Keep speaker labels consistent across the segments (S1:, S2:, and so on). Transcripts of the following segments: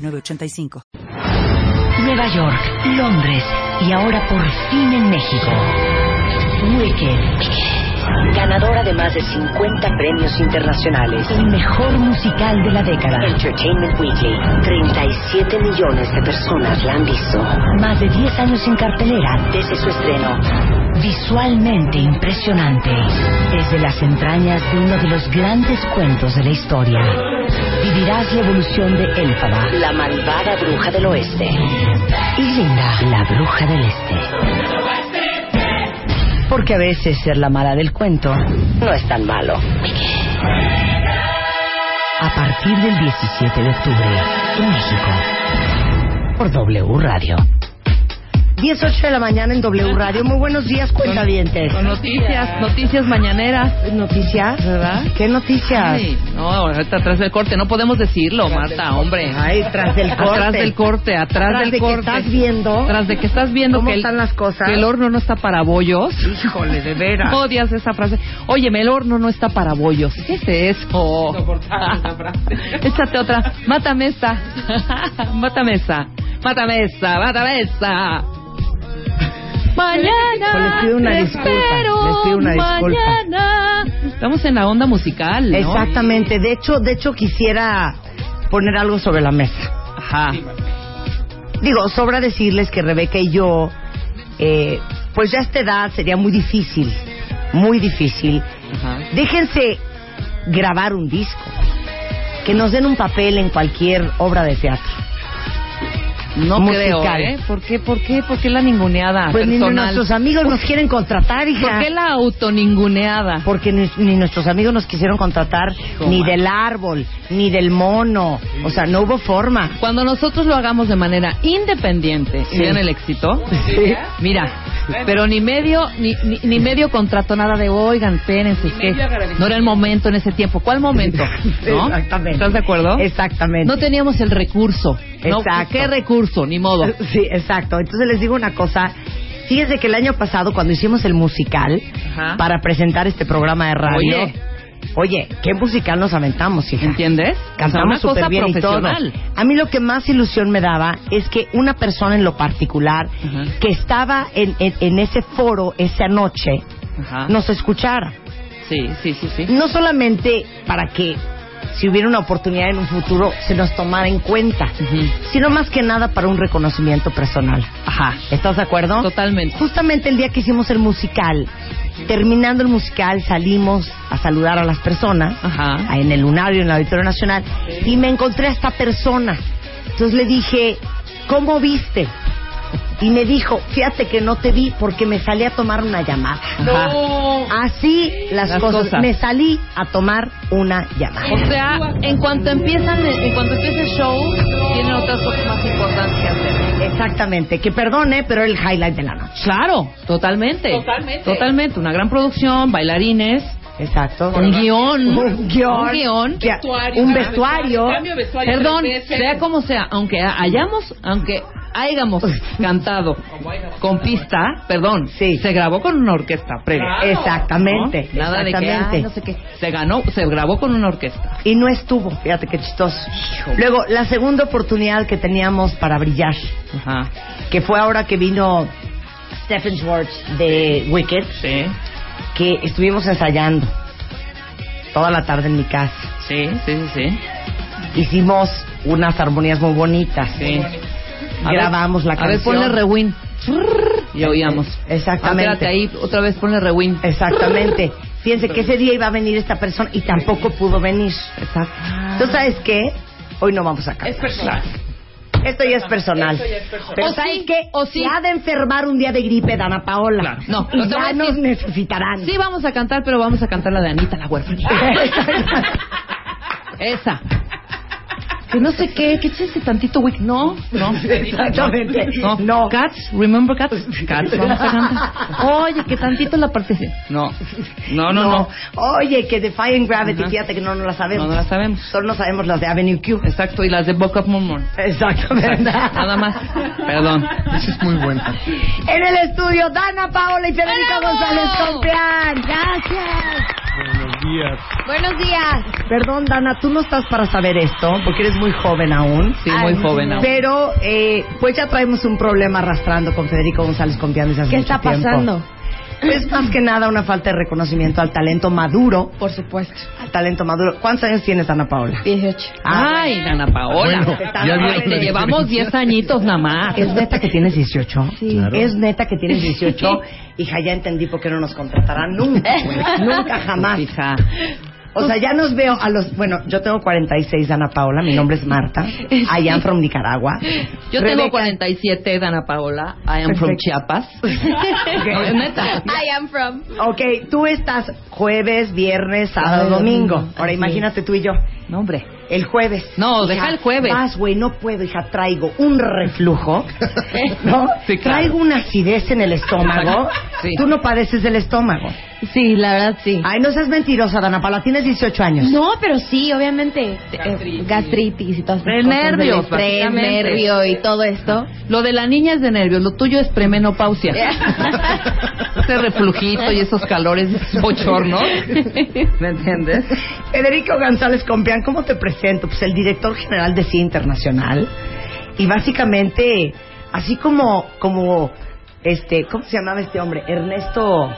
S1: 985.
S2: Nueva York, Londres y ahora por fin en México. Wicked. Ganadora de más de 50 premios internacionales. El mejor musical de la década. Entertainment Weekly. 37 millones de personas la han visto. Más de 10 años en cartelera desde su estreno. Visualmente impresionante. Desde las entrañas de uno de los grandes cuentos de la historia vivirás la evolución de Elfaba, la malvada bruja del oeste, y Linda, la bruja del este. Porque a veces ser la mala del cuento no es tan malo. A partir del 17 de octubre, en México, por W Radio.
S3: 18 de la mañana en W Radio. Muy buenos días, cuentavientes.
S4: Con noticias, noticias mañaneras.
S3: ¿Noticias?
S4: ¿Verdad?
S3: ¿Qué noticias?
S4: Ay, no, ahorita tras del corte, no podemos decirlo, Marta, hombre.
S3: Ay, tras del corte.
S4: Atrás del corte, atrás,
S3: Tras
S4: del
S3: de que
S4: corte.
S3: estás viendo.
S4: Tras de que estás viendo
S3: ¿Cómo
S4: que, el,
S3: están las cosas?
S4: que el horno no está para bollos.
S3: Híjole, de veras.
S4: Odias esa frase. Óyeme, el horno no está para bollos. ¿Qué es
S5: Oh.
S4: eso? Échate otra. Mátame esta. Mátame esa. Mátame esa. Mátame esa. Mañana.
S3: Pues Les pido una
S4: te
S3: disculpa,
S4: espero,
S3: les pido una disculpa.
S4: Mañana. Estamos en la onda musical. ¿no?
S3: Exactamente. De hecho, de hecho quisiera poner algo sobre la mesa.
S4: Ajá.
S3: Digo, sobra decirles que Rebeca y yo, eh, pues ya a esta edad sería muy difícil, muy difícil.
S4: Ajá.
S3: Déjense grabar un disco, que nos den un papel en cualquier obra de teatro.
S4: No
S3: Musical.
S4: creo, ¿eh? ¿Por qué, por qué, por qué la ninguneada
S3: Pues ni
S4: Ah, personal?
S3: nuestros amigos nos quieren contratar, hija.
S4: ¿Por qué la autoninguneada?
S3: Porque ni, ni nuestros amigos nos quisieron contratar ni
S4: man.
S3: del árbol, ni del mono. O sea, no hubo forma.
S4: Cuando nosotros lo hagamos de manera independiente y
S3: Sí.
S4: vean el éxito, mira, pero ni medio, ni, ni, ni medio contrato nada de oigan, espérense, es que no era el momento en ese tiempo. ¿Cuál momento? ¿No?
S3: Exactamente.
S4: ¿Estás de acuerdo?
S3: Exactamente.
S4: No teníamos el recurso. ¿no?
S3: Exacto.
S4: ¿Qué recurso? Ni modo.
S3: Sí, exacto. Entonces les digo una cosa. Fíjense que el año pasado, cuando hicimos el musical
S4: Ajá.
S3: para presentar este programa de radio.
S4: Oye.
S3: Oye, ¿qué musical nos aventamos, hija?
S4: ¿Entiendes? O sea,
S3: Cantamos
S4: una
S3: súper
S4: cosa
S3: bien y todo.
S4: profesional.
S3: A mí lo que más ilusión me daba es que una persona en lo particular
S4: Ajá.
S3: que estaba en, en- en ese foro esa noche
S4: Ajá.
S3: nos escuchara.
S4: Sí, sí, sí, sí.
S3: No solamente para que si hubiera una oportunidad en un futuro se nos tomara en cuenta,
S4: Ujú.
S3: sino más que nada para un reconocimiento personal.
S4: Ajá.
S3: ¿Estás de acuerdo?
S4: Totalmente.
S3: Justamente el día que hicimos el musical, terminando el musical salimos a saludar a las personas
S4: Ajá.
S3: en el lunario, en el Auditorio Nacional, y me encontré a esta persona. Entonces le dije, ¿cómo viste? Y me dijo, fíjate que no te vi porque me salí a tomar una llamada.
S4: Ajá.
S3: Así las,
S4: Las
S3: cosas.
S4: cosas.
S3: Me salí a tomar una llamada.
S4: O sea, en cuanto empiezan, en cuanto empieza el show, tienen otras cosas más importantes que hacer.
S3: Exactamente, que perdone, pero era el highlight de la noche.
S4: Claro, totalmente. Totalmente. Totalmente. Una gran producción, bailarines,
S3: Exacto.
S4: un guión.
S3: Un guión.
S4: Un guión.
S3: Que- un vestuario.
S4: Perdón, sea como sea, aunque hayamos, aunque hayamos cantado con pista, perdón,
S3: Sí.
S4: se grabó con una orquesta previa.
S3: Exactamente.
S4: ¿No? Nada de que,
S3: exactamente.
S4: "Ay, no sé qué. Se ganó, se grabó con una orquesta.
S3: Y no estuvo, fíjate qué chistoso. Luego, la segunda oportunidad que teníamos para brillar,
S4: Ajá.
S3: que fue ahora que vino Stephen Schwartz de Wicked,
S4: Sí,
S3: que estuvimos ensayando toda la tarde en mi casa.
S4: sí, sí, sí. sí.
S3: Hicimos unas armonías muy bonitas.
S4: Sí. A
S3: Grabamos
S4: ver,
S3: la
S4: A ver,
S3: canción.
S4: ponle rewind. Y oíamos.
S3: Exactamente.
S4: Ah, espérate ahí, otra vez ponle rewind.
S3: Exactamente. Fíjense que ese día iba a venir esta persona y tampoco pudo venir. Exacto. Entonces, ¿sabes qué? Hoy no vamos a cantar. Esto ya es personal. Pero
S4: O
S3: ¿sabes
S4: sí,
S3: qué?
S4: o sí.
S3: Se ha de enfermar un día de gripe Dana Paola.
S4: Claro, no.
S3: Y
S4: Lo que
S3: ya
S4: pasa
S3: nos
S4: es que-
S3: necesitarán.
S4: Sí, vamos a cantar, pero vamos a cantar la de Anita, la huérfana. Esa.
S6: que no sé qué, que échense tantito whisky. No, no.
S3: Exactamente.
S6: No.
S3: No.
S6: Cats, remember Cats? Cats, vamos a cantar. Oye, que tantito la participación. No. No, no, no.
S3: Oye, que Defying Gravity,
S6: Ajá.
S3: fíjate que no, no la sabemos.
S6: No, no la sabemos.
S3: Solo no sabemos las de Avenue Q.
S6: Exacto, y las de Book of Mormon.
S3: Exactamente.
S6: Nada más. Perdón.
S7: Esa es muy buena.
S3: En el estudio, Dana Paola y Federica González Complián. Gracias.
S7: Buenos días.
S8: Buenos días.
S3: Perdón, Dana, tú no estás para saber esto, porque eres muy joven aún.
S6: Sí, muy joven aún.
S3: Pero, eh, pues ya traemos un problema arrastrando con Federico González Complián desde hace
S8: ¿Qué
S3: mucho
S8: está
S3: tiempo.
S8: pasando?
S3: Es más que nada una falta de reconocimiento al talento maduro.
S8: Por supuesto.
S3: Al talento maduro. ¿Cuántos años tienes, Dana Paola?
S8: 18.
S3: Ah,
S6: Ay, Nana Paola.
S7: Bueno,
S3: ya
S6: Ay,
S3: vieron
S6: te
S3: la
S6: llevamos 10 añitos nada más.
S3: ¿Es neta que tienes 18?
S8: Sí.
S7: Claro.
S3: Es neta que tienes 18. Hija, ya entendí por qué no nos contratarán nunca, güey. Nunca jamás.
S6: Hija.
S3: O sea, ya nos veo a los. Bueno, yo tengo 46, Ana Paola. Mi nombre es Marta. I am from Nicaragua.
S6: Yo
S3: Rebeca-
S6: tengo 47, Dana Paola. I am
S3: Perfecto.
S6: from Chiapas. No, es neta.
S8: I am from.
S3: Ok, tú estás jueves, viernes, sábado,
S6: Sábado,
S3: domingo.
S6: domingo.
S3: Ahora
S6: Así
S3: imagínate tú y yo.
S6: No, hombre.
S3: El jueves.
S6: No, deja el jueves.
S3: Más, güey, no puedo, hija. Traigo un reflujo. ¿No?
S6: Sí, claro.
S3: Traigo una acidez en el estómago.
S6: Sí.
S3: Tú no padeces del estómago.
S8: Sí, la verdad sí.
S3: Ay, no seas mentirosa, Dana Paola. Tienes 18 años.
S8: No, pero sí, obviamente. eh, Gastritis, y todas esas
S6: De
S8: cosas,
S6: nervios,
S8: del estrés,
S6: básicamente.
S8: nervio y todo esto.
S6: Lo de la niña es de nervios, lo tuyo es premenopausia. Ese reflujito y esos calores bochornos. ¿Me entiendes?
S3: Federico González Compián, ¿cómo te presento? Pues el director general de CIA Internacional. Y básicamente, así como, como, este, ¿cómo se llamaba este hombre? Ernesto.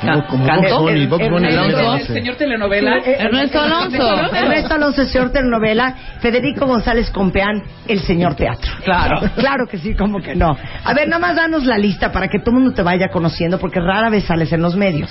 S7: Como, como
S6: ¿Cantó?
S7: Bob Bunny, Bob
S3: El-
S7: Bunny
S3: el-
S7: también lo
S6: el-
S7: hace.
S9: telenovela.
S3: Eh,
S6: Ernesto Alonso.
S3: Ernesto Alonso, señor telenovela. Federico González Compeán, el señor teatro.
S6: Claro.
S3: Claro que sí, como que no. A ver, nada más danos la lista para que todo el mundo te vaya conociendo, porque rara vez sales en los medios.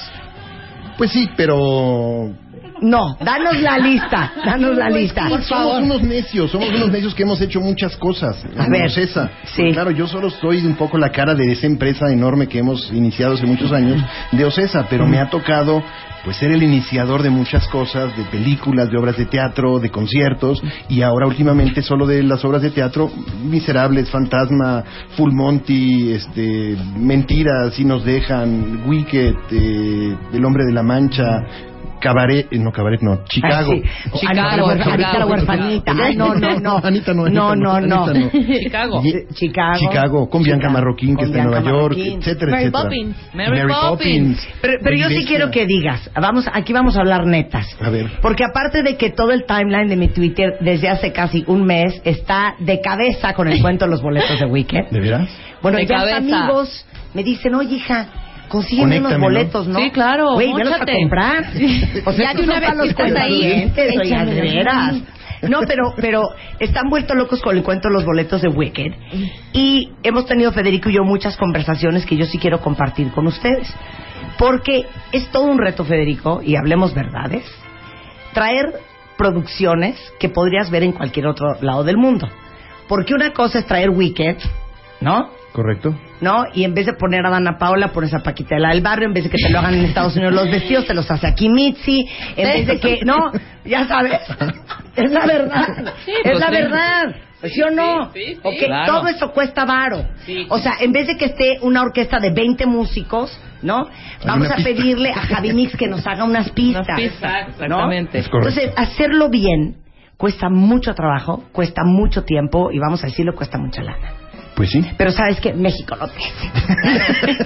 S7: Pues sí, pero
S3: No, danos la lista, danos la lista.
S7: Somos unos necios, somos unos necios que hemos hecho muchas cosas.
S3: A
S7: No
S3: ver,
S7: es esa.
S3: sí.
S7: Claro, yo solo soy un poco la cara de esa empresa enorme que hemos iniciado hace muchos años, de Ocesa, pero me ha tocado pues ser el iniciador de muchas cosas, de películas, de obras de teatro, de conciertos, y ahora últimamente solo de las obras de teatro, Miserables, Fantasma, Full Monty, este, Mentiras, Si nos dejan, Wicked, eh, El Hombre de la Mancha, Cabaret, eh, no Cabaret, no, Chicago.
S3: Ay, Ah, sí.
S6: Chicago,
S3: Anita la huerfa-
S6: Chicago,
S3: Anita la huerfanita.
S7: Chicago.
S3: Ay, no, no, no.
S7: Anita no,
S3: no,
S7: Anita
S3: no, no.
S7: no, Anita no.
S6: Chicago.
S7: Ye-
S3: Chicago.
S7: Chicago, con Bianca
S3: Chicago,
S7: Marroquín,
S3: con
S7: que está en
S3: Bianca
S7: Nueva York,
S3: Marroquín.
S7: etcétera,
S8: Mary
S7: etcétera.
S8: Poppins.
S6: Mary Poppins.
S3: Pero, pero yo sí
S7: Belleza.
S3: quiero que digas, vamos, aquí vamos a hablar netas.
S7: A ver.
S3: Porque aparte de que todo el timeline de mi Twitter desde hace casi un mes está de cabeza con el cuento de los boletos de Weekend.
S7: ¿De veras?
S3: Bueno,
S6: De
S3: ya hasta
S6: cabeza.
S3: amigos me dicen, oye hija, consígueme unos
S7: Conéctame, ¿no?
S3: boletos, ¿no?
S6: Sí, claro,
S3: Güey, velos a
S6: móchate.
S3: comprar. O sea,
S8: Ya de
S3: estos
S8: una
S3: son
S8: vez
S3: para los
S8: que estás ahí, ¿eh?
S3: cuentavientes, oiga,
S8: échamelo.
S3: de veras. No, pero, pero están vueltos locos con el cuento de los boletos de Wicked. Y hemos tenido, Federico y yo, muchas conversaciones que yo sí quiero compartir con ustedes. Porque es todo un reto, Federico, y hablemos verdades, traer producciones que podrías ver en cualquier otro lado del mundo. Porque una cosa es traer Wicked, ¿no?
S7: ¿Correcto?
S3: ¿no? Y en vez de poner a Dana Paola, pones a Paquita de la del barrio, en vez de que te lo hagan en Estados Unidos los vestidos, te los hace aquí Mitzi, en vez de que, no, ya sabes, es la verdad,
S6: Sí,
S3: es
S6: pues
S3: la
S6: sí.
S3: verdad. ¿Sí o no?
S9: Sí, sí, sí.
S3: Ok,
S6: Claro.
S3: todo eso cuesta varo.
S9: Sí.
S3: O sea, en vez de que esté una orquesta de 20 músicos, ¿no? Vamos
S7: una
S3: a
S7: pista.
S3: pedirle a Javi Mix que nos haga unas pistas.
S6: Unas pistas, exactamente.
S7: Es correcto.
S3: Entonces, hacerlo bien cuesta mucho trabajo, cuesta mucho tiempo y vamos a decirlo, cuesta mucha lana.
S7: Pues sí.
S3: Pero sabes que México no merece.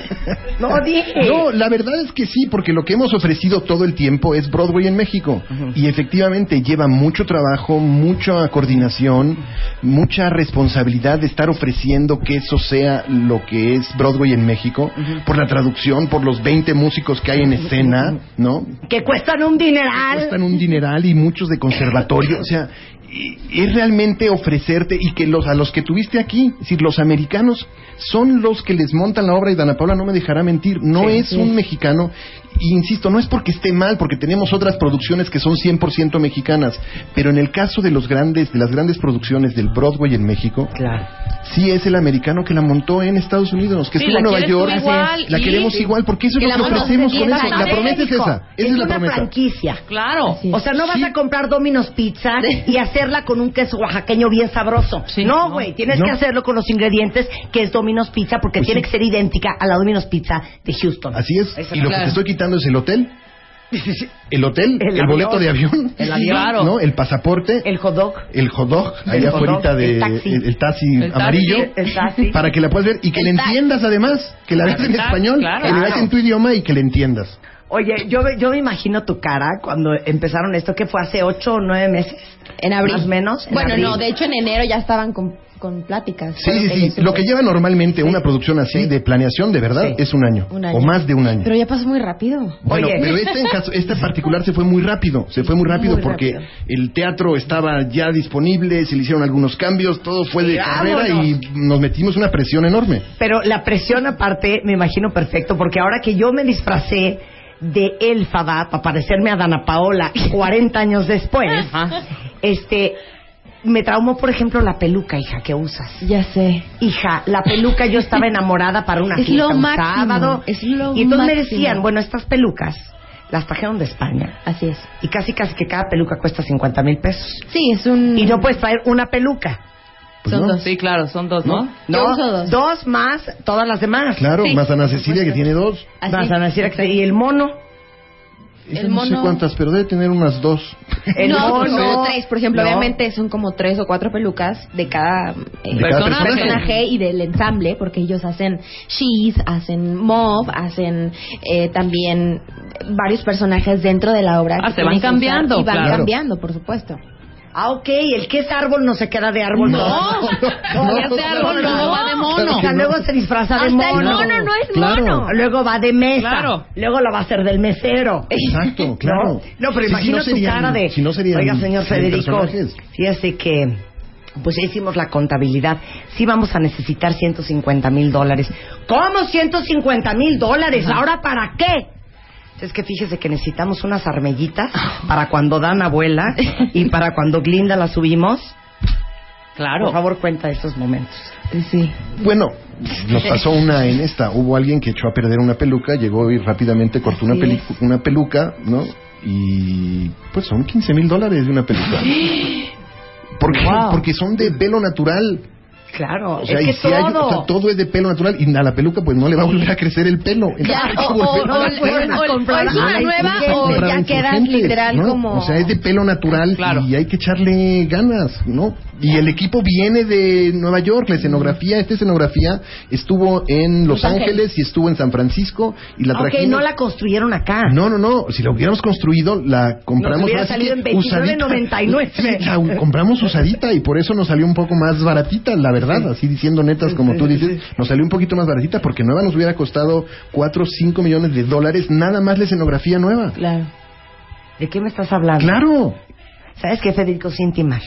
S3: no dije.
S7: No, la verdad es que sí, porque lo que hemos ofrecido todo el tiempo es Broadway en México. Y efectivamente lleva mucho trabajo, mucha coordinación, mucha responsabilidad de estar ofreciendo que eso sea lo que es Broadway en México, por la traducción, por los 20 músicos que hay en escena, ¿no?
S3: Que cuestan un dineral.
S7: cuestan un dineral y muchos de conservatorio, o sea, y- es realmente ofrecerte y que los a los que tuviste aquí, es decir, los americanos son los que les montan la obra y Dana Paula no me dejará mentir, no
S3: Sí,
S7: es
S3: sí.
S7: un mexicano, y insisto, no es porque esté mal, porque tenemos otras producciones que son 100% mexicanas, pero en el caso de los grandes de las grandes producciones del Broadway en México,
S3: Claro.
S7: sí es el americano que la montó en Estados Unidos, que
S6: Sí,
S7: estuvo en
S6: la
S7: Nueva
S6: quieres tú
S7: York,
S6: igual
S7: la
S6: y-
S7: queremos igual, porque eso es
S8: que
S7: lo
S8: la
S7: que
S8: montó
S7: ofrecemos con eso. La
S8: exactamente,
S7: promesa es
S3: dijo,
S7: esa, esa es
S3: es
S7: la
S3: una
S7: promesa.
S3: franquicia.
S6: Claro.
S8: Sí.
S3: O sea, no vas a comprar Domino's Pizza y hacerla con un queso oaxaqueño bien sabroso.
S6: Sí,
S3: no,
S6: no.
S3: güey, tienes
S7: No.
S3: que hacerlo con los ingredientes que es Domino's Pizza porque
S7: Pues
S3: tiene
S7: sí.
S3: que ser idéntica a la Domino's Pizza de Houston.
S7: Así es.
S3: Esa-
S7: Y lo que
S6: claro.
S7: te estoy quitando es el hotel, el hotel,
S3: El
S7: el, boleto
S3: avión.
S7: de avión,
S3: El avión.
S7: ¿no? el pasaporte,
S3: El hot dog.
S7: el hot dog,
S3: El
S7: allá
S3: hot dog,
S7: afuera de
S3: el taxi.
S7: el, el taxi
S6: El taxi.
S7: amarillo,
S3: El taxi.
S7: para que la puedas ver y que
S8: El
S7: la
S8: taxi.
S7: entiendas además, que la veas en
S6: Claro,
S7: español,
S6: claro.
S7: que la veas en tu idioma y que la entiendas.
S3: Oye, yo, yo me imagino tu cara cuando empezaron esto, que fue hace ocho o nueve meses.
S8: En abril.
S3: Más o menos. en
S8: Bueno,
S3: abril.
S8: no, de hecho en enero ya estaban con, con pláticas.
S7: Sí,
S8: Fue
S7: sí,
S8: yo
S7: sí.
S8: supe.
S7: Lo que lleva normalmente una producción así de planeación, de verdad,
S3: Sí.
S7: es un año,
S8: Un año.
S7: o más de un año.
S8: Pero ya pasó muy rápido.
S7: Bueno,
S3: Oye.
S7: pero este, en caso- este particular se fue muy rápido, se fue muy rápido
S8: Muy
S7: porque
S8: rápido.
S7: el teatro estaba ya disponible, se le hicieron algunos cambios, todo fue de
S3: Y
S7: carrera y
S3: vámonos.
S7: nos metimos una presión enorme.
S3: Pero la presión aparte, me imagino perfecto, porque ahora que yo me disfracé de Elfaba para parecerme a Dana Paola 40 años después, este, me traumó, por ejemplo, la peluca, hija, que usas.
S8: Ya sé.
S3: Hija, la peluca yo estaba enamorada para una
S8: Es
S3: fiesta
S8: lo
S3: un
S8: máximo,
S3: sábado.
S8: es lo
S3: y entonces me
S8: máximo.
S3: decían, bueno, estas pelucas las trajeron de España.
S8: Así es.
S3: Y casi casi que cada peluca cuesta 50 mil pesos.
S8: Sí, es un...
S3: Y no puedes traer una peluca.
S7: Pues
S8: Son
S7: no.
S8: dos.
S6: Sí, claro, son dos, ¿no?
S8: Yo
S3: No,
S8: uso dos.
S3: más todas las demás.
S7: Claro,
S8: Sí.
S7: más Ana Cecilia que tiene dos.
S8: Así.
S3: Vas a decir que- y el mono.
S7: Esa
S8: El
S7: no sé
S8: mono-
S7: cuántas, pero debe tener unas dos.
S3: El
S8: no,
S3: mono.
S8: no, tres, por ejemplo,
S3: No.
S8: obviamente son como tres o cuatro pelucas de cada, eh,
S7: De cada
S6: personaje.
S8: personaje y del ensamble, porque ellos hacen she's, hacen mob, hacen eh, también varios personajes dentro de la obra.
S6: Ah,
S8: que
S6: se van
S8: tienen que usar
S6: cambiando,
S8: Y van
S6: claro.
S8: cambiando, por supuesto.
S3: Ah, ok, el que es árbol no se queda de árbol.
S7: No, no,
S3: no,
S7: no,
S3: no,
S6: Ese árbol
S3: no,
S6: no
S3: no.
S6: va de
S7: Claro
S6: mono.
S3: O sea,
S7: que no.
S3: luego se disfraza de
S8: Hasta
S3: mono.
S8: el mono no es
S7: Claro.
S8: mono.
S3: Luego va de mesa.
S6: Claro.
S3: Luego lo va a hacer del mesero.
S7: Exacto, claro.
S3: No, no, pero
S7: Sí, sí,
S3: imagina
S7: no serían-
S3: tu cara de.
S7: si no serían
S3: Oiga, señor
S7: seis
S3: Federico,
S7: personajes".
S3: fíjese que. Pues ya hicimos la contabilidad. Sí vamos a necesitar 150 mil dólares. ¿Cómo 150 mil dólares? ¿Ahora para qué? Es que fíjese que necesitamos unas armellitas para cuando dan abuela y para cuando Glinda la subimos. Por
S6: Claro.
S3: favor, cuenta esos momentos.
S8: Sí.
S7: Bueno, nos pasó una en esta. Hubo alguien que echó a perder una peluca, llegó y rápidamente cortó una,
S8: Así
S7: peli- una peluca, ¿no? Y pues son 15 mil dólares de una peluca. ¿Por qué?
S3: Wow.
S7: Porque son de pelo natural.
S3: Claro,
S7: O sea,
S3: es que
S7: y si hay- o sea,
S3: todo.
S7: todo es de pelo natural y a la peluca pues no le va a volver a crecer el pelo. Entonces,
S8: o,
S7: ¿cómo
S8: o-
S7: el pelo?
S6: Oh,
S8: o-
S3: la pueden
S8: o- o-
S3: comprar
S8: o es
S3: a
S8: una
S3: la
S8: nueva
S3: insurgente.
S8: o ya
S7: Comprarán
S8: quedas
S7: insurgentes,
S8: literal
S7: ¿no?
S8: como...
S7: O sea, es de pelo natural
S6: Claro.
S7: y hay que echarle ganas, ¿no? Y el equipo viene de Nueva York, la escenografía, esta escenografía estuvo en Los
S8: Los Ángeles. Ah,
S7: Ángeles y estuvo en San Francisco y la
S3: Ok,
S7: trajimos...
S3: no la construyeron acá.
S7: No, no, no. Si la hubiéramos construido, la compramos.
S3: Nos hubiera
S7: ahora sí
S3: salido
S7: que
S3: en 29.99.
S7: Sí, la u- compramos usadita y por eso nos salió un poco más baratita, la verdad. Así diciendo netas, como tú dices, nos salió un poquito más baratita porque nueva nos hubiera costado 4 o 5 millones de dólares, nada más la escenografía nueva.
S8: Claro.
S3: ¿De qué me estás hablando?
S7: Claro.
S3: ¿Sabes qué, Federico? Sin intimar.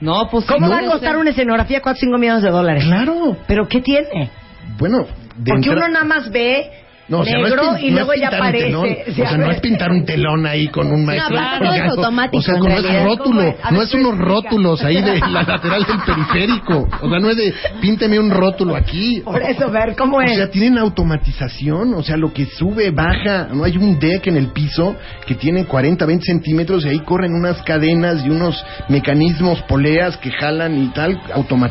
S6: No, pues
S3: ¿Cómo
S6: no,
S3: va a
S6: yo
S3: costar
S6: sé.
S3: una escenografía 4 o 5 millones de dólares?
S7: Claro.
S3: ¿Pero qué tiene?
S7: Bueno, de
S3: Porque
S7: entra-
S3: uno nada más ve
S7: No, o sea, no es
S3: negro
S7: pin-
S3: y
S7: no
S3: luego
S7: es
S3: ya
S7: pintar un
S3: aparece.
S7: telón.
S3: O
S7: o sea, no es pintar un telón ahí con un maestro.
S8: aparte todo es
S7: colgando.
S8: automático,
S7: O sea,
S8: en
S7: con unos
S8: realidad.
S3: ¿Cómo
S7: rótulos,
S3: es? A ver,
S7: no es
S3: tú
S7: unos
S3: explica.
S7: rótulos ahí de la lateral del periférico. O sea, no es de pínteme un rótulo aquí.
S3: Por eso, ver, ¿cómo
S7: O
S3: es?
S7: sea, tienen automatización, o sea, lo que sube, baja, no hay un deck en el piso que tiene 40, 20 centímetros y ahí corren unas cadenas y unos mecanismos, poleas que jalan y tal,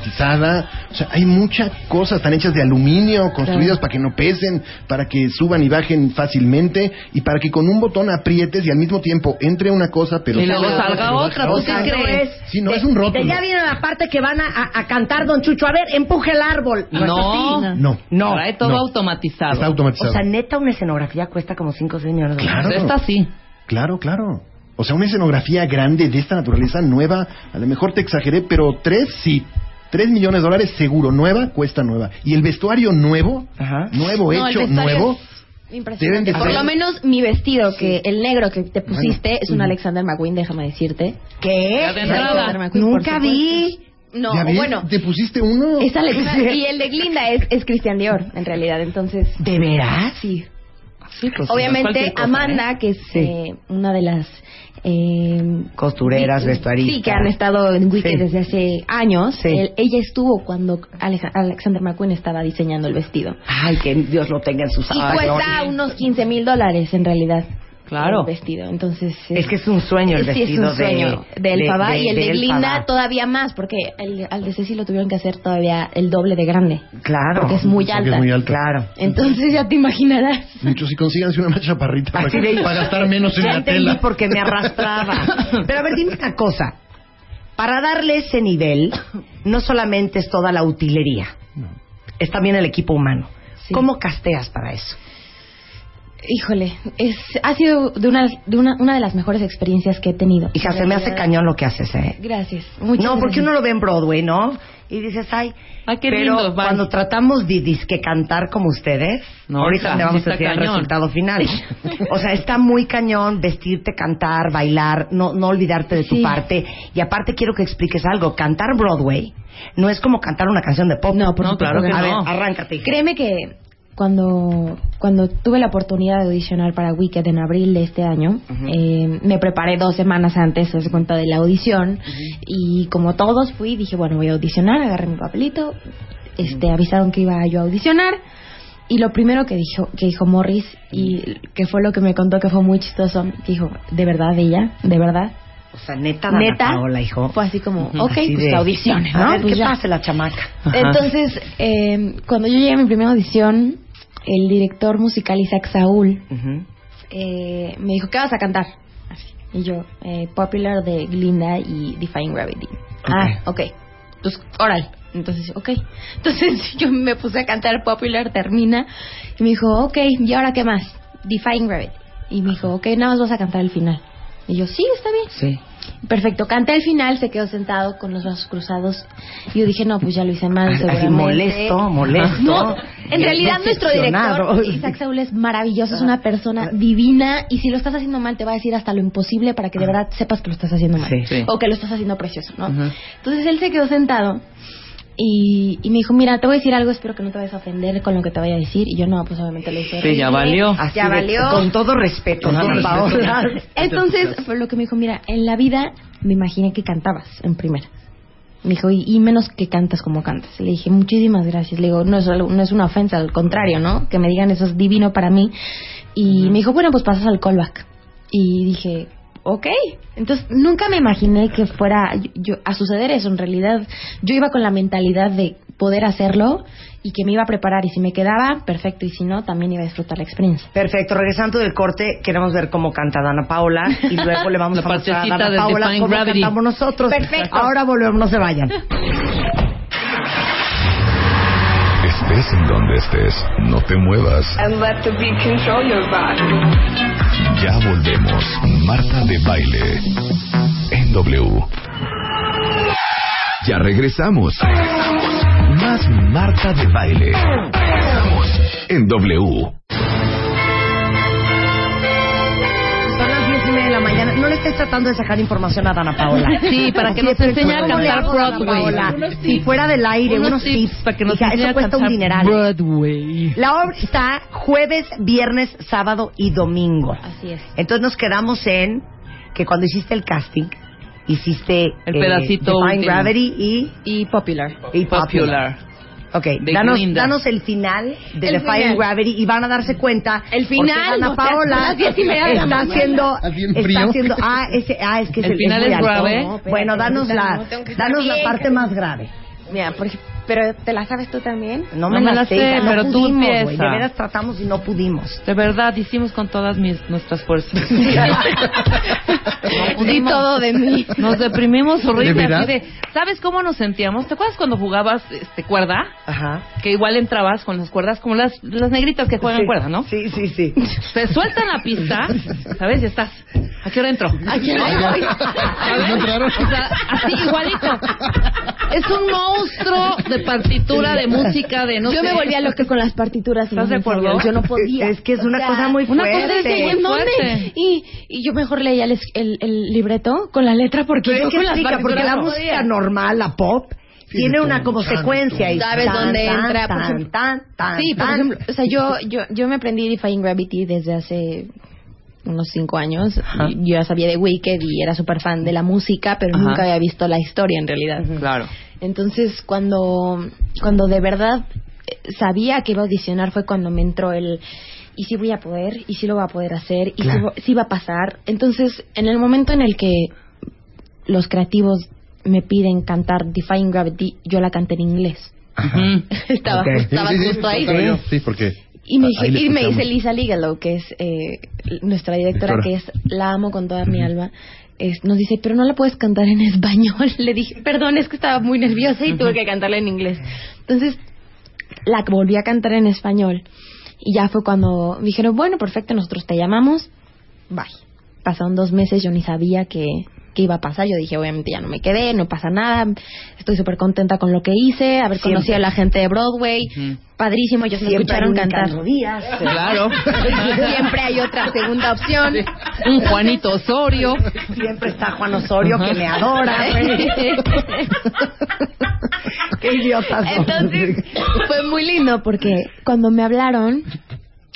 S7: automatizada. O sea, hay muchas cosas, están hechas de aluminio, construidas para que no pesen, para que suban y bajen fácilmente y para que con un botón aprietes y al mismo tiempo entre una cosa, pero
S6: Y luego
S7: otra,
S6: salga
S7: pero
S6: otra,
S7: baja
S6: pues, ¿qué
S3: no
S6: crees?
S7: Sí, no,
S3: de-
S7: es un rótulo.
S3: de ya viene la parte que van a, a- a cantar Don Chucho. A ver, empuje el árbol.
S6: No.
S3: es así.
S7: No.
S3: No.
S6: Trae todo
S7: No.
S6: automatizado.
S7: Está automatizado.
S3: O sea, neta, una escenografía cuesta como 5 o 6 millones de dólares.
S7: Claro.
S6: Esta sí.
S7: Claro, claro. O sea, una escenografía grande de esta naturaleza nueva, a lo mejor te exageré, pero tres sí. Tres millones de dólares seguro, nueva, cuesta nueva. Y el vestuario nuevo,
S3: Ajá.
S7: nuevo,
S8: No, el
S7: hecho,
S8: vestuario
S7: nuevo.
S8: es Impresionante.
S7: Deben de
S8: Por
S7: ser-
S8: lo menos mi vestido, que el negro que te pusiste
S7: Bueno.
S8: es un Alexander McQueen, déjame decirte.
S3: ¿Qué?
S6: Ya de entrada.
S8: Alexander McQueen, por
S3: Nunca
S8: supuesto.
S3: vi.
S8: No,
S7: ¿Ya ves?
S8: bueno,
S7: ¿Te pusiste uno?
S8: es Alexander. Y el de Glinda es, es Christian Dior, en realidad, entonces.
S3: ¿De veras?
S8: Sí.
S6: Sí, pues, no es
S8: Obviamente,
S6: cualquier cosa,
S8: Amanda,
S6: ¿eh?
S8: que es eh, una de las eh,
S3: Costureras,
S8: Sí,
S3: vestuaristas.
S8: Sí, que han estado en Wicked
S3: Sí.
S8: desde hace años.
S3: Sí.
S8: Él- ella estuvo cuando Aleja- Alexander McQueen estaba diseñando el vestido.
S3: Ay, que Dios lo tenga en sus
S8: Y cuesta
S3: gloria.
S8: unos 15 mil dólares en realidad.
S6: Claro.
S8: El vestido, entonces.
S3: Es que es un sueño el
S8: sí,
S3: vestido
S8: es un sueño
S3: de,
S8: del Fabá y el de,
S3: del
S8: Glinda
S3: Fabá.
S8: todavía más, porque el- al de Ceci lo tuvieron que hacer todavía el doble de grande.
S3: Claro.
S8: Porque es muy
S7: Porque
S8: alta.
S7: es muy alta.
S3: Claro.
S8: Entonces ya te imaginarás.
S7: Muchos si consíganse una más chaparrita para,
S3: Así
S7: que-
S3: de-
S7: para gastar menos en
S3: Ya
S7: la
S3: entendí
S7: tela.
S3: porque me arrastraba. Pero a ver, dime una cosa. Para darle ese nivel, no solamente es toda la utilería, es también el equipo humano.
S8: Sí.
S3: ¿Cómo casteas para eso?
S8: Híjole, es, ha sido de una, de una, una de las mejores experiencias que he tenido.
S3: Hija, se me hace
S8: Realidad.
S3: cañón lo que haces, ¿eh?
S8: Gracias. Muchas
S3: no, porque
S8: gracias.
S3: uno lo ve en Broadway, ¿no? Y dices, ay,
S6: Ah, qué
S3: pero
S6: lindo, bye.
S3: cuando tratamos de disque cantar como ustedes,
S6: No,
S3: ahorita
S6: hija,
S3: le vamos
S6: sí está
S3: a decir el
S6: cañón.
S3: resultado final. o sea, está muy cañón vestirte, cantar, bailar, no, no olvidarte de tu
S8: Sí.
S3: parte. Y aparte quiero que expliques algo. Cantar Broadway no es como cantar una canción de pop.
S8: No, por No, supuesto
S6: claro que que
S3: A
S6: no.
S3: ver, arráncate. hija.
S8: Créeme que cuando, cuando tuve la oportunidad de audicionar para Wicked en abril de este año, eh, me preparé dos semanas antes, se cuenta, de la audición. Y como todos fui, dije, bueno, voy a audicionar, agarré mi papelito. Este, Avisaron que iba yo a audicionar. Y lo primero que dijo, que dijo Morris, y que fue lo que me contó que fue muy chistoso, dijo, de verdad, ella, de verdad.
S3: O sea, neta, neta. Paola, hijo.
S8: Fue así como, ok,
S3: Así
S8: pues
S3: de-
S8: audiciones, ¿no?
S3: A ver,
S8: Pues
S3: ¿qué
S8: ya.
S3: pasa la chamaca?
S8: Entonces, eh, cuando yo llegué a mi primera audición, el director musical Isaac Saúl
S3: Ujú.
S8: eh, me dijo, ¿qué vas a cantar? Así. Y yo, eh, Popular de Glinda y Defying Gravity. Ah, ok. Pues, oral. Entonces, ok. Entonces yo me puse a cantar Popular, termina. Y me dijo, ok, ¿y ahora qué más? Defying Gravity. Y me dijo, ok, nada más vas a cantar el final. Y yo, sí, está bien.
S3: Sí.
S8: Perfecto, canta al final, se quedó sentado con los brazos cruzados. Y yo dije, no, pues ya lo hice mal, seguramente.
S3: Así molesto, molesto.
S8: No, en
S3: Eh,
S8: realidad nuestro
S3: decepcionado. Ah.
S8: director, Isaac Saúl, es maravilloso, es una persona divina. Y si lo estás haciendo mal, te va a decir hasta lo imposible para que de verdad sepas que lo estás haciendo mal.
S3: Ah. Sí,
S6: sí.
S8: O que lo estás haciendo precioso, ¿no?
S3: Ujú.
S8: Entonces él se quedó sentado. Y, y me dijo, mira, te voy a decir algo, espero que no te vayas a ofender con lo que te vaya a decir. Y yo, no, pues obviamente lo hice.
S6: Sí, ya
S8: horrible.
S6: valió.
S3: Así
S8: Ya
S3: de-
S8: valió.
S3: Con todo respeto,
S7: Con todo
S3: don
S7: respeto.
S3: Paola.
S8: Entonces, fue lo que me dijo, mira, en la vida me imaginé que cantabas en primera. Me dijo, y, y menos que cantas como cantas. Le dije, muchísimas gracias. Le digo, no es, algo- no es una ofensa, al contrario, ¿no? Que me digan eso es divino para mí. Y me dijo, bueno, pues pasas al callback. Y dije, ok. Entonces, nunca me imaginé que fuera yo- yo- a suceder eso. En realidad, yo iba con la mentalidad de poder hacerlo y que me iba a preparar. Y si me quedaba, perfecto. Y si no, también iba a disfrutar la experiencia.
S3: Perfecto, regresando del corte, queremos ver cómo canta Dana Paola y luego le vamos
S6: La
S3: a mostrar a
S6: partecita
S3: Dana
S6: de
S3: Paola
S6: Define
S3: cómo
S6: Gravity.
S3: cantamos nosotros.
S8: Perfecto.
S3: Ahora volvemos, no se vayan.
S9: Estés en donde estés, no te muevas.
S10: and let the beat control your body.
S9: Ya volvemos. Marta de baile. En W. Ya regresamos. Más Marta de baile. Regresamos En W.
S3: Son las diez y media de la mañana. No le estés tratando de sacar información a Dana Paola.
S6: Sí, para que
S3: Así
S6: nos
S3: es, pero
S6: enseñe a
S3: ¿cómo le
S6: cantar
S3: hago, Dana
S6: Broadway?
S3: Paola?
S6: Unos
S3: Si
S6: tips.
S3: fuera del aire, unos,
S6: Unos tips para que nos
S3: Hija,
S6: enseñe
S3: eso
S6: a
S3: cuesta un
S6: cantar
S3: dineral.
S6: Broadway.
S3: La obra está jueves, viernes, sábado y domingo.
S8: Así es.
S3: Entonces nos quedamos en que cuando hiciste el casting, hiciste
S6: El pedacito
S3: Eh, Define
S6: último.
S3: Gravity y,
S8: Y popular.
S3: y
S6: Popular.
S3: Ok,
S6: De
S3: danos,
S6: Glinda.
S3: danos el final de
S8: El
S3: Define
S8: final.
S3: Gravity y van a darse cuenta.
S8: El final,
S3: porque Ana
S8: o sea, a
S3: Paola
S8: las diez y media de la
S3: está
S8: mañana.
S3: haciendo.
S7: Está bien
S3: Está
S7: frío.
S3: haciendo. Ah, ese, ah, es que es
S6: El final
S3: muy
S6: es
S3: alto.
S6: grave.
S3: No, bueno, danos, la,
S8: No, tengo que estar
S3: danos la
S8: bien,
S3: parte
S8: cabrón.
S3: más grave.
S8: Mira, por ej- pero ¿te la sabes tú también?
S3: No me, la sé, hija, no
S6: pero tú
S3: pudimos, güey,
S6: empieza.
S3: De veras tratamos y no pudimos.
S6: De verdad, hicimos con todas mis, nuestras fuerzas.
S8: Di todo de mí.
S6: Nos deprimimos
S7: ¿De
S6: horrible.
S7: verdad?
S6: así de- ¿Sabes cómo nos sentíamos? ¿Te acuerdas cuando jugabas este, cuerda?
S3: Ajá.
S6: Que igual entrabas con las cuerdas, como las, las negritas que juegan
S3: Sí,
S6: cuerda, ¿no?
S3: Sí, sí, sí.
S6: Te sueltan la pista, ¿sabes? Y estás. ¿A qué hora entro? ¿A qué
S7: hora voy? ¿No entraron?
S6: O sea, así igualito. Es un monstruo de partitura, de música, de no
S8: yo
S6: sé.
S8: me volvía loca con las partituras. y
S6: ¿Estás de
S8: los
S6: acuerdo?
S8: ensayos. Yo no podía.
S3: Es que es una cosa muy
S8: una cosa
S3: fuerte.
S8: es que, ¿en dónde?
S6: Fuerte.
S8: Y, y yo mejor leía el, es- el- el libreto con la letra porque
S3: Pero
S8: yo
S3: es que
S8: con las
S3: explica, porque la
S8: partituras no
S3: música
S8: podía.
S3: normal, la pop, tiene
S7: tu-
S3: una como
S7: tan,
S3: secuencia. y
S8: Sabes
S3: tan,
S8: dónde
S3: tan,
S6: pues,
S8: entra, por
S3: tan,
S8: ejemplo.
S3: tan, tan,
S8: Sí, por
S3: tan.
S8: ejemplo, o sea, yo, yo, yo me aprendí Defying Gravity desde hace unos cinco años, y yo ya sabía de Wicked y era súper fan de la música, pero
S4: Ajá.
S8: nunca había visto la historia en realidad.
S4: Claro.
S8: Entonces, cuando, cuando de verdad eh, sabía que iba a audicionar fue cuando me entró el y si voy a poder, y si lo va a poder hacer, y si
S6: Claro.
S8: vo- si, va a pasar. Entonces, en el momento en el que los creativos me piden cantar Defying Gravity, yo la canté en inglés.
S4: Ujú.
S8: estaba
S6: Ok.
S8: estaba
S6: Sí, sí, sí,
S8: justo ahí.
S6: estaba yo. Sí, porque.
S8: Y me,
S6: Ah, ahí
S8: dije-
S6: le
S8: y me dice
S6: escuchamos.
S8: Lisa Ligalow, que es eh, nuestra directora,
S6: Directora.
S8: que es la amo con toda mi alma. es- nos dice, pero no la puedes cantar en español. Le dije, perdón, es que estaba muy nerviosa y tuve que cantarla en inglés. Entonces, la volví a cantar en español. Y ya fue cuando me dijeron, bueno, perfecto, nosotros te llamamos. Bye. Pasaron dos meses, yo ni sabía que, que iba a pasar. Yo dije, obviamente ya no me quedé, no pasa nada. Estoy súper contenta con lo que hice, haber
S3: Siempre.
S8: conocido a la gente de Broadway.
S4: Ujú.
S8: Padrísimo, ellos me
S3: Siempre
S8: escucharon
S3: hay un
S8: cantar.
S3: Ricardo Díaz.
S4: Claro.
S8: Siempre hay otra segunda opción.
S4: Un Juanito Osorio.
S3: Siempre está Juan Osorio que me adora. Qué idiota.
S8: Entonces, fue muy lindo porque cuando me hablaron,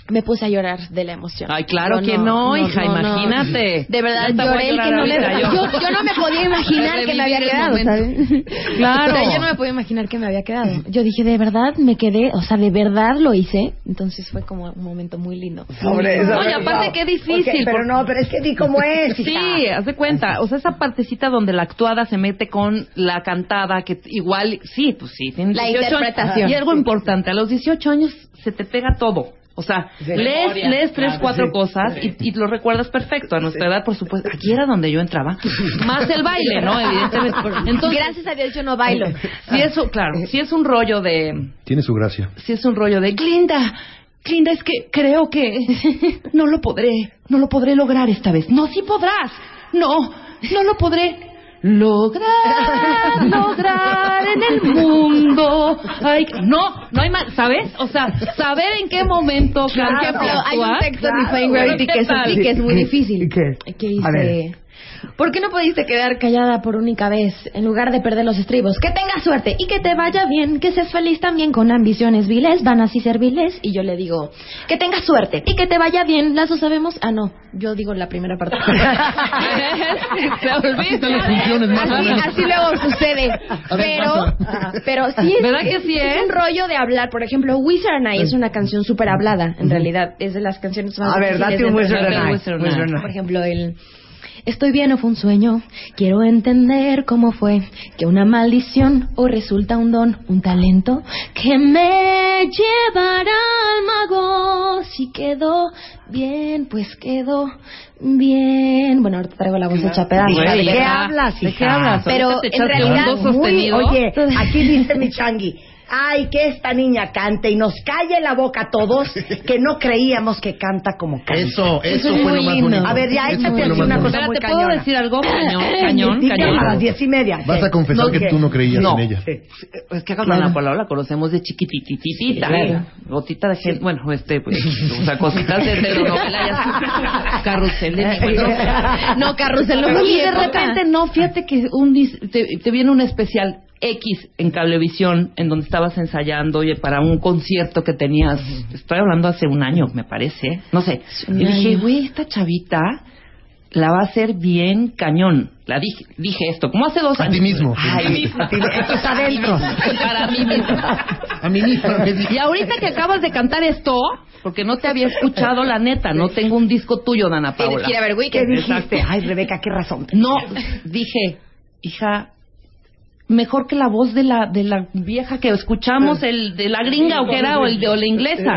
S8: me puse a llorar de la emoción.
S4: Ay, claro que no, hija, imagínate.
S8: De verdad,
S4: Ya te voy a
S8: lloré el
S4: llorar
S8: que no
S4: ahorita,
S8: me...
S4: yo.
S8: Yo, yo no me podía imaginar que me había
S4: Revivir el
S8: quedado,
S4: momento.
S8: ¿sabes?
S4: Claro.
S8: O sea, yo no me podía imaginar que me había quedado. Yo dije, de verdad me quedé, o sea, de verdad lo hice. Entonces fue como un momento muy lindo.
S3: Sobre eso.
S4: Oye, aparte, qué difícil,
S3: Ok, pero
S4: por-
S3: no, pero es que di cómo es. hija.
S4: Sí, haz de cuenta. O sea, esa partecita donde la actuada se mete con la cantada, que igual, sí, pues sí. tiene
S8: La
S4: 18 años.
S8: interpretación.
S4: Y algo importante, a los 18 años se te pega todo. O sea, lees, lees tres, cuatro cosas y, y lo recuerdas perfecto. A nuestra edad, por supuesto, aquí era donde yo entraba. Más el baile, ¿no? Evidentemente. Entonces,
S8: Gracias a Dios yo no bailo.
S4: si es, un- claro, si es un rollo de,
S6: Tiene su gracia.
S4: si es un rollo de Glinda, Glinda es que creo que no lo podré, no lo podré lograr esta vez. No, sí podrás. No, no lo podré lograr, lograr en el mundo. Ay, no, no hay más, ¿sabes? O sea, saber en qué momento
S8: Por
S4: cambiar,
S8: ejemplo, hay un
S4: actuar.
S8: texto
S4: Claro,
S8: en Defying
S4: pero
S8: Gravity
S4: ¿qué
S8: que es
S4: tal?
S8: así, que es muy
S3: ¿Y
S8: difícil.
S3: qué?
S8: Que
S3: A
S8: dice,
S3: ver.
S8: ¿por qué no pudiste quedar callada por única vez en lugar de perder los estribos? Que tengas suerte y que te vaya bien, que seas feliz también con ambiciones viles, vanas y serviles. Y yo le digo, que tengas suerte y que te vaya bien, las dos sabemos. Ah, no, yo digo la primera parte.
S4: Se olvida.
S6: Dale funciones, más o
S8: Así,
S6: menos.
S8: así luego sucede. Pero, pero sí es,
S4: ¿Verdad que sí es?
S8: un rollo de hablar. Por ejemplo, Wizard Eye es una canción súper hablada, en realidad. Es de las canciones más
S3: A ver,
S8: difíciles
S3: date
S8: de
S3: un Wizard
S8: entender.
S4: Eye.
S3: Wizard Eye.
S4: Wizard Eye.
S8: Por ejemplo, el... Estoy bien o fue un sueño, quiero entender cómo fue que una maldición o resulta un don, un talento que me llevará al mago. Si quedó bien, pues quedó bien. Bueno, ahorita traigo la voz hecha pedazos.
S3: Hija, ¿De
S4: Güey,
S3: qué
S4: ya.
S3: hablas,
S4: ¿De
S3: hija?
S4: qué hablas?
S8: Pero
S4: Ahorita te
S8: en
S4: echas
S8: realidad,
S4: dos
S8: muy-
S3: Muy,
S4: sostenidos.
S3: oye, aquí dice mi changui. Ay, que esta niña cante y nos calle la boca a todos que no creíamos que canta como canta.
S6: Eso, eso
S8: Eso es
S6: fue
S8: muy
S6: lo más
S8: lindo.
S6: bonito.
S3: A ver, ya
S6: Eso
S3: échate
S6: fue lo
S3: así
S6: más
S3: una
S6: bonito.
S3: cosa
S4: Espera,
S3: muy
S4: ¿te puedo
S3: cañona.
S4: decir algo? Cañón, cañón,
S3: Dice A
S4: cañón.
S3: las diez y media.
S6: Vas a confesar
S3: No,
S6: que tú no creías
S4: No.
S6: en ella.
S3: Sí.
S4: Es que a Carmen la Paola la conocemos de chiquitititita, gotita de gente, bueno, este, pues, o sea, cositas de telenovela, ya sabes, carrusel de mi
S8: No, carrusel no me
S4: Y de
S8: gusta.
S4: repente, no, fíjate que un, dis- te, te viene un especial X en Cablevisión, en donde estabas ensayando oye, para un concierto que tenías, estoy hablando hace un año, me parece, no sé.
S8: un
S4: Y dije,
S8: año.
S4: güey, esta chavita la va a hacer bien cañón. La dije, dije esto, como hace dos
S6: A
S4: años. Ah,
S6: ti mismo.
S4: Ay,
S3: A ti- esto es adentro.
S4: Para mí mismo.
S6: A mí mismo.
S4: Y ahorita que acabas de cantar esto, porque no te había escuchado la neta, no tengo un disco tuyo, Dana
S8: Tienes
S4: Paola.
S8: que ir a ver
S3: ¿Qué
S8: Wicked.
S3: dijiste? Ay, Rebeca, qué razón.
S4: No, dije, hija, mejor que la voz de la de la vieja que escuchamos, el de la gringa o que era o el de o la inglesa.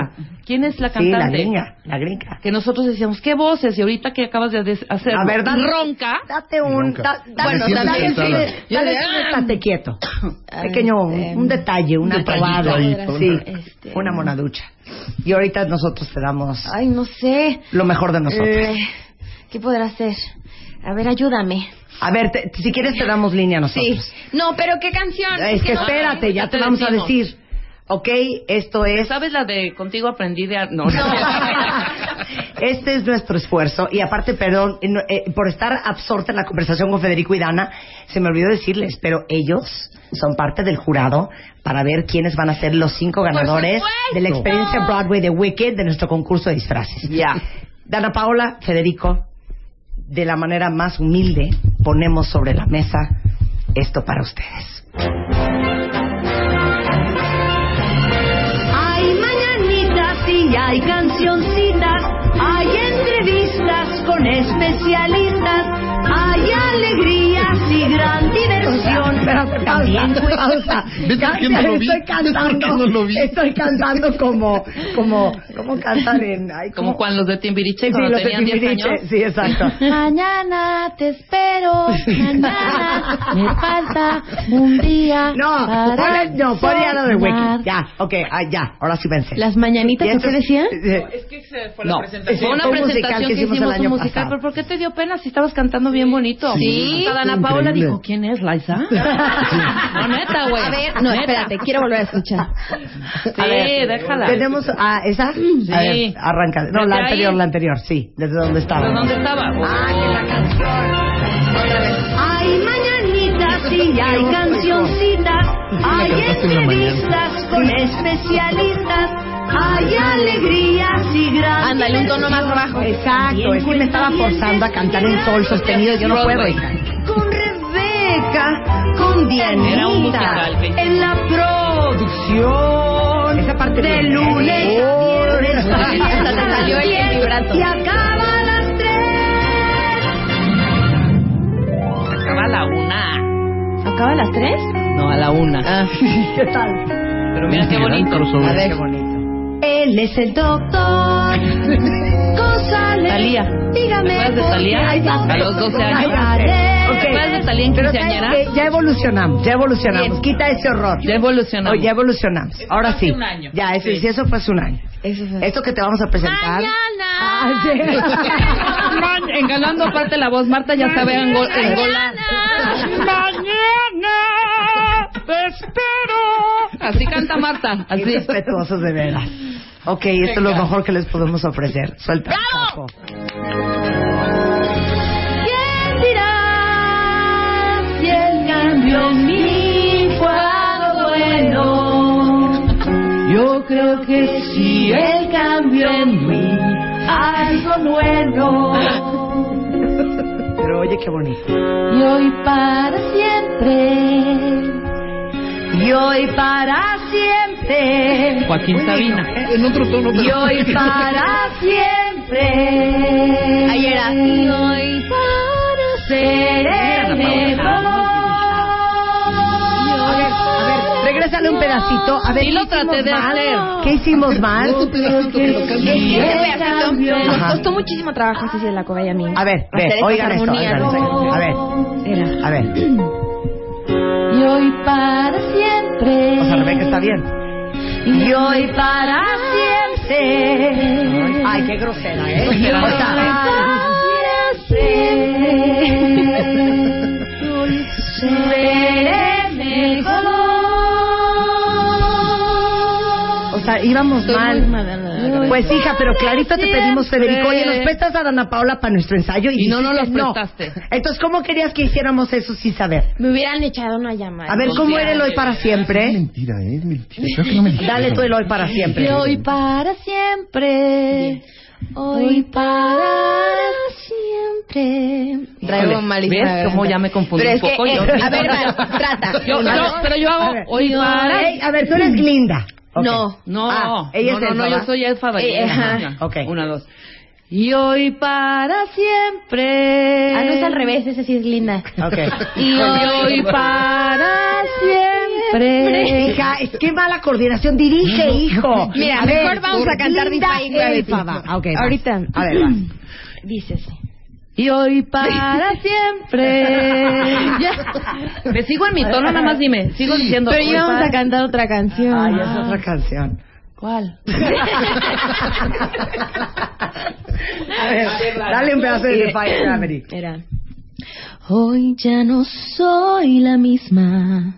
S4: ¿Quién es la
S3: Sí, la
S4: cantante?
S3: gringa, la gringa.
S4: Que nosotros decíamos, qué voces, y ahorita que acabas de des- hacer
S3: A ver, dale.
S4: ronca.
S3: Date un...
S6: Nunca.
S3: da- da-
S6: Bueno,
S3: bueno, dale,
S6: siéntete
S3: dale,
S6: sentada.
S3: dale,
S4: Ah.
S3: estate quieto.
S8: Ay,
S3: Pequeño,
S8: eh,
S3: un detalle, una
S6: detallito
S3: probada.
S6: ahí,
S3: Sí,
S6: tonta.
S8: Este-
S3: una monaducha. Y ahorita nosotros te damos
S8: Ay, no sé.
S3: lo mejor de nosotros.
S8: Eh, ¿Qué podrá hacer? A ver, ayúdame.
S3: A ver, te- si quieres te damos línea a nosotros.
S8: No, pero ¿qué canción?
S3: Es que
S8: no-
S3: espérate, ya
S4: ya
S3: te
S4: te
S3: vamos a
S4: decimos.
S3: decir. Ok, esto es...
S4: ¿Sabes la de contigo aprendí de... ar- No, no.
S3: Este es nuestro esfuerzo y aparte, perdón, eh, no, eh, por estar absorta en la conversación con Federico y Dana, se me olvidó decirles, pero ellos son parte del jurado para ver quiénes van a ser los cinco ganadores de la experiencia Broadway de Wicked de nuestro concurso de disfraces.
S4: Ya.
S3: Dana Paola, Federico, de la manera más humilde ponemos sobre la mesa esto para ustedes. Hay mañanitas y hay cancioncitas, hay entrevistas con especialistas, hay alegrías y gran diversión. También fue pausa.
S7: ¿Ves por qué no lo vi?
S3: Estoy
S7: ¿Ves por qué
S3: cantando,
S7: no lo vi?
S3: estoy cantando como, como, como cantan en... ay,
S6: Como
S3: ¿cómo?
S6: cuando los de Timbiriche
S3: Sí,
S6: cuando
S3: los de
S6: tenían 10
S3: Timbiriche,
S6: años.
S3: Sí, exacto.
S8: Mañana te espero, mañana me falta un día.
S3: No,
S8: para
S3: ponle, no, ponle a lo de
S8: soñar.
S3: Wiki. Ya, ok, ah, ya, ahora sí pensé.
S8: Las mañanitas,
S3: ¿Y
S8: ¿o ¿qué
S3: entonces-
S8: decía?
S3: eh,
S11: Fue
S3: No,
S11: la presentación.
S6: Fue una
S3: Fue un musical
S6: presentación
S3: que
S6: que
S3: hicimos
S6: hicimos,
S3: el año
S6: un musical.
S3: pasado.
S6: ¿Pero por qué te dio pena si estabas cantando bien bonito?
S7: Sí.
S6: Hasta Dana Paola
S7: Increíble.
S6: dijo, ¿quién es, Liza? no, neta, güey.
S8: A ver, no,
S6: Neta.
S8: espérate, quiero volver a escuchar.
S6: Sí,
S3: a ver,
S6: déjala.
S3: Tenemos a esa. A ver, arranca. No,
S6: Desde
S3: la
S6: ahí.
S3: anterior, la anterior, sí. ¿Desde dónde estaba?
S6: ¿Pero Ah, ¿Dónde estaba?
S3: Ah,
S6: Oh.
S3: Hay mañanitas Ah, y hay cancioncitas, hay
S7: cantaste en la mañana.
S3: entrevistas con especialistas, hay alegrías y grandes.
S8: Ándale, un tono más bajo.
S3: Exacto, es que me estaba forzando a cantar en sol sostenido, yo no puedo. hija. Con Rebeca, con
S6: Era un musical,
S3: Dianita,
S6: ve.
S3: en la producción. Esa parte Oh. de lunes a viernes.
S8: Hasta te salió el- el vibrato.
S3: Y acaba a las tres.
S6: Acaba a la una.
S8: ¿Acaba a las tres?
S6: No, a la una.
S8: Ah.
S3: ¿Qué tal?
S6: Pero mira qué
S7: Gran
S6: bonito.
S7: crossover.
S3: A ver. Qué bonito. Él es el doctor. González.
S6: Talía. ¿Te
S3: Dígame.
S6: acuerdas de
S3: por
S6: Talía?
S3: qué hay tantos
S6: A los 12 años.
S3: lugares.
S6: Ok. ¿Te acuerdas de Talía en
S3: Pero
S6: quinceañera?
S3: ¿sabes qué? Ya evolucionamos, ya evolucionamos.
S6: Bien.
S3: Quita ese horror.
S6: Ya evolucionamos.
S3: Oh, ya evolucionamos.
S11: Eso
S3: Ahora
S11: fue hace
S3: sí.
S11: un año.
S3: Ya, eso,
S11: Sí.
S3: sí, eso fue hace un año.
S8: Eso es.
S3: Esto que te vamos a presentar. Ah, sí.
S6: Man, engalando aparte la voz, Marta ya estaba en, go- en gola. Mañana te espero. Así canta Marta,
S3: Qué
S6: así.
S3: respetuosos de veras. Ok, esto es lo mejor que les podemos ofrecer. Suelta. capo.
S8: ¿Quién dirá si el cambio en mí fue algo bueno? Yo creo que sí, el cambio en mí algo bueno.
S3: Pero oye, qué bonito.
S8: Y hoy para siempre, y hoy para siempre,
S6: Joaquín
S3: Ah,
S6: Sabina.
S7: En otro tono, pero...
S8: y hoy para siempre.
S3: Ahí era.
S8: Y hoy para ser el
S3: A ver, a ver,
S8: mejor.
S3: regrésale un pedacito. A ver,
S6: Sí
S3: ¿qué
S6: lo
S3: hicimos
S6: traté de
S3: mal?
S6: hacer.
S3: ¿Qué hicimos mal?
S7: No, pedacito que lo cante.
S3: Ajá.
S8: Nos costó muchísimo trabajo así de la cobaya a mí.
S3: A ver, ve,
S8: Hacer estas
S3: oigan esto,
S8: armonías.
S3: oigan esto. A ver.
S8: Era.
S3: A ver,
S8: Y hoy para siempre.
S3: o sea, Rebeca está bien.
S8: Y hoy para siempre.
S3: Ay, qué grosera, ¿eh?
S8: Y hoy
S3: O sea,
S8: para siempre. Seré mejor.
S3: o sea, íbamos
S8: Estoy muy
S3: mal.
S8: mala.
S3: Pues hija, pero clarito te pedimos, Federico, oye, nos
S6: Sí.
S3: prestas a Dana Paola para nuestro ensayo y,
S6: Y no nos
S3: dijiste
S6: los prestaste.
S3: Entonces, ¿cómo querías que hiciéramos eso sin saber?
S8: Me hubieran echado una llamada.
S3: A ver, ¿cómo era el hoy para siempre?
S7: Mentira, ¿eh? Es Mentira. Creo que no me dijiste
S3: Dale
S7: eso.
S3: tú el hoy para siempre.
S8: Y hoy para siempre. Hoy para siempre.
S6: Híjole, ¿Ves cómo ya me confundí
S8: Pero
S6: un
S8: es que,
S6: poco?
S8: eh,
S6: yo,
S8: a ver, Val, trata.
S6: Yo,
S8: A
S6: yo-
S8: ver.
S6: pero yo
S3: A
S6: hago
S3: ver.
S6: hoy para...
S3: Ey, a ver, tú eres Glinda. Ok.
S8: No.
S6: No,
S3: Ah, ella
S6: no,
S3: es
S6: no, no,
S3: elfa, ¿va?
S6: yo soy elfa de
S8: Eh, ajá.
S3: Ok.
S6: Una, dos. Y hoy para siempre.
S8: Ah, no es al revés, ese sí es linda.
S3: Ok.
S6: Y hoy para siempre.
S3: Hija, es que mala coordinación dirige, hijo.
S8: Mira,
S3: A ver,
S8: mejor vamos a cantar
S3: Linda
S8: Difa Ingua de
S3: Elfa,
S8: Pipa.
S3: va. Ok, va.
S8: Ahorita.
S3: A ver, va.
S8: Dices.
S6: Y hoy para siempre. Ya. Me sigo en mi tono, nada más dime. Sigo diciendo.
S8: Pero
S6: hoy
S8: ya vamos
S6: para-
S8: a cantar otra canción.
S3: Ay, es otra canción.
S6: ¿Cuál?
S3: A ver, dale un pedazo de Defy Gravity.
S8: Era. Hoy ya no soy la misma.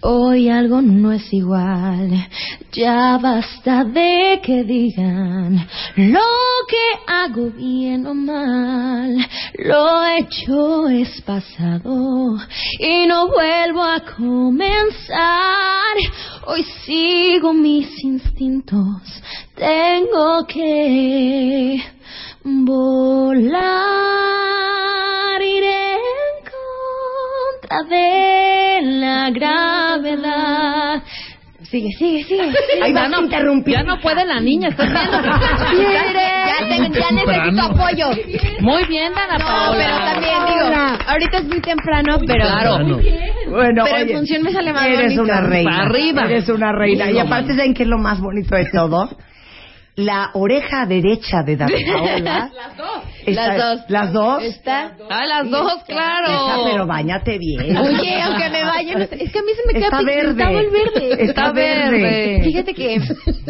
S8: Hoy algo no es igual. Ya basta de que digan lo que hago bien o mal. Lo hecho es pasado y no vuelvo a comenzar. Hoy
S6: Eh,
S8: sigo mis instintos. Tengo que Volar iré en contra de la gravedad. Sigue, sigue, sigue.
S3: Ahí vas a interrumpir.
S6: Ya no puede la niña, estás viendo.
S11: Ya, te- ya necesito apoyo.
S6: Muy bien, Dana
S11: No,
S6: Paola.
S11: pero también digo, ahorita es muy temprano, pero
S7: Ah, no.
S3: Bueno,
S11: Pero en
S3: oye,
S11: función me sale más
S3: Eres
S11: bonito.
S3: una reina.
S6: Para arriba.
S3: Eres una reina. Y
S6: Digo,
S3: aparte, ¿saben qué es lo más bonito de todo? La oreja derecha de Dana Paola. las dos.
S11: las dos.
S3: Las dos.
S11: Está.
S6: A las dos,
S3: Esa, pero
S6: claro.
S3: bañate bien.
S11: Oye, aunque me vaya, no sé- es que a mí se me queda
S3: Está
S11: pigmentado
S3: verde.
S11: el verde.
S3: Está verde.
S8: Fíjate que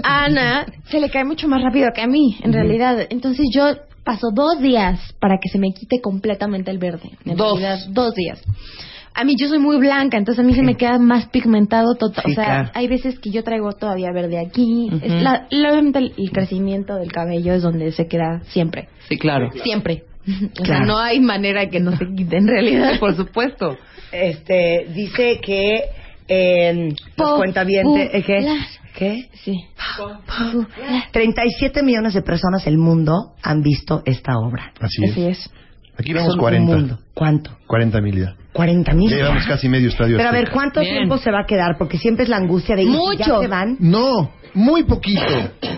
S8: a Ana se le cae mucho más rápido que a mí, en realidad. Entonces yo paso dos días para que se me quite completamente el verde. En
S6: Dos.
S8: realidad, dos días. A mí yo soy muy blanca, entonces a mí se me queda más pigmentado total.
S3: Sí,
S8: o sea,
S3: claro.
S8: hay veces que yo traigo todavía verde aquí. Es la- la- obviamente el, el crecimiento del cabello es donde se queda siempre.
S6: Sí, claro.
S8: Siempre. O sea,
S3: Claro.
S8: no hay manera que no se quite en realidad.
S6: Por supuesto.
S3: Este, dice que. Eh,
S8: Po-
S3: cuenta bien. eh, ¿Qué?
S8: pular.
S3: ¿Qué?
S8: Sí.
S3: 37 millones de personas del mundo han visto esta obra.
S7: Así es.
S8: Así es.
S7: Aquí vamos
S3: Son un
S7: 40.
S3: mundo. ¿Cuánto?
S7: 40 mil ya.
S3: 40 mil.
S7: Ya llevamos casi medio estadio.
S3: Pero a ver,
S7: Azteca.
S3: ¿cuánto
S6: Bien.
S3: tiempo se va a quedar? Porque siempre es la angustia de ¿y si ya
S11: Mucho.
S3: se van.
S7: No, muy poquito.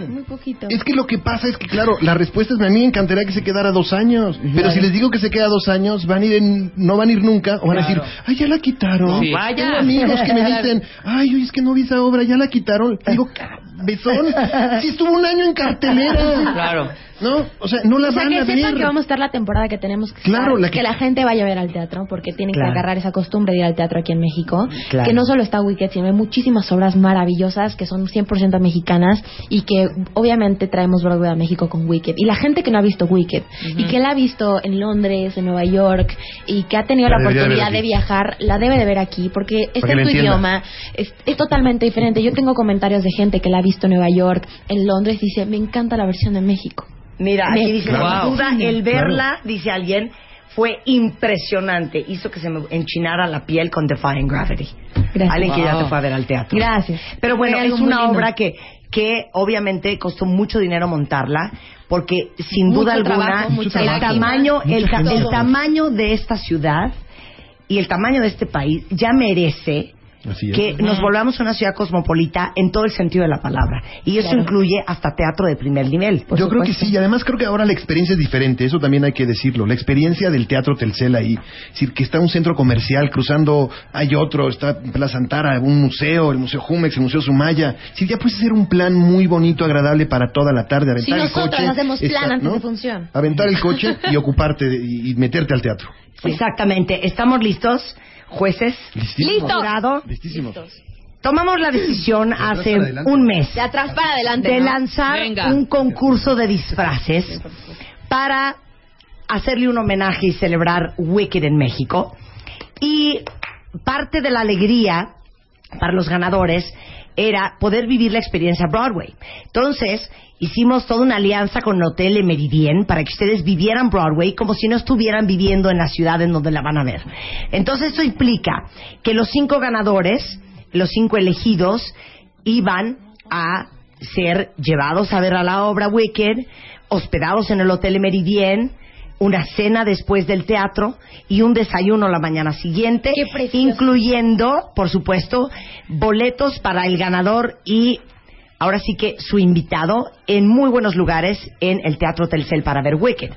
S8: Muy poquito.
S7: Es que lo que pasa es que, claro, la respuesta es, a mí me encantaría que se quedara dos años. Pero si les digo que se queda dos años, van a ir en- no van a ir nunca o van a decir, ay, ya la quitaron.
S6: Sí. Vaya.
S7: Tengo amigos que me dicen, ay, oye, es que no vi esa obra, ya la quitaron. Digo, cabezón, si estuvo un año en cartelera.
S6: Claro.
S7: No, o sea, no la
S8: O sea,
S7: van
S8: que
S7: a
S8: sepan
S7: ver.
S8: que vamos a estar la temporada que tenemos que
S7: Claro,
S8: estar,
S7: la
S8: que...
S7: que-
S8: la gente vaya a ver al teatro, porque tienen
S3: Claro.
S8: que agarrar esa costumbre de ir al teatro aquí en México,
S3: Claro.
S8: que no solo está Wicked, sino hay muchísimas obras maravillosas que son 100% mexicanas y que obviamente traemos Broadway a México con Wicked. Y la gente que no ha visto Wicked y que la ha visto en Londres, en Nueva York y que ha tenido
S7: La
S8: la,
S7: debería de ver
S8: oportunidad de,
S7: aquí.
S8: viajar, la debe de ver aquí, porque este
S7: que la
S8: es tu
S7: entienda.
S8: idioma, es, es totalmente diferente. Yo tengo comentarios de gente que la ha visto en Nueva York, en Londres, y dice, me encanta la versión de México.
S3: Mira, aquí
S8: Me-
S3: dice,
S6: Wow.
S3: sin duda, el verla, dice alguien, fue impresionante. Hizo que se me enchinara la piel con Defying Gravity.
S8: Gracias.
S3: Alguien que ya
S6: Wow.
S3: se fue a ver al teatro.
S8: Gracias.
S3: Pero bueno,
S8: Fue
S3: es
S8: algo muy
S3: una
S8: lindo.
S3: obra que, que obviamente costó mucho dinero montarla, porque sin
S8: Mucho
S3: duda alguna,
S8: trabajo, mucha
S3: el,
S8: máquina,
S3: tamaño, el,
S7: mucha
S3: ta- el
S7: gente.
S3: tamaño de esta ciudad y el tamaño de este país ya merece
S7: Así es.
S3: que nos volvamos una ciudad cosmopolita en todo el sentido de la palabra. Y eso incluye hasta teatro de primer nivel.
S7: Yo creo que sí, y además creo que ahora la experiencia es diferente, eso también hay que decirlo. La experiencia del Teatro Telcel ahí, es decir, que está un centro comercial, cruzando hay otro, está Plaza Antara, un museo, el Museo Jumex, el Museo Sumaya. Si ya puede ser un plan muy bonito, agradable para toda la tarde, aventar
S8: Si
S7: el
S8: nosotras
S7: coche.
S8: hacemos plan
S7: estar-
S8: antes de función.
S7: Aventar el coche y ocuparte de- y, y meterte al teatro.
S3: Exactamente. ¿Estamos listos, jueces?
S7: ¿Listísimo?
S3: Jurado.
S7: Listísimo.
S3: Tomamos la decisión
S7: atrás
S3: hace
S7: para adelante.
S3: un mes
S11: De atrás para adelante.
S3: de
S11: ¿no?
S3: lanzar
S6: Venga.
S3: un concurso de disfraces para hacerle un homenaje y celebrar Wicked en México. Y parte de la alegría para los ganadores era poder vivir la experiencia Broadway. Entonces, hicimos toda una alianza con Hotel Meridien para que ustedes vivieran Broadway como si no estuvieran viviendo en la ciudad en donde la van a ver. Entonces, eso implica que los cinco ganadores, los cinco elegidos, iban a ser llevados a ver a la obra Wicked, hospedados en el Hotel Meridien, una cena después del teatro y un desayuno la mañana siguiente,
S8: Qué precioso.
S3: incluyendo, por supuesto, boletos para el ganador y ahora sí que su invitado en muy buenos lugares en el Teatro Telcel para ver Wicked.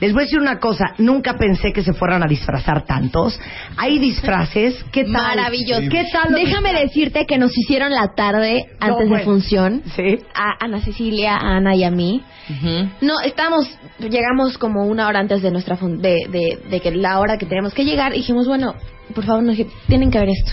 S3: Les voy a decir una cosa, nunca pensé que se fueran a disfrazar tantos. Hay disfraces, ¿qué tal?
S11: Maravilloso.
S3: ¿Qué tal? los
S8: Déjame decirte que nos hicieron la tarde
S3: No,
S8: antes
S3: bueno.
S8: de función
S3: Sí.
S8: a Ana Cecilia, a Ana y a mí. No, estábamos, llegamos como una hora antes de nuestra fun- de, de, de que la hora que teníamos que llegar. Dijimos, bueno, por favor, nos, tienen que ver esto.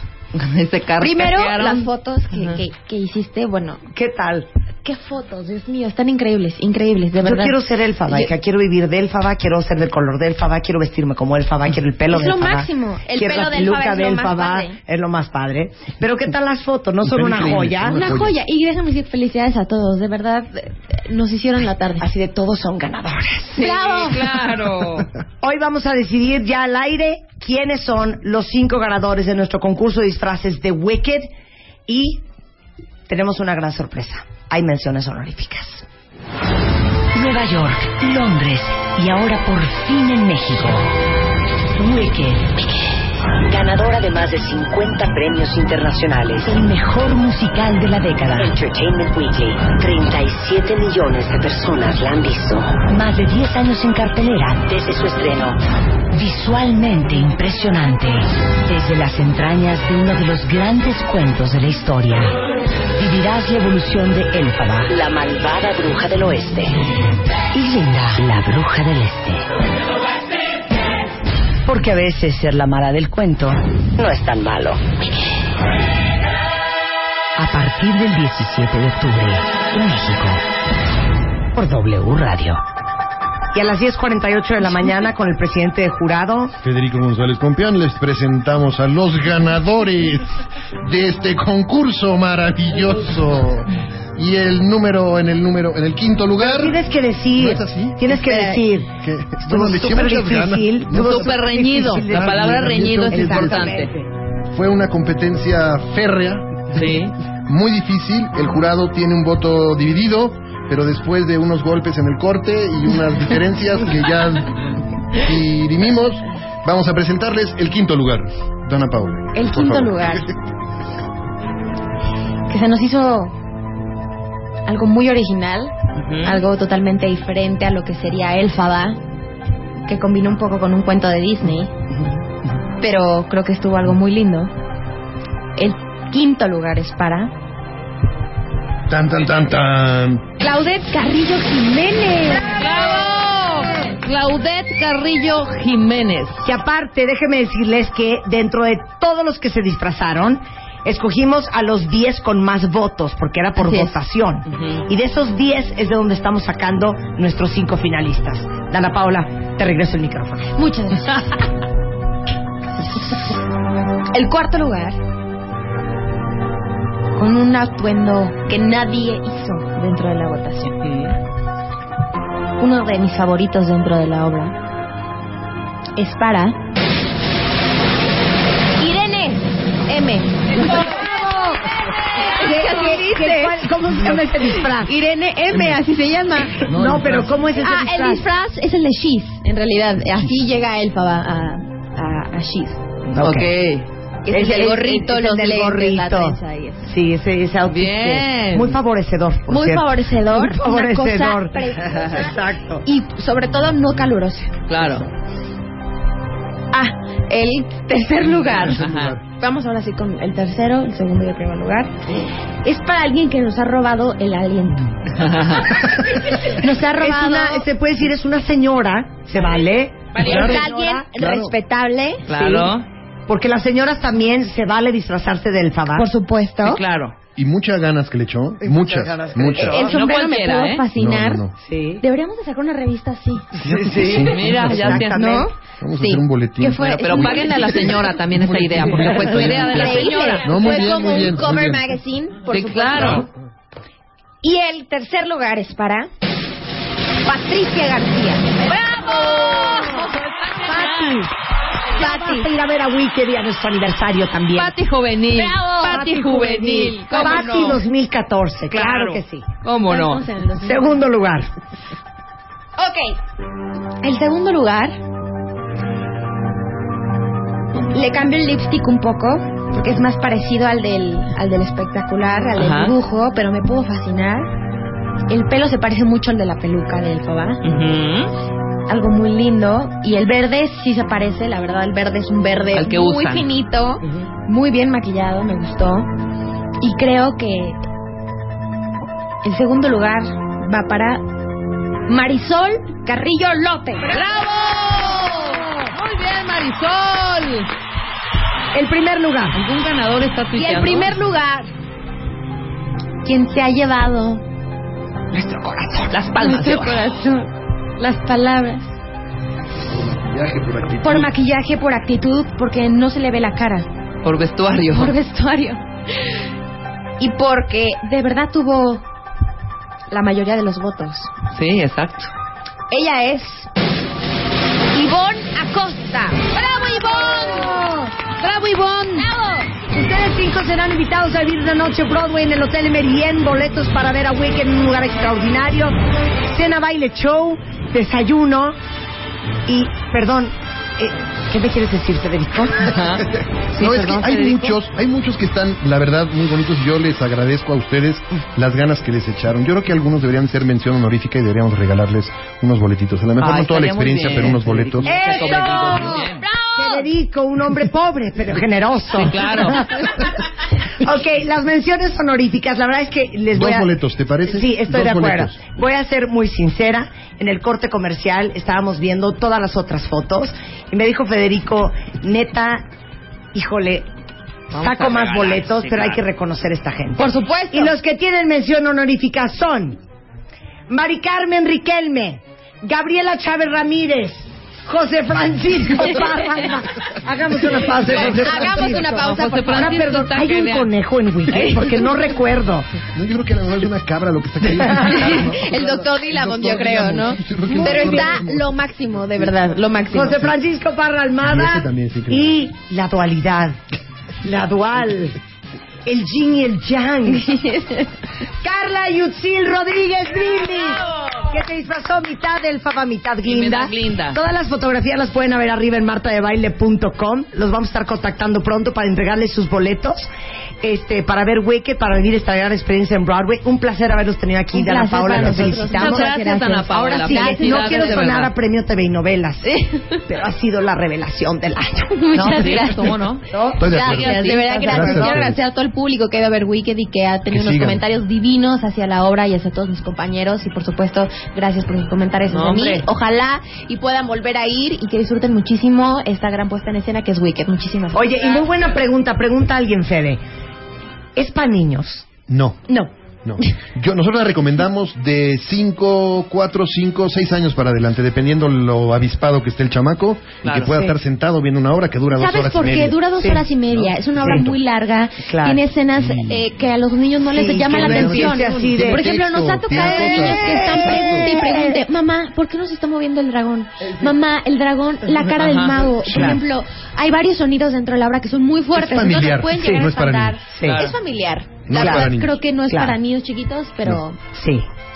S3: Este
S6: Ese carro.
S8: Primero, las
S6: fotos.
S8: fotos que,
S6: Ajá.
S8: que, que hiciste, bueno,
S3: ¿Qué tal?
S8: qué fotos, Dios mío, están increíbles, increíbles, de
S3: Yo
S8: verdad.
S3: quiero ser elfaba,
S8: Yo-
S3: que quiero vivir de elfaba, quiero ser del color de elfaba, quiero vestirme como elfaba, quiero el pelo
S8: Es
S3: de
S8: lo
S3: elfaba.
S8: máximo. El
S3: quiero
S8: pelo
S3: la
S8: de elfaba
S3: peluca
S8: es
S3: de
S8: lo más
S3: elfaba,
S8: padre.
S3: es lo más padre. Pero ¿qué tal las fotos? ¿No son
S7: Están
S3: una
S7: increíbles,
S3: joya?
S7: son
S8: Una joya. Y déjame decir felicidades a todos, de verdad, eh, nos hicieron la tarde.
S3: Así de todos son ganadores.
S8: ¡Bravo!
S6: Claro.
S3: Hoy vamos a decidir ya al aire quiénes son los cinco ganadores de nuestro concurso de disfraces de Wicked y tenemos una gran sorpresa. Hay menciones honoríficas.
S2: Me Nueva York, Londres y ahora por fin en México. Wicked. Ganadora de más de 50 premios internacionales. El mejor musical de la década. Entertainment Weekly. 37 millones de personas la han visto. Más de 10 años en cartelera desde su estreno. Visualmente impresionante. Desde las entrañas de uno de los grandes cuentos de la historia. Vivirás la evolución de Elfaba, la malvada bruja del oeste. Y Linda, la bruja del este. Porque a veces ser la mala del cuento no es tan malo. A partir del 17 de octubre, en México, por W Radio.
S3: Y a las 10.48 de la mañana con el presidente de jurado.
S7: Federico González Compián, les presentamos a los ganadores de este concurso maravilloso. Y el número, en el número, en el quinto lugar.
S3: Tienes que decir.
S7: ¿No es así?
S3: Tienes que
S11: Espera.
S3: decir.
S7: que
S3: Estuvo
S7: le eché
S3: súper
S7: muchas ganas.
S3: difícil.
S7: No,
S3: Estuvo
S6: Súper reñido.
S3: difícil.
S6: La palabra reñido es
S3: Exactamente.
S6: importante.
S7: Fue una competencia férrea.
S6: Sí.
S7: muy difícil. El jurado tiene un voto dividido, pero después de unos golpes en el corte y unas diferencias que ya dirimimos, vamos a presentarles el quinto lugar. Dona Paula.
S8: El
S7: por
S8: quinto
S7: favor.
S8: lugar. que se nos hizo algo muy original, algo totalmente diferente a lo que sería Elfaba, que combina un poco con un cuento de Disney, pero creo que estuvo algo muy lindo. El quinto lugar es para
S7: Tan, tan, tan, tan.
S8: Claudette Carrillo Jiménez.
S6: ¡Bravo! Claudette Carrillo Jiménez.
S3: Que aparte, déjeme decirles que dentro de todos los que se disfrazaron, escogimos a los 10 con más votos, porque era por
S6: Así es.
S3: votación.
S6: Ujú.
S3: Y de esos 10 es de donde estamos sacando nuestros cinco finalistas. Dana Paula, te regreso el micrófono.
S8: Muchas gracias. El cuarto lugar, con un atuendo que nadie hizo dentro de la votación. Uno de mis favoritos dentro de la obra es para Irene M.
S11: ¿Qué dices?
S3: ¿Cómo se llama este disfraz?
S11: Irene M, así se llama.
S3: No, pero ¿cómo es ese
S11: Ah,
S3: disfraz?
S11: el disfraz
S8: Es el de Shiz, en realidad. Así llega Elfaba a, a, a Shiz.
S3: Ok.
S11: que es el gorrito,
S8: es el
S11: los
S8: del
S11: lentes, la
S8: gorrito.
S11: trenza y eso.
S3: Sí, ese, ese outfit.
S6: Bien.
S3: que- Muy favorecedor. por
S8: Muy
S3: cierto.
S8: favorecedor.
S3: Muy favorecedor.
S8: Una cosa preciosa.
S3: Exacto.
S8: Y sobre todo no calurosa.
S6: Claro.
S8: Ah, el tercer lugar.
S6: Ajá.
S8: Vamos ahora sí con el tercero, el segundo y el primer lugar. Es para alguien que nos ha robado el aliento. Nos ha
S3: Es
S8: robado
S3: una, se puede decir, es una señora, ¿se vale?
S8: es
S7: Claro.
S8: alguien
S7: Claro.
S8: respetable.
S6: Claro.
S3: Porque las señoras también se vale disfrazarse del fabá.
S8: Por supuesto.
S6: Sí, claro.
S7: Y muchas ganas que le echó.
S3: Y muchas ganas que
S7: Muchas,
S3: le
S7: muchas.
S8: El
S6: No
S8: sombrero me
S6: cualquiera,
S8: pudo
S6: ¿eh?
S8: fascinar.
S7: No, no, no.
S3: Sí.
S8: Deberíamos de sacar una revista así.
S7: Sí, sí.
S6: Mira, ya tienes,
S3: Exactamente.
S6: ¿no?
S7: Vamos a
S8: Sí.
S7: hacer un boletín.
S8: Que fue-
S6: Bueno, pero páguenle a la señora también esa idea, porque fue tu idea de la
S8: Increíble.
S6: señora.
S7: No, muy
S8: Fue
S7: bien,
S8: como
S7: muy bien,
S8: un
S7: muy
S8: cover
S7: bien.
S8: magazine, por
S6: Sí,
S8: supuesto.
S6: claro.
S8: Y el tercer lugar es para Patricia García. ¡Bravo!
S3: Pati.
S8: Pati.
S3: Pati. ir a ver a Wicked y a nuestro aniversario también.
S6: Pati juvenil.
S8: Bravo.
S6: Pati juvenil. ¿Cómo
S3: Pati
S6: no?
S3: 2014, claro. que sí.
S6: ¿Cómo no?
S8: Estamos en el 2000.
S3: Segundo lugar.
S8: Ok. El segundo lugar. Le cambio el lipstick un poco, porque es más parecido al del, al del espectacular, al del
S6: Ajá.
S8: dibujo, pero me pudo fascinar. El pelo se parece mucho al de la peluca del Fabá,
S6: Ujú.
S8: algo muy lindo. Y el verde sí se parece, la verdad, el verde es un verde
S6: Al que
S8: muy
S6: usan.
S8: finito, muy bien maquillado, me gustó. Y creo que el segundo lugar va para Marisol Carrillo López.
S6: ¡Bravo! Muy bien, Marisol.
S3: El primer lugar.
S6: ¿Algún ganador está
S8: Y
S6: tuiteando?
S8: el primer lugar, quien se ha llevado
S6: Nuestro corazón. Las palmas de
S8: nuestro
S6: oro.
S8: corazón, las palabras,
S7: Viaje por aquí.
S8: por maquillaje, por actitud, porque no se le ve la cara,
S6: Por vestuario.
S8: por vestuario. Y porque de verdad tuvo la mayoría de los votos.
S6: Sí, exacto.
S8: Ella es Ivonne Acosta. ¡Bravo, Ivonne! ¡Bravo, Ivonne! Ustedes
S3: cinco serán invitados a vivir una noche Broadway en el Hotel Merien, boletos para ver a Wicked en un lugar extraordinario, cena, baile, show, desayuno y, perdón, eh, ¿qué me quieres decir, Federico? Sí,
S7: no, es que
S3: perdón,
S7: hay
S3: Federico.
S7: muchos, hay muchos que están, la verdad, muy bonitos. Yo les agradezco a ustedes las ganas que les echaron. Yo creo que algunos deberían ser mención honorífica y deberíamos regalarles unos boletitos. A lo mejor
S6: Ay,
S7: no toda la
S6: estaría muy
S7: experiencia,
S6: bien,
S7: pero unos
S6: Federico.
S7: boletos.
S6: Muchas
S3: ¡Eso!
S6: gracias, muy bien.
S3: Federico, un hombre pobre, pero generoso.
S6: Sí, claro.
S3: ok, las menciones honoríficas, la verdad es que les
S7: Dos
S3: voy a...
S7: boletos, ¿te parece?
S3: Sí, estoy
S7: Dos
S3: de acuerdo.
S7: boletos.
S3: Voy a ser muy sincera. En el corte comercial estábamos viendo todas las otras fotos y me dijo Federico, neta, híjole,
S6: Vamos
S3: saco
S6: a
S3: más
S6: regalar,
S3: boletos,
S6: sí,
S3: pero hay
S6: claro.
S3: que reconocer a esta gente.
S6: Por supuesto.
S3: Y los que tienen mención honorífica son Mari Carmen Riquelme, Gabriela Chávez Ramírez, José Francisco Parra. Hagamos una pausa. José
S11: Hagamos
S3: Francisco.
S11: una pausa,
S6: José
S11: por favor.
S6: Francisco
S3: Ahora, Ah, perdón,
S6: está
S3: hay un
S6: genial.
S3: conejo en Wiki, porque no recuerdo.
S7: No, yo creo que a lo mejor es una cabra lo que está cayendo.
S11: El doctor Dilamond, yo creo, ¿no? Pero está lo máximo, de verdad, lo máximo.
S3: José Francisco Parra
S7: Y
S3: Almada
S7: ese también, sí, creo.
S3: y la dualidad, la dual, el yin y el yang. Carla Yutzil Rodríguez Brindis, que se disfrazó mitad elfaba, mitad glinda.
S6: mitad glinda.
S3: Todas las fotografías las pueden ver arriba en martadebaile.com. Los vamos a estar contactando pronto para entregarles sus boletos. Este, para ver Wicked, para vivir esta gran experiencia en Broadway. Un placer haberlos tenido aquí,
S8: Un
S3: Dana
S8: placer
S3: Paola.
S8: para
S3: Los
S8: nosotros.
S3: felicitamos.
S6: Muchas gracias, Ana Paola.
S3: Ahora sí, no
S6: Felicidades,
S3: quiero
S6: de
S3: sonar
S6: verdad.
S3: a premio TV y novelas, pero ha sido la revelación del año.
S11: Muchas
S6: Sí,
S11: gracias.
S6: ¿Cómo no?
S7: Estoy de acuerdo.
S11: Gracias, de verdad,
S7: Gracias a
S11: gracias. Quiero
S7: ustedes.
S11: agradecer a todo el público que ha ido a ver Wicked y que ha tenido
S7: Que
S11: unos
S7: sigan.
S11: comentarios divinos hacia la obra y hacia todos mis compañeros. Y por supuesto, gracias por sus comentarios
S6: No,
S11: hacia mí.
S6: hombre.
S11: Ojalá y puedan volver a ir y que disfruten muchísimo esta gran puesta en escena que es Wicked. Muchísimas gracias.
S3: Oye, y muy buena pregunta. Pregunta a alguien, Fede. ¿Es para niños?
S7: No,
S11: No.
S7: no. Yo, nosotros la recomendamos de 5, 4, 5, 6 años para adelante, dependiendo lo avispado que esté el chamaco y
S6: Claro.
S7: que pueda
S3: Sí.
S7: estar sentado viendo una obra que dura dos
S11: ¿Sabes
S7: horas
S11: por
S7: y
S11: qué?
S7: media.
S11: Dura dos
S3: Sí.
S11: horas y media. Es una obra
S7: Punto. Mm.
S11: muy larga.
S3: Claro.
S11: Tiene escenas eh, que a los niños no les
S3: Sí,
S11: llama
S3: que
S11: la
S3: no
S11: atención.
S3: empiece así de-
S11: Por ejemplo, nos ha tocado
S7: Tiene
S11: niños
S7: cosas.
S11: que están pregunte y pregunte. Mamá, ¿por qué no se está moviendo el
S7: Eh,
S11: dragón? Mamá, el dragón, la cara del
S6: Ajá.
S11: mago. Por
S7: Claro.
S11: ejemplo, hay varios sonidos dentro de la obra que son muy fuertes.
S7: Es familiar.
S11: Entonces pueden
S7: Sí,
S11: llegar
S7: no
S11: a
S7: es para
S11: espantar.
S7: niños.
S3: Claro.
S11: Es familiar.
S7: No
S11: la
S7: es para
S11: verdad,
S7: niños.
S11: creo que no es
S3: Claro.
S11: para niños chiquitos, pero...
S3: Sí.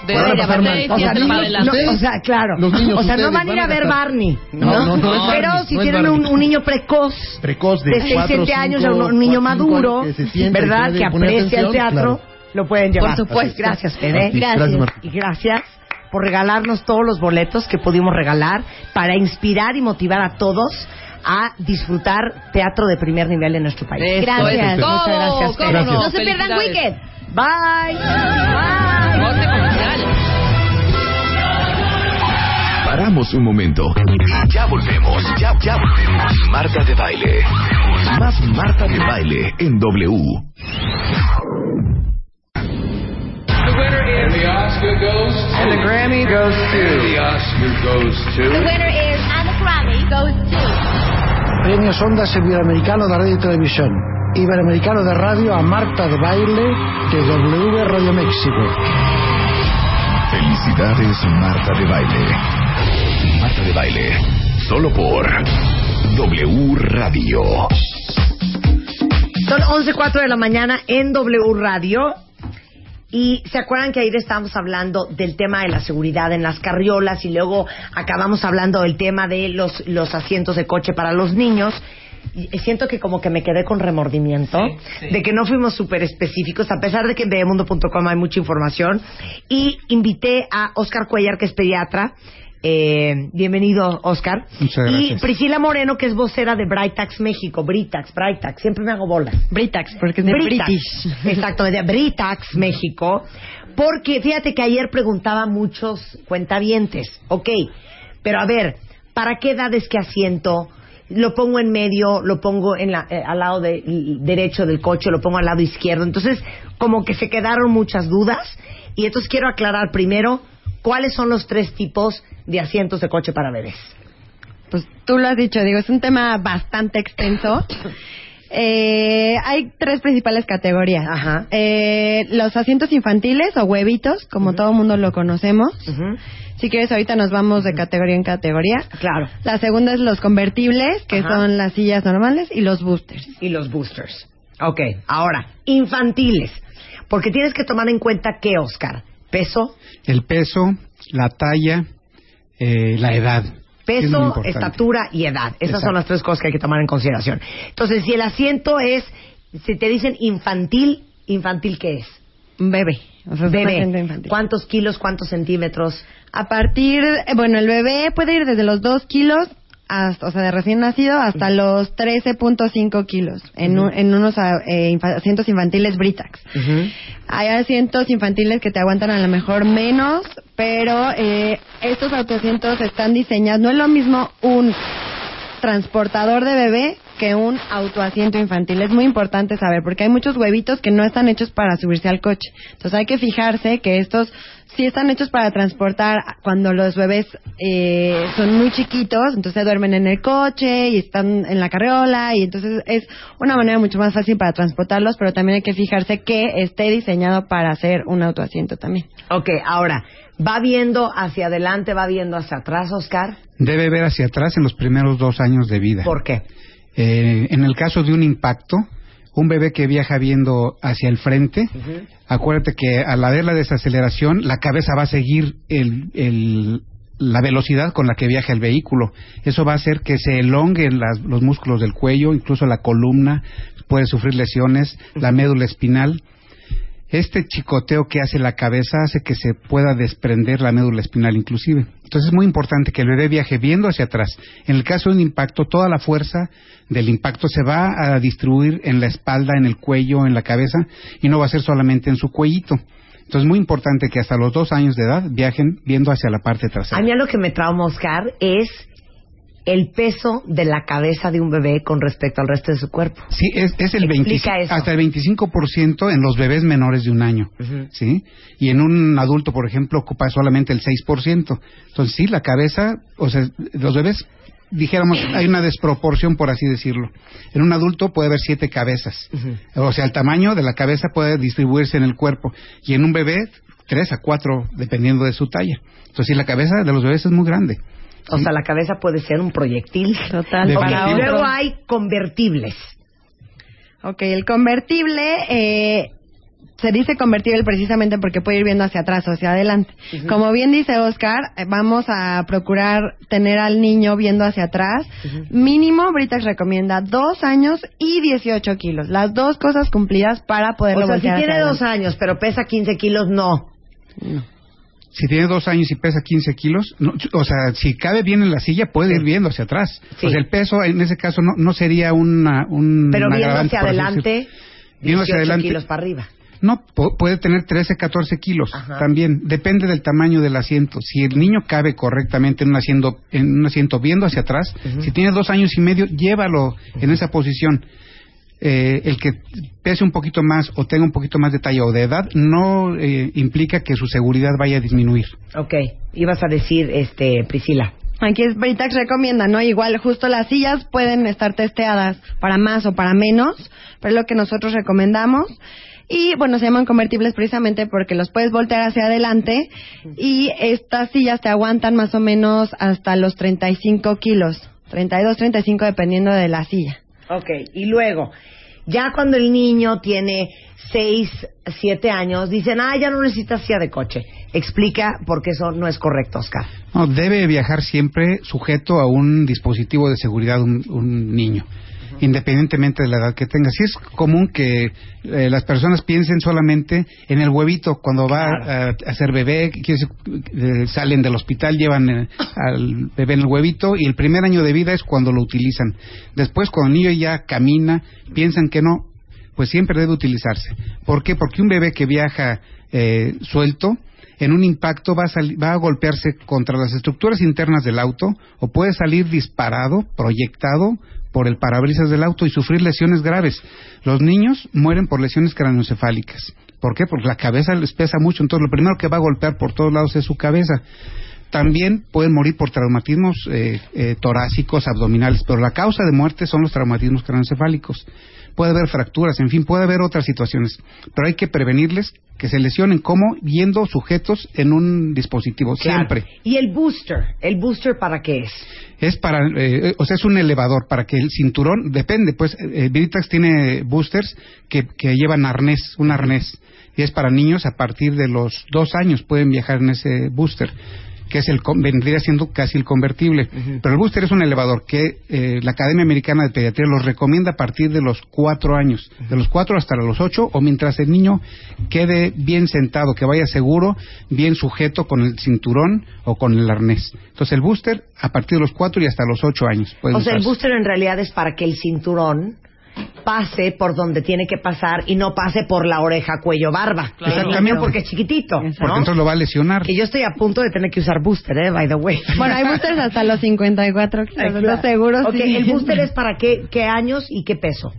S6: De
S7: Van a
S6: de
S7: pasar
S6: de
S7: mal.
S6: siete
S3: O sea,
S6: para
S3: niños-
S6: adelante.
S3: no, o sea, claro.
S7: Los niños,
S3: o sea, no
S7: ustedes,
S3: van a ir a
S7: van a
S3: ver
S7: estar-
S3: Barney.
S7: No, no, no es Barney,
S3: Pero
S7: no
S3: si
S7: es
S3: tienen un,
S7: Barney.
S3: un niño precoz.
S7: Precoz de
S3: De 6,
S7: 4,
S3: 7 años a un,
S7: cinco,
S3: un niño
S7: cuatro, cinco
S3: maduro,
S7: años, que se sienta y
S3: ¿verdad?
S7: puede
S3: Que
S7: poner
S3: aprecia el
S7: atención,
S3: teatro,
S7: claro.
S3: lo pueden llevar. Pues,
S6: Por supuesto.
S3: Gracias,
S7: A
S3: Fede.
S7: ti. Gracias. Gracias, Marta.
S3: Y gracias por regalarnos todos los boletos que pudimos regalar para inspirar y motivar a todos a disfrutar teatro de primer nivel en nuestro país.
S6: Eso,
S11: Gracias.
S6: eso.
S3: Muchas gracias,
S6: ¿Cómo?
S7: Fede.
S6: ¿Cómo
S11: No se pierdan
S6: Felicidades.
S11: Wicked.
S3: Bye. Bye.
S6: Corte comercial.
S9: Paramos un momento. Ya volvemos. Ya, ya volvemos. Marta de baile. Más Marta de baile en W.
S11: The winner is Anna Grammy goes to...
S12: Premios Ondas Iberoamericano de Radio y Televisión. Iberoamericano de Radio a Marta de Baile de W Radio México.
S9: Felicidades, Marta de baile. Marta de baile. Solo por W Radio.
S3: Son 11.04 de la mañana en W Radio. Y se acuerdan que ayer estábamos hablando del tema de la seguridad en las carriolas y luego acabamos hablando del tema de los, los asientos de coche para los niños. Y eh, siento que como que me quedé con remordimiento de que no fuimos súper específicos, a pesar de que en bebemundo.com hay mucha información. Y invité a Oscar Cuellar, que es pediatra. Eh, bienvenido, Oscar.
S7: Muchas
S3: Y
S7: gracias.
S3: Priscila Moreno, que es vocera de Britax México. Britax, Britax. Siempre me hago bolas.
S6: Britax, porque
S3: Britax. Exacto, de Britax, México. Porque fíjate que ayer preguntaba a muchos cuentavientes, ok, pero a ver, ¿para qué edades que asiento? Lo pongo en medio, lo pongo en la- eh, al lado de- l- derecho del coche, lo pongo al lado izquierdo. Entonces, como que se quedaron muchas dudas. Y entonces quiero aclarar primero cuáles son los tres tipos de asientos de coche para bebés.
S11: Pues tú lo has dicho, digo, es un tema bastante extenso. Eh, hay tres principales categorías.
S3: Ajá.
S11: Eh, los asientos infantiles o huevitos, como todo mundo lo conocemos.
S13: Mm-hmm.
S11: Si quieres, ahorita nos vamos de categoría en categoría.
S3: Claro.
S11: La segunda es los convertibles, que
S3: Ajá.
S11: son las sillas normales, y los boosters.
S3: Y los boosters. Ok, ahora, infantiles. Porque tienes que tomar en cuenta que, Oscar, peso,
S14: El peso, la talla, eh, la edad. Es muy
S3: peso,
S14: importante.
S3: estatura y edad. Esas
S14: Exacto.
S3: son las tres cosas que hay que tomar en consideración. Entonces, si el asiento es, si te dicen infantil, ¿infantil qué es?
S11: Un bebé. O sea, es una gente
S3: Bebé.
S11: infantil.
S3: ¿Cuántos kilos, cuántos centímetros?
S11: A partir, eh, bueno, el bebé puede ir desde los 2 kilos, hasta, o sea, de recién nacido, hasta los 13.5 kilos en, un- en unos ah, eh, infa- asientos infantiles Britax.
S13: Mm-hmm.
S11: Hay asientos infantiles que te aguantan a lo mejor menos, pero eh, estos autoasientos están diseñados, no es lo mismo un transportador de bebé que un autoasiento infantil. Es muy importante saber porque hay muchos huevitos que no están hechos para subirse al coche. Entonces hay que fijarse que estos sí están hechos para transportar cuando los bebés eh, son muy chiquitos, entonces duermen en el coche y están en la carriola y entonces es una manera mucho más fácil para transportarlos, pero también hay que fijarse que esté diseñado para hacer un autoasiento también.
S3: Ok, ahora, ¿va viendo hacia adelante, va viendo hacia atrás, Oscar?
S14: Debe ver hacia atrás en los primeros dos años de vida.
S3: ¿Por qué?
S14: Eh, en el caso de un impacto, un bebé que viaja viendo hacia el frente, acuérdate que al haber la desaceleración, la cabeza va a seguir el- el- la velocidad con la que viaja el vehículo. Eso va a hacer que se elonguen las- los músculos del cuello, incluso la columna, puede sufrir lesiones, la médula espinal. Este chicoteo que hace la cabeza hace que se pueda desprender la médula espinal inclusive. Entonces es muy importante que el bebé viaje viendo hacia atrás. En el caso de un impacto, toda la fuerza del impacto se va a distribuir en la espalda, en el cuello, en la cabeza y no va a ser solamente en su cuellito. Entonces es muy importante que hasta los dos años de edad viajen viendo hacia la parte
S3: A
S14: trasera.
S3: mí lo que me trauma, Oscar, es el peso de la cabeza de un bebé con respecto al resto de su cuerpo.
S14: Sí, es, es el 25,
S3: Explica eso.
S14: hasta el 25% en los bebés menores de un año. ¿sí? Y en un adulto, por ejemplo, ocupa solamente el 6%. Entonces, sí, la cabeza, o sea, los bebés, dijéramos, hay una desproporción, por así decirlo. En un adulto puede haber siete cabezas. O sea, el tamaño de la cabeza puede distribuirse en el cuerpo. Y en un bebé, tres a cuatro, dependiendo de su talla. Entonces, sí, la cabeza de los bebés es muy grande.
S3: O sea, la cabeza puede ser un proyectil.
S11: Total.
S14: De
S3: Ok,
S14: para
S3: y
S14: otro.
S3: luego hay convertibles.
S11: Ok, el convertible eh, se dice convertible precisamente porque puede ir viendo hacia atrás o hacia adelante. Como bien dice Oscar, eh, vamos a procurar tener al niño viendo hacia atrás. Mínimo, Britax recomienda dos años y 18 kilos. Las dos cosas cumplidas para poderlo
S3: O sea, si
S11: voltear hacia
S3: tiene dos
S11: adelante.
S3: años, pero pesa 15 kilos, no.
S14: Si tiene dos años y pesa 15 kilos, no, o sea, si cabe bien en la silla, puede ir viendo hacia atrás.
S3: Sí.
S14: O sea, el peso en ese caso no, no sería una, un.
S3: Pero viendo
S14: agravante,
S3: hacia
S14: por así
S3: adelante,
S14: decirlo. Viendo hacia
S3: 18
S14: adelante.
S3: kilos para arriba.
S14: No, po- puede tener 13, 14 kilos también. Depende del tamaño del asiento. Si el niño cabe correctamente en un asiento, en un asiento viendo hacia atrás, si tiene dos años y medio, llévalo en esa posición. Eh, el que pese un poquito más o tenga un poquito más de talla o de edad no eh, implica que su seguridad vaya a disminuir.
S3: Ok, ibas a decir, este, Priscila.
S11: Aquí es Britax recomienda, ¿no? Igual, justo las sillas pueden estar testeadas para más o para menos, pero es lo que nosotros recomendamos. Y bueno, se llaman convertibles precisamente porque los puedes voltear hacia adelante y estas sillas te aguantan más o menos hasta los 35 kilos, 32, 35 dependiendo de la silla.
S3: Ok, y luego, ya cuando el niño tiene 6, 7 años, dicen, ah, ya no necesitas silla de coche. Explica por qué eso no es correcto, Oscar.
S14: No, debe viajar siempre sujeto a un dispositivo de seguridad un, un niño, independientemente de la edad que tenga. Sí es común que eh, las personas piensen solamente en el huevito cuando va a, a ser bebé, que es, eh, salen del hospital, llevan eh, al bebé en el huevito y el primer año de vida es cuando lo utilizan. Después, cuando el niño ya camina, piensan que no, pues siempre debe utilizarse. ¿Por qué? Porque un bebé que viaja eh, suelto, en un impacto va a, sali- va a golpearse contra las estructuras internas del auto o puede salir disparado, proyectado por el parabrisas del auto y sufrir lesiones graves. Los niños mueren por lesiones craneoencefálicas. ¿Por qué? Porque la cabeza les pesa mucho, entonces lo primero que va a golpear por todos lados es su cabeza. También pueden morir por traumatismos eh, eh, torácicos, abdominales, pero la causa de muerte son los traumatismos craneoencefálicos. Puede haber fracturas, en fin, puede haber otras situaciones, pero hay que prevenirles que se lesionen como viendo sujetos en un dispositivo, siempre.
S3: ¿Y el booster? ¿El booster para qué es?
S14: Es para, eh, o sea, es un elevador para que el cinturón, depende, pues, eh, Viritax tiene boosters que, que llevan arnés, un arnés, y es para niños a partir de los dos años pueden viajar en ese booster que es el con- vendría siendo casi el convertible, pero el booster es un elevador que eh, la Academia Americana de Pediatría los recomienda a partir de los cuatro años, de los cuatro hasta los ocho, o mientras el niño quede bien sentado, que vaya seguro, bien sujeto con el cinturón o con el arnés. Entonces el booster a partir de los cuatro y hasta los ocho años. puede
S3: O sea, el
S14: Pues, usarse.
S3: booster en realidad es para que el cinturón pase por donde tiene que pasar y no pase por la oreja, cuello, barba.
S14: Claro.
S3: El niño
S14: Exactamente.
S3: porque es chiquitito.
S14: Porque entonces lo va a lesionar.
S3: Que yo estoy a punto de tener que usar booster, ¿eh? By the way.
S11: Bueno, hay boosters hasta los 54 kilos, ¿estás seguro?
S3: Ok,
S11: Sí.
S3: ¿el booster es para qué, qué años y qué peso?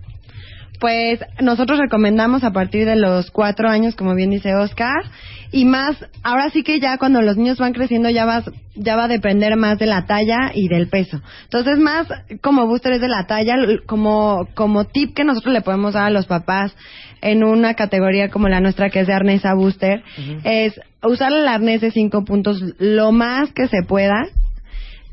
S11: Pues nosotros recomendamos a partir de los cuatro años, como bien dice Oscar, y más, ahora sí que ya cuando los niños van creciendo ya vas, ya va a depender más de la talla y del peso. Entonces más como booster es de la talla, l- como, como tip que nosotros le podemos dar a los papás en una categoría como la nuestra que es de arnés a booster, es usar el arnés de cinco puntos lo más que se pueda,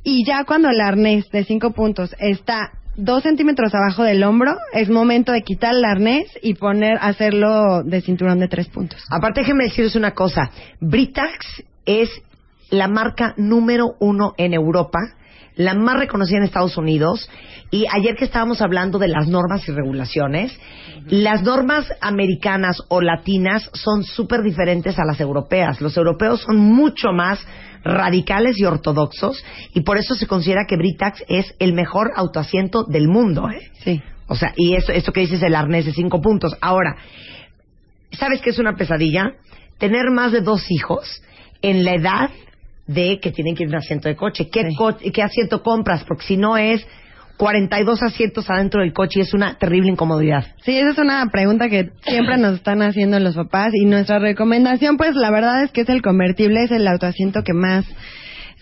S11: y ya cuando el arnés de cinco puntos está dos centímetros abajo del hombro, es momento de quitar el arnés y poner, hacerlo de cinturón de tres puntos.
S3: Aparte, déjenme decirles una cosa. Britax es la marca número uno en Europa, la más reconocida en Estados Unidos. Y ayer que estábamos hablando de las normas y regulaciones, las normas americanas o latinas son súper diferentes a las europeas. Los europeos son mucho más radicales y ortodoxos y por eso se considera que Britax es el mejor autoasiento del mundo. ¿eh?
S11: Sí.
S3: O sea, y esto, esto que dices, el arnés de cinco puntos. Ahora, ¿sabes qué es una pesadilla? Tener más de dos hijos en la edad de que tienen que ir a un asiento de coche. ¿Qué, co- qué asiento compras? Porque si no es 42 asientos adentro del coche y es una terrible incomodidad.
S11: Sí, esa es una pregunta que siempre nos están haciendo los papás y nuestra recomendación, pues la verdad es que es el convertible, es el autoasiento que más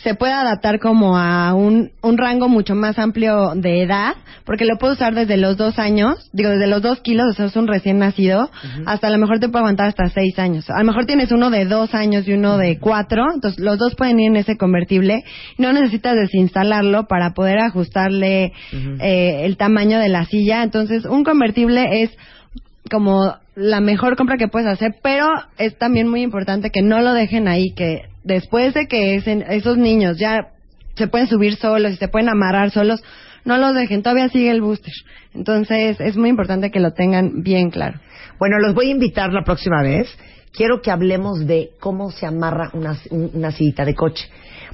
S11: se puede adaptar como a un, un rango mucho más amplio de edad, porque lo puedo usar desde los dos años, digo, desde los dos kilos, o sea, es un recién nacido, hasta a lo mejor te puede aguantar hasta seis años. A lo mejor tienes uno de dos años y uno de cuatro, entonces los dos pueden ir en ese convertible. No necesitas desinstalarlo para poder ajustarle eh, el tamaño de la silla. Entonces, un convertible es como la mejor compra que puedes hacer, pero es también muy importante que no lo dejen ahí, que después de que ese- esos niños ya se pueden subir solos y se pueden amarrar solos, no los dejen, todavía sigue el booster. Entonces es muy importante que lo tengan bien claro.
S3: Bueno, los voy a invitar la próxima vez. Quiero que hablemos de cómo se amarra una, un- una sillita de coche.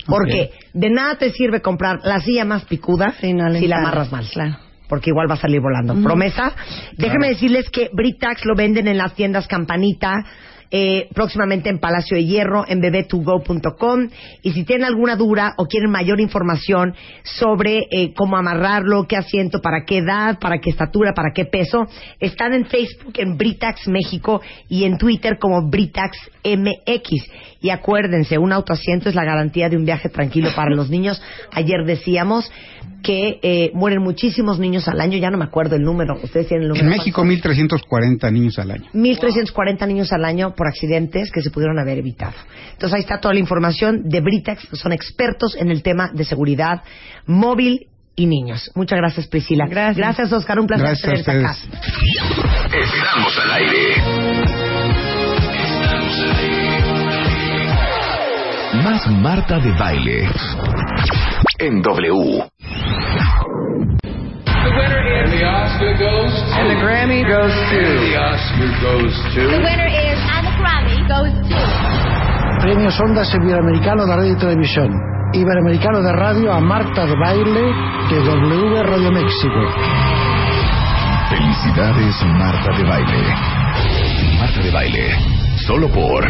S3: Porque de nada te sirve comprar la silla más picuda si la
S11: instalas,
S3: amarras mal. Porque igual va a salir volando. Promesa. Déjenme decirles que Britax lo venden en las tiendas Campanita, eh, próximamente en Palacio de Hierro, en bebetugo.com. Y si tienen alguna duda o quieren mayor información sobre eh, cómo amarrarlo, qué asiento, para qué edad, para qué estatura, para qué peso, están en Facebook en Britax México y en Twitter como Britax MX. Y acuérdense, un autoasiento es la garantía de un viaje tranquilo para los niños. Ayer decíamos que eh, mueren muchísimos niños al año, ya no me acuerdo el número, ustedes tienen el número.
S14: En México 1.340 niños al año.
S3: 1.340 niños al año por accidentes que se pudieron haber evitado. Entonces ahí está toda la información de Britax, son expertos en el tema de seguridad móvil y niños. Muchas gracias Priscila. Gracias. Gracias Oscar, un placer
S9: Gracias a
S3: tenerte acá.
S9: Estamos al aire. Estamos al aire. Más Marta de Baile. En W.
S13: And the Oscar goes to. And the Grammy goes to. the Oscar goes to.
S15: is and the Grammy goes to.
S12: Premios Ondas Iberoamericano de Radio y Televisión. Iberoamericano de Radio a Marta de Baile de W Radio México.
S9: Felicidades Marta de Baile. Marta de Baile. Solo por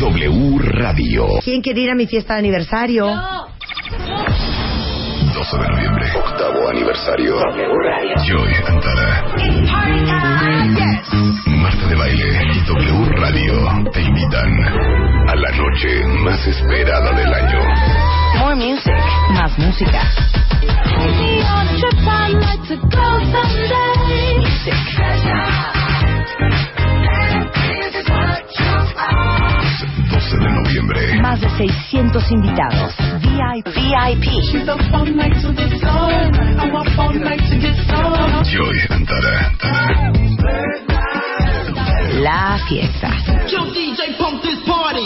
S9: W Radio.
S3: ¿Quién quiere ir a mi fiesta de aniversario?
S9: 12 de noviembre. Octavo aniversario. W Radio. Joy Antara. Marta de Baile y W Radio te invitan a la
S6: la noche más esperada del año.
S2: More music. Más música.
S6: Es 12 de noviembre.
S2: Más de 600 invitados. VIP.
S6: Joy Antara.
S2: La fiesta.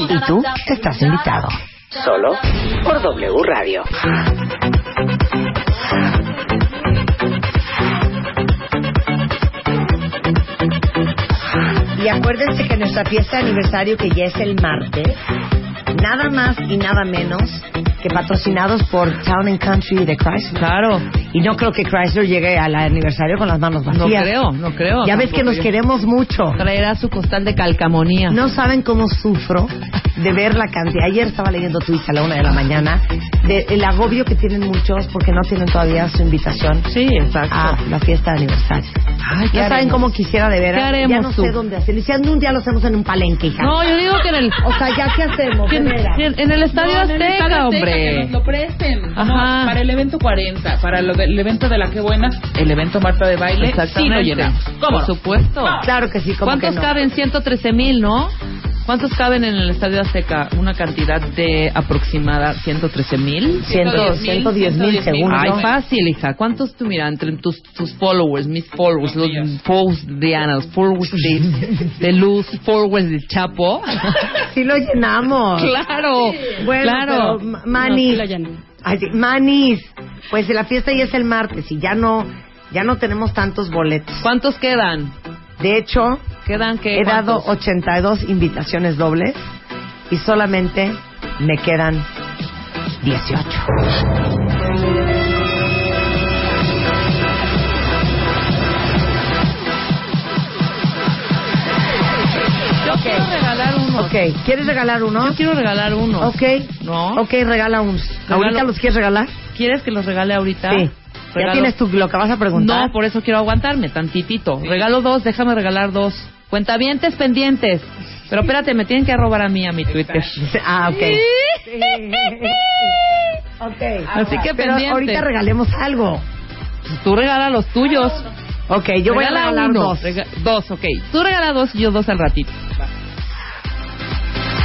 S2: Y tú estás invitado. Solo por W Radio.
S3: Y acuérdense que nuestra fiesta de aniversario, que ya es el martes, nada más y nada menos que patrocinados por Town and Country de Chrysler.
S4: Claro.
S3: Y no creo que Chrysler llegue al aniversario con las manos
S4: No
S3: vacías.
S4: creo, no creo.
S3: Ya ves que nos queremos mucho.
S4: Traerá su costal de calcamonía.
S3: No saben cómo sufro de ver la cantidad. Ayer estaba leyendo tweets a la una de la mañana del agobio que tienen muchos porque no tienen todavía su invitación a la fiesta de aniversario.
S4: ¿qué
S3: ya saben
S4: haremos?
S3: cómo quisiera de
S4: ¿Qué
S3: veras. Ya
S4: haremos
S3: no
S4: tú?
S3: sé dónde hacerlo. Si algún día lo hacemos en un palenque, hija.
S4: No, yo digo que en el-
S3: O sea, ¿ya qué hacemos? de
S4: Que en-
S3: veras?
S4: que en- en el Estadio
S5: No, en el
S4: Azteca,
S5: Estadio
S4: hombre.
S5: que nos lo presten. No,
S4: Ajá.
S5: para el evento 40, para lo del evento de la que buena, el evento Marta de baile, sí lo
S4: Exactamente.
S5: llenamos. Ah.
S4: Por supuesto.
S3: Claro que sí, como
S4: ¿Cuántos
S3: que no.
S4: caben? 113 mil, ¿no? ¿Cuántos caben en el Estadio Azteca? Una cantidad de aproximada 113 mil.
S3: 110,000, según
S4: Ay,
S3: yo.
S4: fácil, hija. ¿Cuántos tú, mira, entre tus, tus followers, mis followers, los followers de Ana, los followers de, de Luz, followers de Chapo?
S3: Sí lo llenamos.
S4: Claro,
S3: Bueno,
S4: claro.
S3: pero, Ma- Manis. Ay, sí, Manis. Pues la fiesta ya es el martes y ya no, ya no tenemos tantos boletos.
S4: ¿Cuántos quedan?
S3: De hecho,
S4: ¿Quedan qué?
S3: he dado
S4: ¿Cuántos?
S3: 82 invitaciones dobles y solamente me quedan 18.
S4: Yo quiero regalar uno.
S3: Ok, ¿quieres regalar uno?
S4: Yo quiero regalar uno.
S3: Ok.
S4: No.
S3: Ok, regala unos. ¿Ahorita los quieres regalar?
S4: ¿Quieres que los regale ahorita?
S3: Sí. ¿Ya
S4: Regalo-
S3: tienes tu, lo que vas a preguntar?
S4: No, por eso quiero aguantarme tantitito. Regalo dos, déjame regalar dos. Cuentavientes pendientes. Pero espérate, me tienen que arrobar a mí a mi Twitter.
S3: Ah, ok. Ok.
S4: Así que
S3: Ah, Pero
S4: pendiente. Pues
S3: ahorita regalemos algo.
S4: Tú regala los tuyos.
S3: Ok, yo voy a
S4: Regala
S3: regalar
S4: uno.
S3: dos.
S4: Rega- dos, ok. Tú regala dos y yo dos al ratito.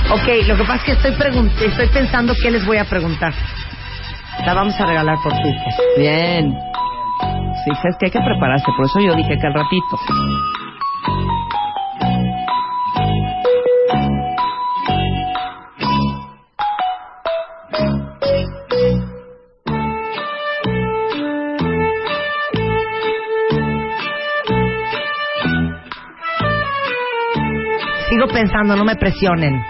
S3: Ok, lo que pasa es que estoy, pregun- estoy pensando qué les voy a preguntar. La vamos a regalar por Twitter.
S4: Bien. Sí, sabes que hay que prepararse. Por eso yo dije que al ratito.
S3: Sigo pensando, no me presionen.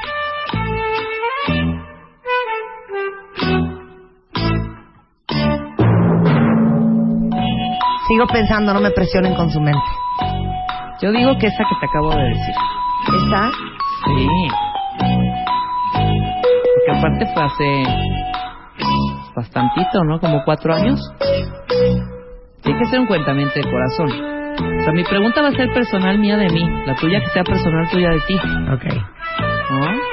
S3: Sigo pensando, no me presionen con su mente.
S4: Yo digo que esa que te acabo de decir.
S3: ¿Está?
S4: Sí. Porque aparte fue hace bastantito, ¿no? Como cuatro años. Tiene que ser un cuentamiento de corazón. O sea, mi pregunta va a ser personal mía de mí. La tuya que sea personal tuya de ti.
S3: Ok.
S4: ¿No?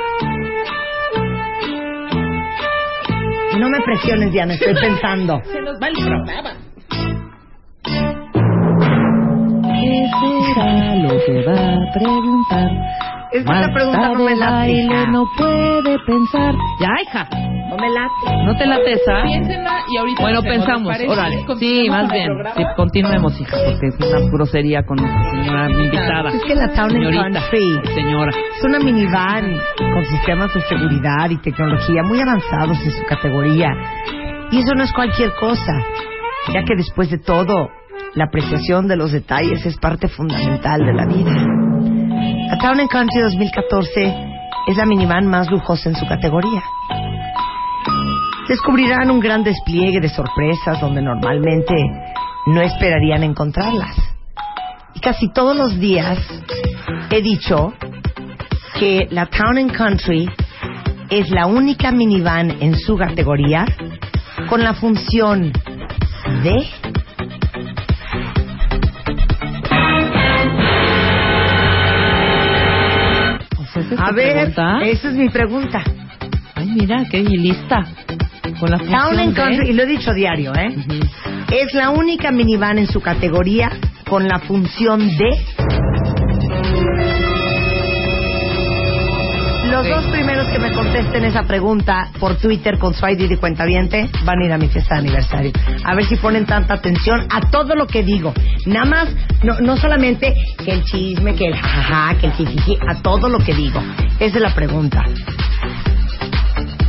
S3: No me presiones, Diana, estoy pensando.
S5: Se nos va el programa.
S4: ¿Qué será lo que va a preguntar?
S3: Es que esa pregunta no me late, hija.
S4: no puede pensar. Ya, hija.
S3: No me late.
S4: No te late esa.
S5: Piénsenla y ahorita
S4: Bueno,
S5: nos vemos,
S4: pensamos,
S5: ¿les parece?
S4: órale. Sí,
S5: Continuamos
S4: más
S5: con el
S4: bien.
S5: programa.
S4: Sí, continuemos, hija, porque es una grosería con nuestra señora invitada.
S3: Es que la Town and
S4: Señorita,
S3: Country.
S4: Señora.
S3: Es una minivan con sistemas de seguridad y tecnología muy avanzados en su categoría. Y eso no es cualquier cosa, ya que después de todo, la apreciación de los detalles es parte fundamental de la vida. La Town and Country 2014 es la minivan más lujosa en su categoría. Descubrirán un gran despliegue de sorpresas donde normalmente no esperarían encontrarlas. Y casi todos los días he dicho que la Town and Country es la única minivan en su categoría con la función de o sea, es
S4: ¿Esa es
S3: A
S4: tu
S3: ver,
S4: pregunta?
S3: esa es mi pregunta.
S4: Ay, mira, qué lista. Con la
S3: Town
S4: función
S3: and
S4: de-
S3: Country, y lo he dicho diario, ¿eh? Es la única minivan en su categoría con la función de. Los dos primeros que me contesten esa pregunta por Twitter con su ID de cuentaviente van a ir a mi fiesta de aniversario. A ver si ponen tanta atención a todo lo que digo. Nada más, no, no solamente que el chisme, que el jajaja, que el jijiji, a todo lo que digo. Esa es la pregunta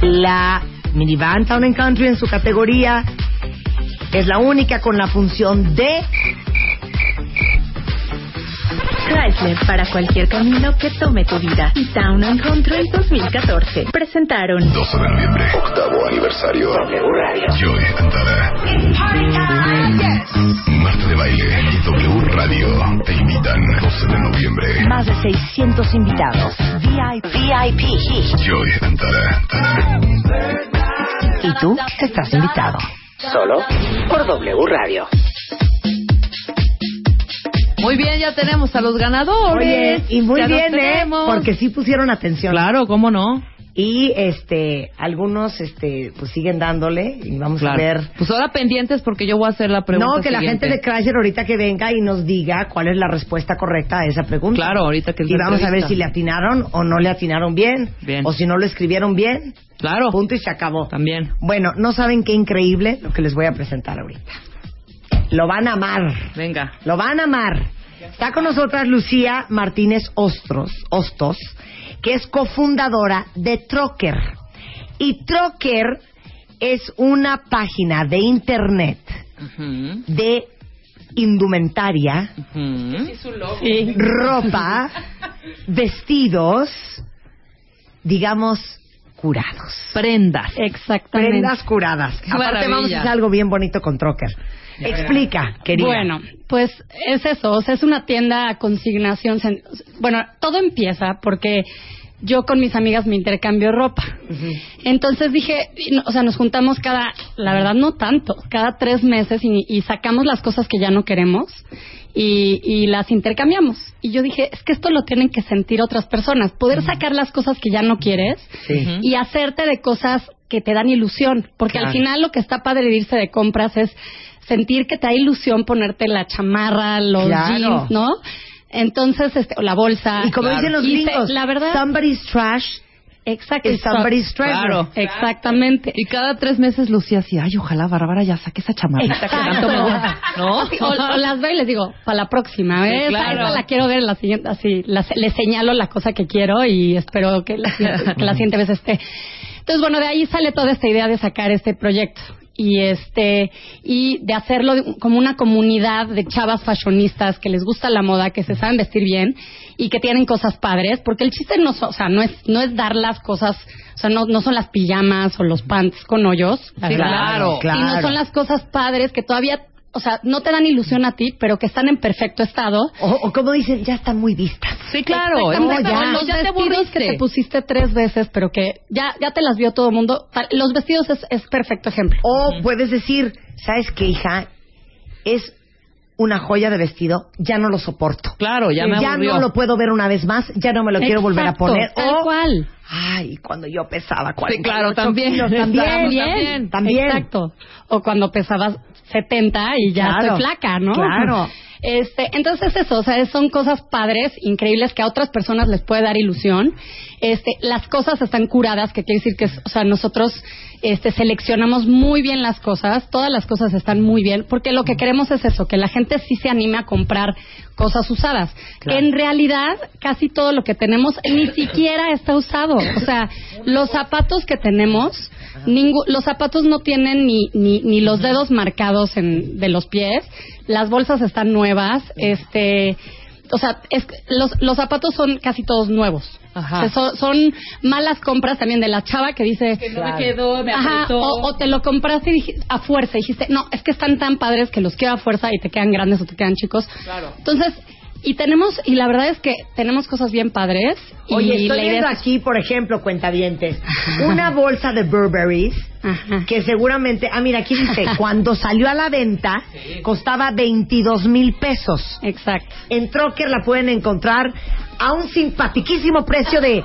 S3: la minivan Town and Country en su categoría es la única con la función de
S6: Chrysler para cualquier camino que tome tu vida y Town and Country 2014 presentaron
S9: 12 de noviembre, octavo aniversario. Joy Antara. Marta de Baile y W Radio te invitan 12 de noviembre.
S2: Más de 600 invitados. VIP.
S9: Joy Antara.
S2: Y tú estás invitado. Solo por W Radio.
S4: Muy bien, ya tenemos a los ganadores.
S3: Oye, y muy
S4: Ya los
S3: bien, ¿eh?
S4: tenemos.
S3: Porque sí pusieron atención.
S4: Claro, ¿cómo no?
S3: Y este, algunos este, pues siguen dándole y vamos
S4: Claro.
S3: a ver.
S4: Pues ahora pendientes porque yo voy a hacer la pregunta.
S3: No, que la gente de Crasher ahorita que venga y nos diga cuál es la respuesta correcta a esa pregunta.
S4: Claro, ahorita que es
S3: Y
S4: la
S3: vamos a ver
S4: entrevista.
S3: si le atinaron o no le atinaron bien. O si no lo escribieron bien.
S4: Claro.
S3: Punto y se acabó.
S4: También.
S3: Bueno, no saben qué increíble lo que les voy a presentar ahorita. Lo van a amar.
S4: Venga.
S3: Lo van a amar. Está con nosotras Lucía Martínez Ostros, Ostos, que es cofundadora de Trocker. Y Trocker es una página de internet de indumentaria,
S4: Sí.
S3: ropa, vestidos, digamos, curados.
S4: Prendas.
S3: Exactamente. Prendas curadas.
S16: Qué
S3: Aparte
S16: maravilla.
S3: vamos a hacer algo bien bonito con Trocker. Explica, querida.
S16: Bueno, pues es eso, o sea, es una tienda a consignación. sen- Bueno, todo empieza porque yo con mis amigas me intercambio ropa. Entonces dije, y no- o sea, nos juntamos cada, la verdad no tanto, cada tres meses y, y sacamos las cosas que ya no queremos y, y las intercambiamos. Y yo dije, es que esto lo tienen que sentir otras personas, poder sacar las cosas que ya no quieres
S3: Sí.
S16: y hacerte de cosas que te dan ilusión, porque
S3: Claro.
S16: al final lo que está padre de irse de compras es sentir que te da ilusión ponerte la chamarra, los
S3: Claro.
S16: jeans, ¿no? Entonces, este, o la bolsa.
S3: Y como dicen los
S16: Y se-
S3: gringos,
S16: la verdad,
S3: somebody's trash
S16: exacto,
S3: is somebody's treasure.
S4: Claro.
S16: Exactamente.
S4: Y cada tres meses Lucía así, ay, ojalá Bárbara ya saque esa chamarrita que tanto me gusta. ¿No?
S16: Sí, O, o las veo y les digo, para la próxima
S4: Sí,
S16: vez,
S4: claro.
S16: esta la quiero ver, la siguiente, así, la- les señalo la cosa que quiero y espero que la, siguiente- que la siguiente vez esté. Entonces, bueno, de ahí sale toda esta idea de sacar este proyecto y este y de hacerlo de- como una comunidad de chavas fashionistas que les gusta la moda, que se saben vestir bien y que tienen cosas padres, porque el chiste no, so- o sea, no es no es dar las cosas, o sea, no, no son las pijamas o los pants con hoyos, la
S4: Sí,
S16: verdad,
S4: claro, claro.
S16: sino son las cosas padres que todavía, o sea, no te dan ilusión a ti, pero que están en perfecto estado.
S3: O, como dicen, ya están muy vistas.
S4: Sí, claro.
S16: Exactamente,
S4: No, ya.
S16: como los
S4: Ya te
S16: vestidos
S4: aburriste.
S16: que te pusiste tres veces, pero que ya, ya te las vio todo el mundo. Pa- Los vestidos es, es perfecto ejemplo.
S3: O puedes decir, ¿sabes qué, hija? Es una joya de vestido, ya no lo soporto.
S4: Claro, ya me aburrió.
S3: no lo puedo ver una vez más, ya no me lo quiero volver a
S4: Exacto,
S3: poner.
S4: tal
S3: o,
S16: cual.
S3: Ay, cuando yo pesaba 40
S4: Sí, claro, también.
S3: también,
S16: También,
S3: también.
S16: Exacto. O cuando pesabas 70 y ya
S3: Claro,
S16: estoy flaca, ¿no?
S3: claro.
S16: Este, entonces eso, o sea, es- son cosas padres, increíbles que a otras personas les puede dar ilusión. Este, las cosas están curadas, que quiere decir que, es- o sea, nosotros este seleccionamos muy bien las cosas, todas las cosas están muy bien, porque lo que queremos es eso, que la gente sí se anime a comprar cosas usadas. En realidad, casi todo lo que tenemos ni siquiera está usado. O sea, los zapatos que tenemos, ningú- los zapatos no tienen ni, ni, ni los dedos marcados en, de los pies, las bolsas están nuevas, este, o sea, es- los, los zapatos son casi todos nuevos.
S4: Ajá.
S16: O sea, son, son malas compras también de la chava que dice...
S4: no me Claro. quedó, me
S16: Ajá,
S4: apretó.
S16: o, o te lo compraste y dij- a fuerza, y dijiste, no, es que están tan padres que los quiero a fuerza y te quedan grandes o te quedan chicos.
S4: Claro.
S16: Entonces, Y tenemos, y la verdad es que tenemos cosas bien padres. y
S3: Oye,
S16: la
S3: estoy
S16: idea
S3: viendo
S16: es-
S3: aquí, por ejemplo, cuentavientes, una bolsa de Burberries que seguramente, ah, mira, aquí dice, cuando salió a la venta costaba 22 mil pesos.
S16: Exacto.
S3: En Trocker la pueden encontrar a un simpatiquísimo precio de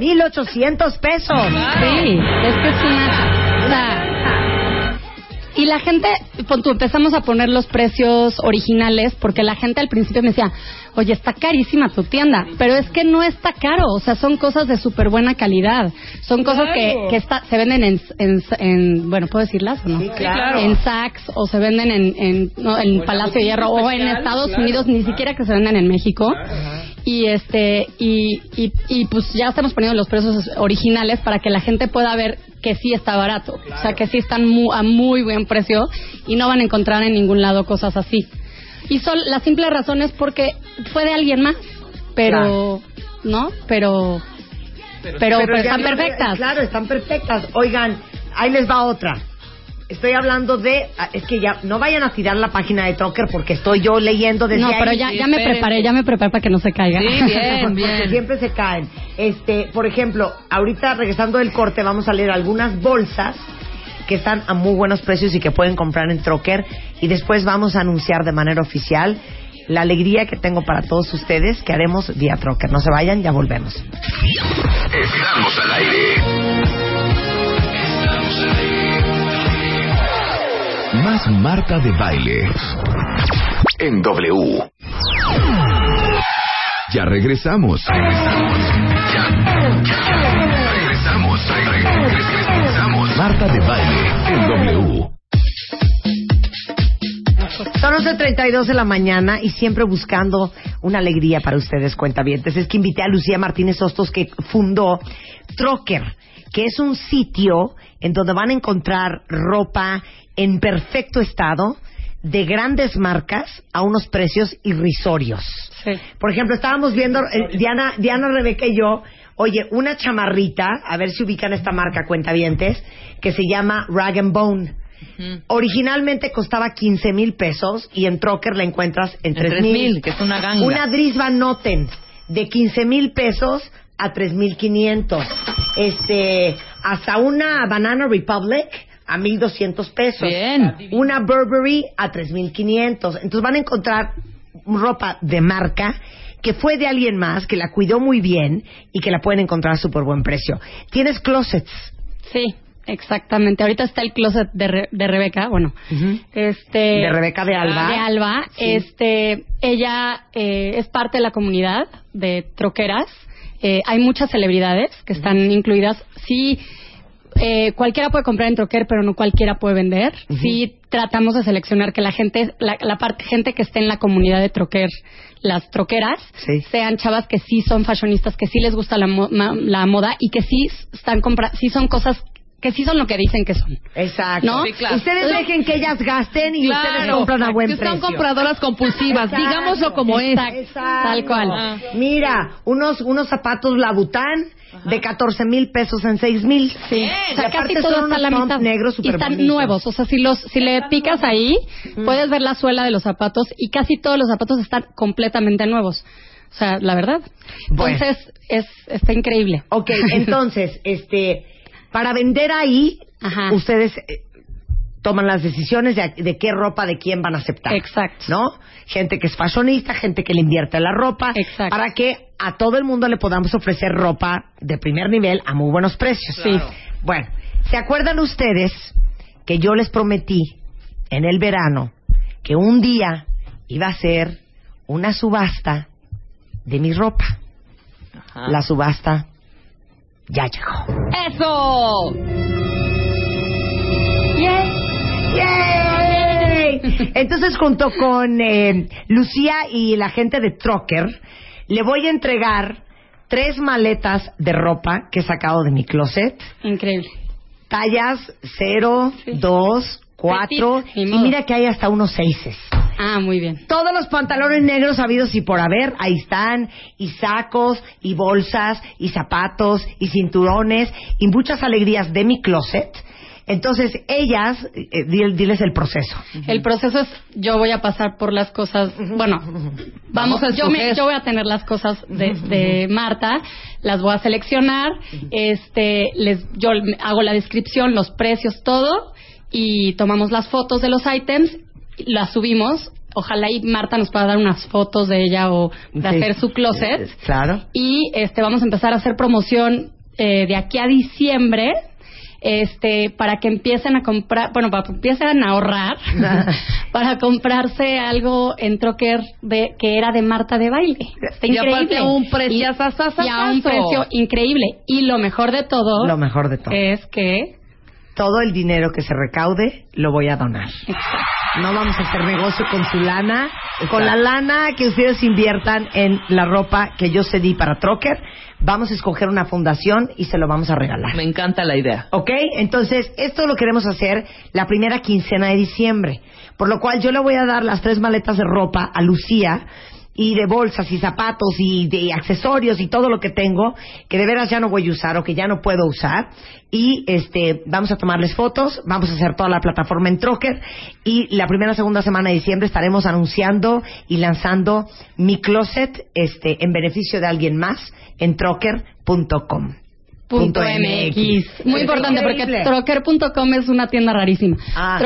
S3: 7,800 pesos.
S16: Sí, es que es una... o sea, y la gente, pon tú, empezamos a poner los precios originales porque la gente al principio me decía, oye, está carísima tu tienda, pero es que no está caro, o sea, son cosas de súper buena calidad, son cosas que,
S8: Claro.
S16: que está- se venden en, en- en- bueno, ¿puedo decirlas o no?
S8: Sí, claro.
S16: En Saks o se venden en, en, no, en
S8: O en
S16: Palacio de
S8: la
S16: Hierro
S8: boutique
S16: o en
S8: especial,
S16: Estados
S8: claro,
S16: Unidos, ni
S8: claro.
S16: siquiera que se venden en México. Y este y, y, y, pues ya estamos poniendo los precios originales para que la gente pueda ver que sí está barato, o sea, que sí están mu- a muy buen precio y no van a encontrar en ningún lado cosas así. Y sol, la simple razón es porque fue de alguien más, pero no, pero pero, pero
S3: ya
S16: están
S3: no-
S16: perfectas.
S3: Claro, están perfectas. Oigan, ahí les va otra. Estoy hablando de, ah, es que ya no vayan a tirar la página de Trocker porque estoy yo leyendo desde
S16: No, pero
S3: ahí.
S16: ya, ya me preparé, ya me preparé para que no se caiga.
S3: Porque siempre se caen. Este, por ejemplo, ahorita regresando del corte vamos a leer algunas bolsas que están a muy buenos precios y que pueden comprar en Trocker y después vamos a anunciar de manera oficial la alegría que tengo para todos ustedes que haremos vía Trocker. No se vayan, ya volvemos.
S9: Estamos al aire. Estamos al aire. Más Marta de Baile. En W. Ya regresamos. Regresamos. Ya. Ya. Regresamos. Regre- Regresamos. Marta de Baile. En W.
S3: Son 11.32 de la mañana y siempre buscando una alegría para ustedes, cuentavientes. Es que invité a Lucía Martínez Hostos, que fundó Trocker, que es un sitio en donde van a encontrar ropa en perfecto estado de grandes marcas a unos precios irrisorios. Por ejemplo, estábamos viendo, eh, Diana, Diana, Rebeca y yo, oye, una chamarrita, a ver si ubican esta marca, cuentavientes, que se llama Rag and Bone.
S4: Mm.
S3: Originalmente costaba 15 mil pesos y en Trocker la encuentras en
S4: En
S3: 3
S4: $3,000,
S3: mil.
S4: que es una ganga.
S3: Una Dries Van Noten de 15 mil pesos a 3 mil 500. Este, hasta una Banana Republic a 1200 pesos. Una Burberry a 3500. Entonces van a encontrar ropa de marca que fue de alguien más, que la cuidó muy bien y que la pueden encontrar a súper buen precio. Tienes closets.
S16: Sí, exactamente. Ahorita está el closet de, Re- de Rebeca, bueno, este
S3: De Rebeca de Alba.
S16: de Alba,
S3: Sí.
S16: este, ella eh, es parte de la comunidad de troqueras. Eh, hay muchas celebridades que están incluidas. Sí, eh, cualquiera puede comprar en troquer, pero no cualquiera puede vender. Sí, tratamos de seleccionar que la gente, la, la parte, gente que esté en la comunidad de troquer, las troqueras,
S3: Sí.
S16: sean chavas que sí son fashionistas, que sí les gusta la, mo- ma- la moda y que sí están compra, sí son cosas que sí son lo que dicen que son.
S3: Exacto.
S16: ¿No?
S3: Sí, claro. Ustedes dejen que ellas gasten y ustedes compran a buen precio.
S4: Son compradoras compulsivas,
S3: Exacto,
S4: digámoslo como
S3: exacto,
S4: es.
S3: exacto.
S4: Tal cual.
S3: Ah. Mira, unos, unos zapatos Labután de 14 mil pesos en 6 mil. Sí.
S16: O sea, casi todo está a la mitad. y están nuevos. O sea, si, los, si le picas ahí,
S3: Mm.
S16: puedes ver la suela de los zapatos y casi todos los zapatos están completamente nuevos. O sea, la verdad.
S3: Bueno.
S16: Entonces, es, está increíble.
S3: Ok, entonces, este, para vender ahí, ustedes eh, toman las decisiones de, de qué ropa de quién van a aceptar. Exacto. ¿No? Gente que es fashionista, gente que le invierte en la ropa. Exacto. Para que a todo el mundo le podamos ofrecer ropa de primer nivel a muy buenos precios.
S8: Claro.
S3: Bueno, ¿se acuerdan ustedes que yo les prometí en el verano que un día iba a ser una subasta de mi ropa? La subasta ya llegó.
S8: ¡Eso!
S3: ¡Yay! Entonces, junto con eh, Lucía y la gente de Trocker, le voy a entregar tres maletas de ropa que he sacado de mi closet.
S16: Increíble.
S3: Tallas 0, 2, 4
S16: Petit, ni
S3: y
S16: modo.
S3: mira que hay hasta unos seises.
S16: Ah, muy bien.
S3: Todos los pantalones negros habidos y por haber, ahí están, y sacos, y bolsas, y zapatos, y cinturones, y muchas alegrías de mi closet. Entonces, ellas, eh, di- diles el proceso.
S16: El proceso es, yo voy a pasar por las cosas, bueno, vamos,
S3: Vamos a
S16: yo, me-
S3: escoger.
S16: yo voy a tener las cosas de, de Marta, las voy a seleccionar, este, les, yo me- hago la descripción, los precios, todo, y tomamos las fotos de los ítems, las subimos, ojalá y Marta nos pueda dar unas fotos de ella o de
S3: Sí.
S16: hacer su closet,
S3: Claro.
S16: y este vamos a empezar a hacer promoción eh, de aquí a diciembre este para que empiecen a comprar bueno para que empiecen a ahorrar para comprarse algo en Troquer de que era de Marta de baile está
S4: Y
S16: increíble
S4: aparte a un
S16: y, y a un precio increíble y lo mejor de todo
S3: Lo mejor de todo.
S16: es que
S3: Todo el dinero que se recaude lo voy a donar. No vamos a hacer negocio con su lana, con la lana que ustedes inviertan en la ropa que yo cedí para Trocker. Vamos a escoger una fundación y se lo vamos a regalar.
S4: Me encanta la idea.
S3: ¿Ok? Entonces, esto lo queremos hacer la primera quincena de diciembre. Por lo cual, yo le voy a dar las tres maletas de ropa a Lucía y de bolsas y zapatos y de accesorios y todo lo que tengo que de veras ya no voy a usar o que ya no puedo usar y este vamos a tomarles fotos vamos a hacer toda la plataforma en Trocker y la primera segunda semana de diciembre estaremos anunciando y lanzando mi closet este en beneficio de alguien más en trocker.com
S16: Punto MX. Muy importante porque trocker.com es una tienda rarísima.
S4: Ah.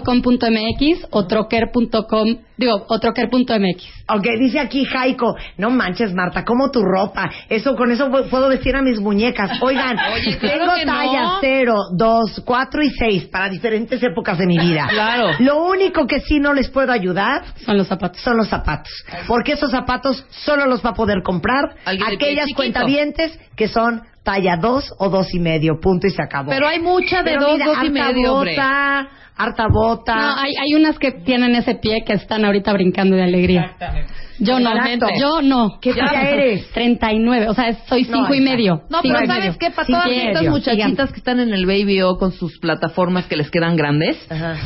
S16: Trocker.com.mx o trocker.com, digo, o trocker.mx.
S3: Ok, dice aquí Jaico, no manches Marta, como tu ropa, eso con eso pu- puedo vestir a mis muñecas. Oigan,
S6: Oye, claro
S3: tengo
S6: que no.
S3: tallas 0, 2, 4 y 6 para diferentes épocas de mi vida.
S6: Claro.
S3: Lo único que sí no les puedo ayudar
S16: son los zapatos.
S3: Son los zapatos, porque esos zapatos solo los va a poder comprar
S4: Alguien de pie
S3: aquellas
S4: chiquito.
S3: cuentavientes que son talla 2 o 2 y medio, punto y se acabó.
S4: Pero hay mucha de
S3: Pero
S4: dos,
S3: mira,
S4: dos y
S3: harta
S4: medio, hombre.
S3: bota, harta bota.
S16: No, hay, hay unas que tienen ese pie que están ahorita brincando de alegría. Exactamente. Yo no,
S4: Exacto.
S16: yo no.
S4: ¿Qué talla
S16: Ya.
S4: eres?
S16: 39, o sea, soy
S4: No,
S16: 5 y
S4: exacto.
S16: medio.
S4: No,
S16: Cinco
S4: pero
S16: y
S4: ¿sabes
S16: medio.
S4: qué? Para
S16: Sí,
S4: todas
S16: sí,
S4: estas
S16: medio.
S4: muchachitas que están en el Baby O con sus plataformas que les quedan grandes,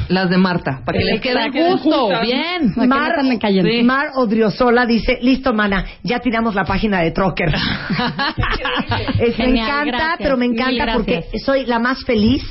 S4: las de Marta,
S3: Eh,
S4: para que les quede a gusto, bien.
S3: Mar,
S4: Sí.
S3: Mar Odriozola dice, listo, mana, ya tiramos la página de Trocker. Es- me
S6: Genial,
S3: encanta,
S6: gracias.
S3: pero me
S6: Mil
S3: encanta
S6: gracias.
S3: porque soy la más feliz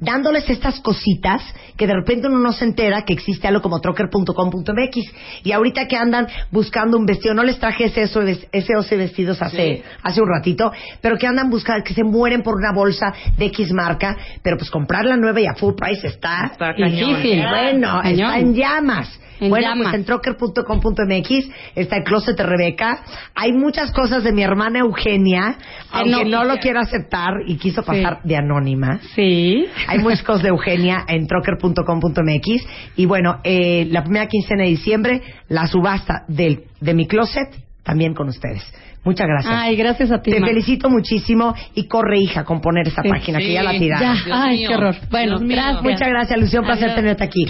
S3: dándoles estas cositas que de repente uno no se entera que existe algo como trocker.com.mx y ahorita que andan buscando un vestido, no les traje ese, oso- ese 11 vestidos hace,
S6: Sí.
S3: hace un ratito, pero que andan buscando, que se mueren por una bolsa de X marca, pero pues comprar la nueva y a full price está,
S6: cañón. Ah,
S3: difícil. Bueno,
S6: Cañón.
S3: está en llamas.
S6: En
S3: bueno,
S6: llamas.
S3: pues en trocker.com.mx está el closet de Rebeca. Hay muchas cosas de mi hermana Eugenia, aunque
S6: Anónima.
S3: no lo quiero aceptar y quiso pasar de anónima.
S16: Sí.
S3: Hay muchas cosas de Eugenia en trocker.com.mx. Y bueno, eh, la primera quincena de diciembre, la subasta del, de mi closet también con ustedes. Muchas gracias.
S16: Ay, gracias a ti.
S3: Te
S16: Mar.
S3: felicito muchísimo y corre, hija, con poner esa
S16: Sí.
S3: página que ya la
S16: Sí.
S3: tiraron.
S16: Ya. Dios Ay, mío. qué horror. Bueno, Dios mío. gracias.
S3: Muchas gracias, Lucía. Un placer
S16: Adiós.
S3: tenerte aquí.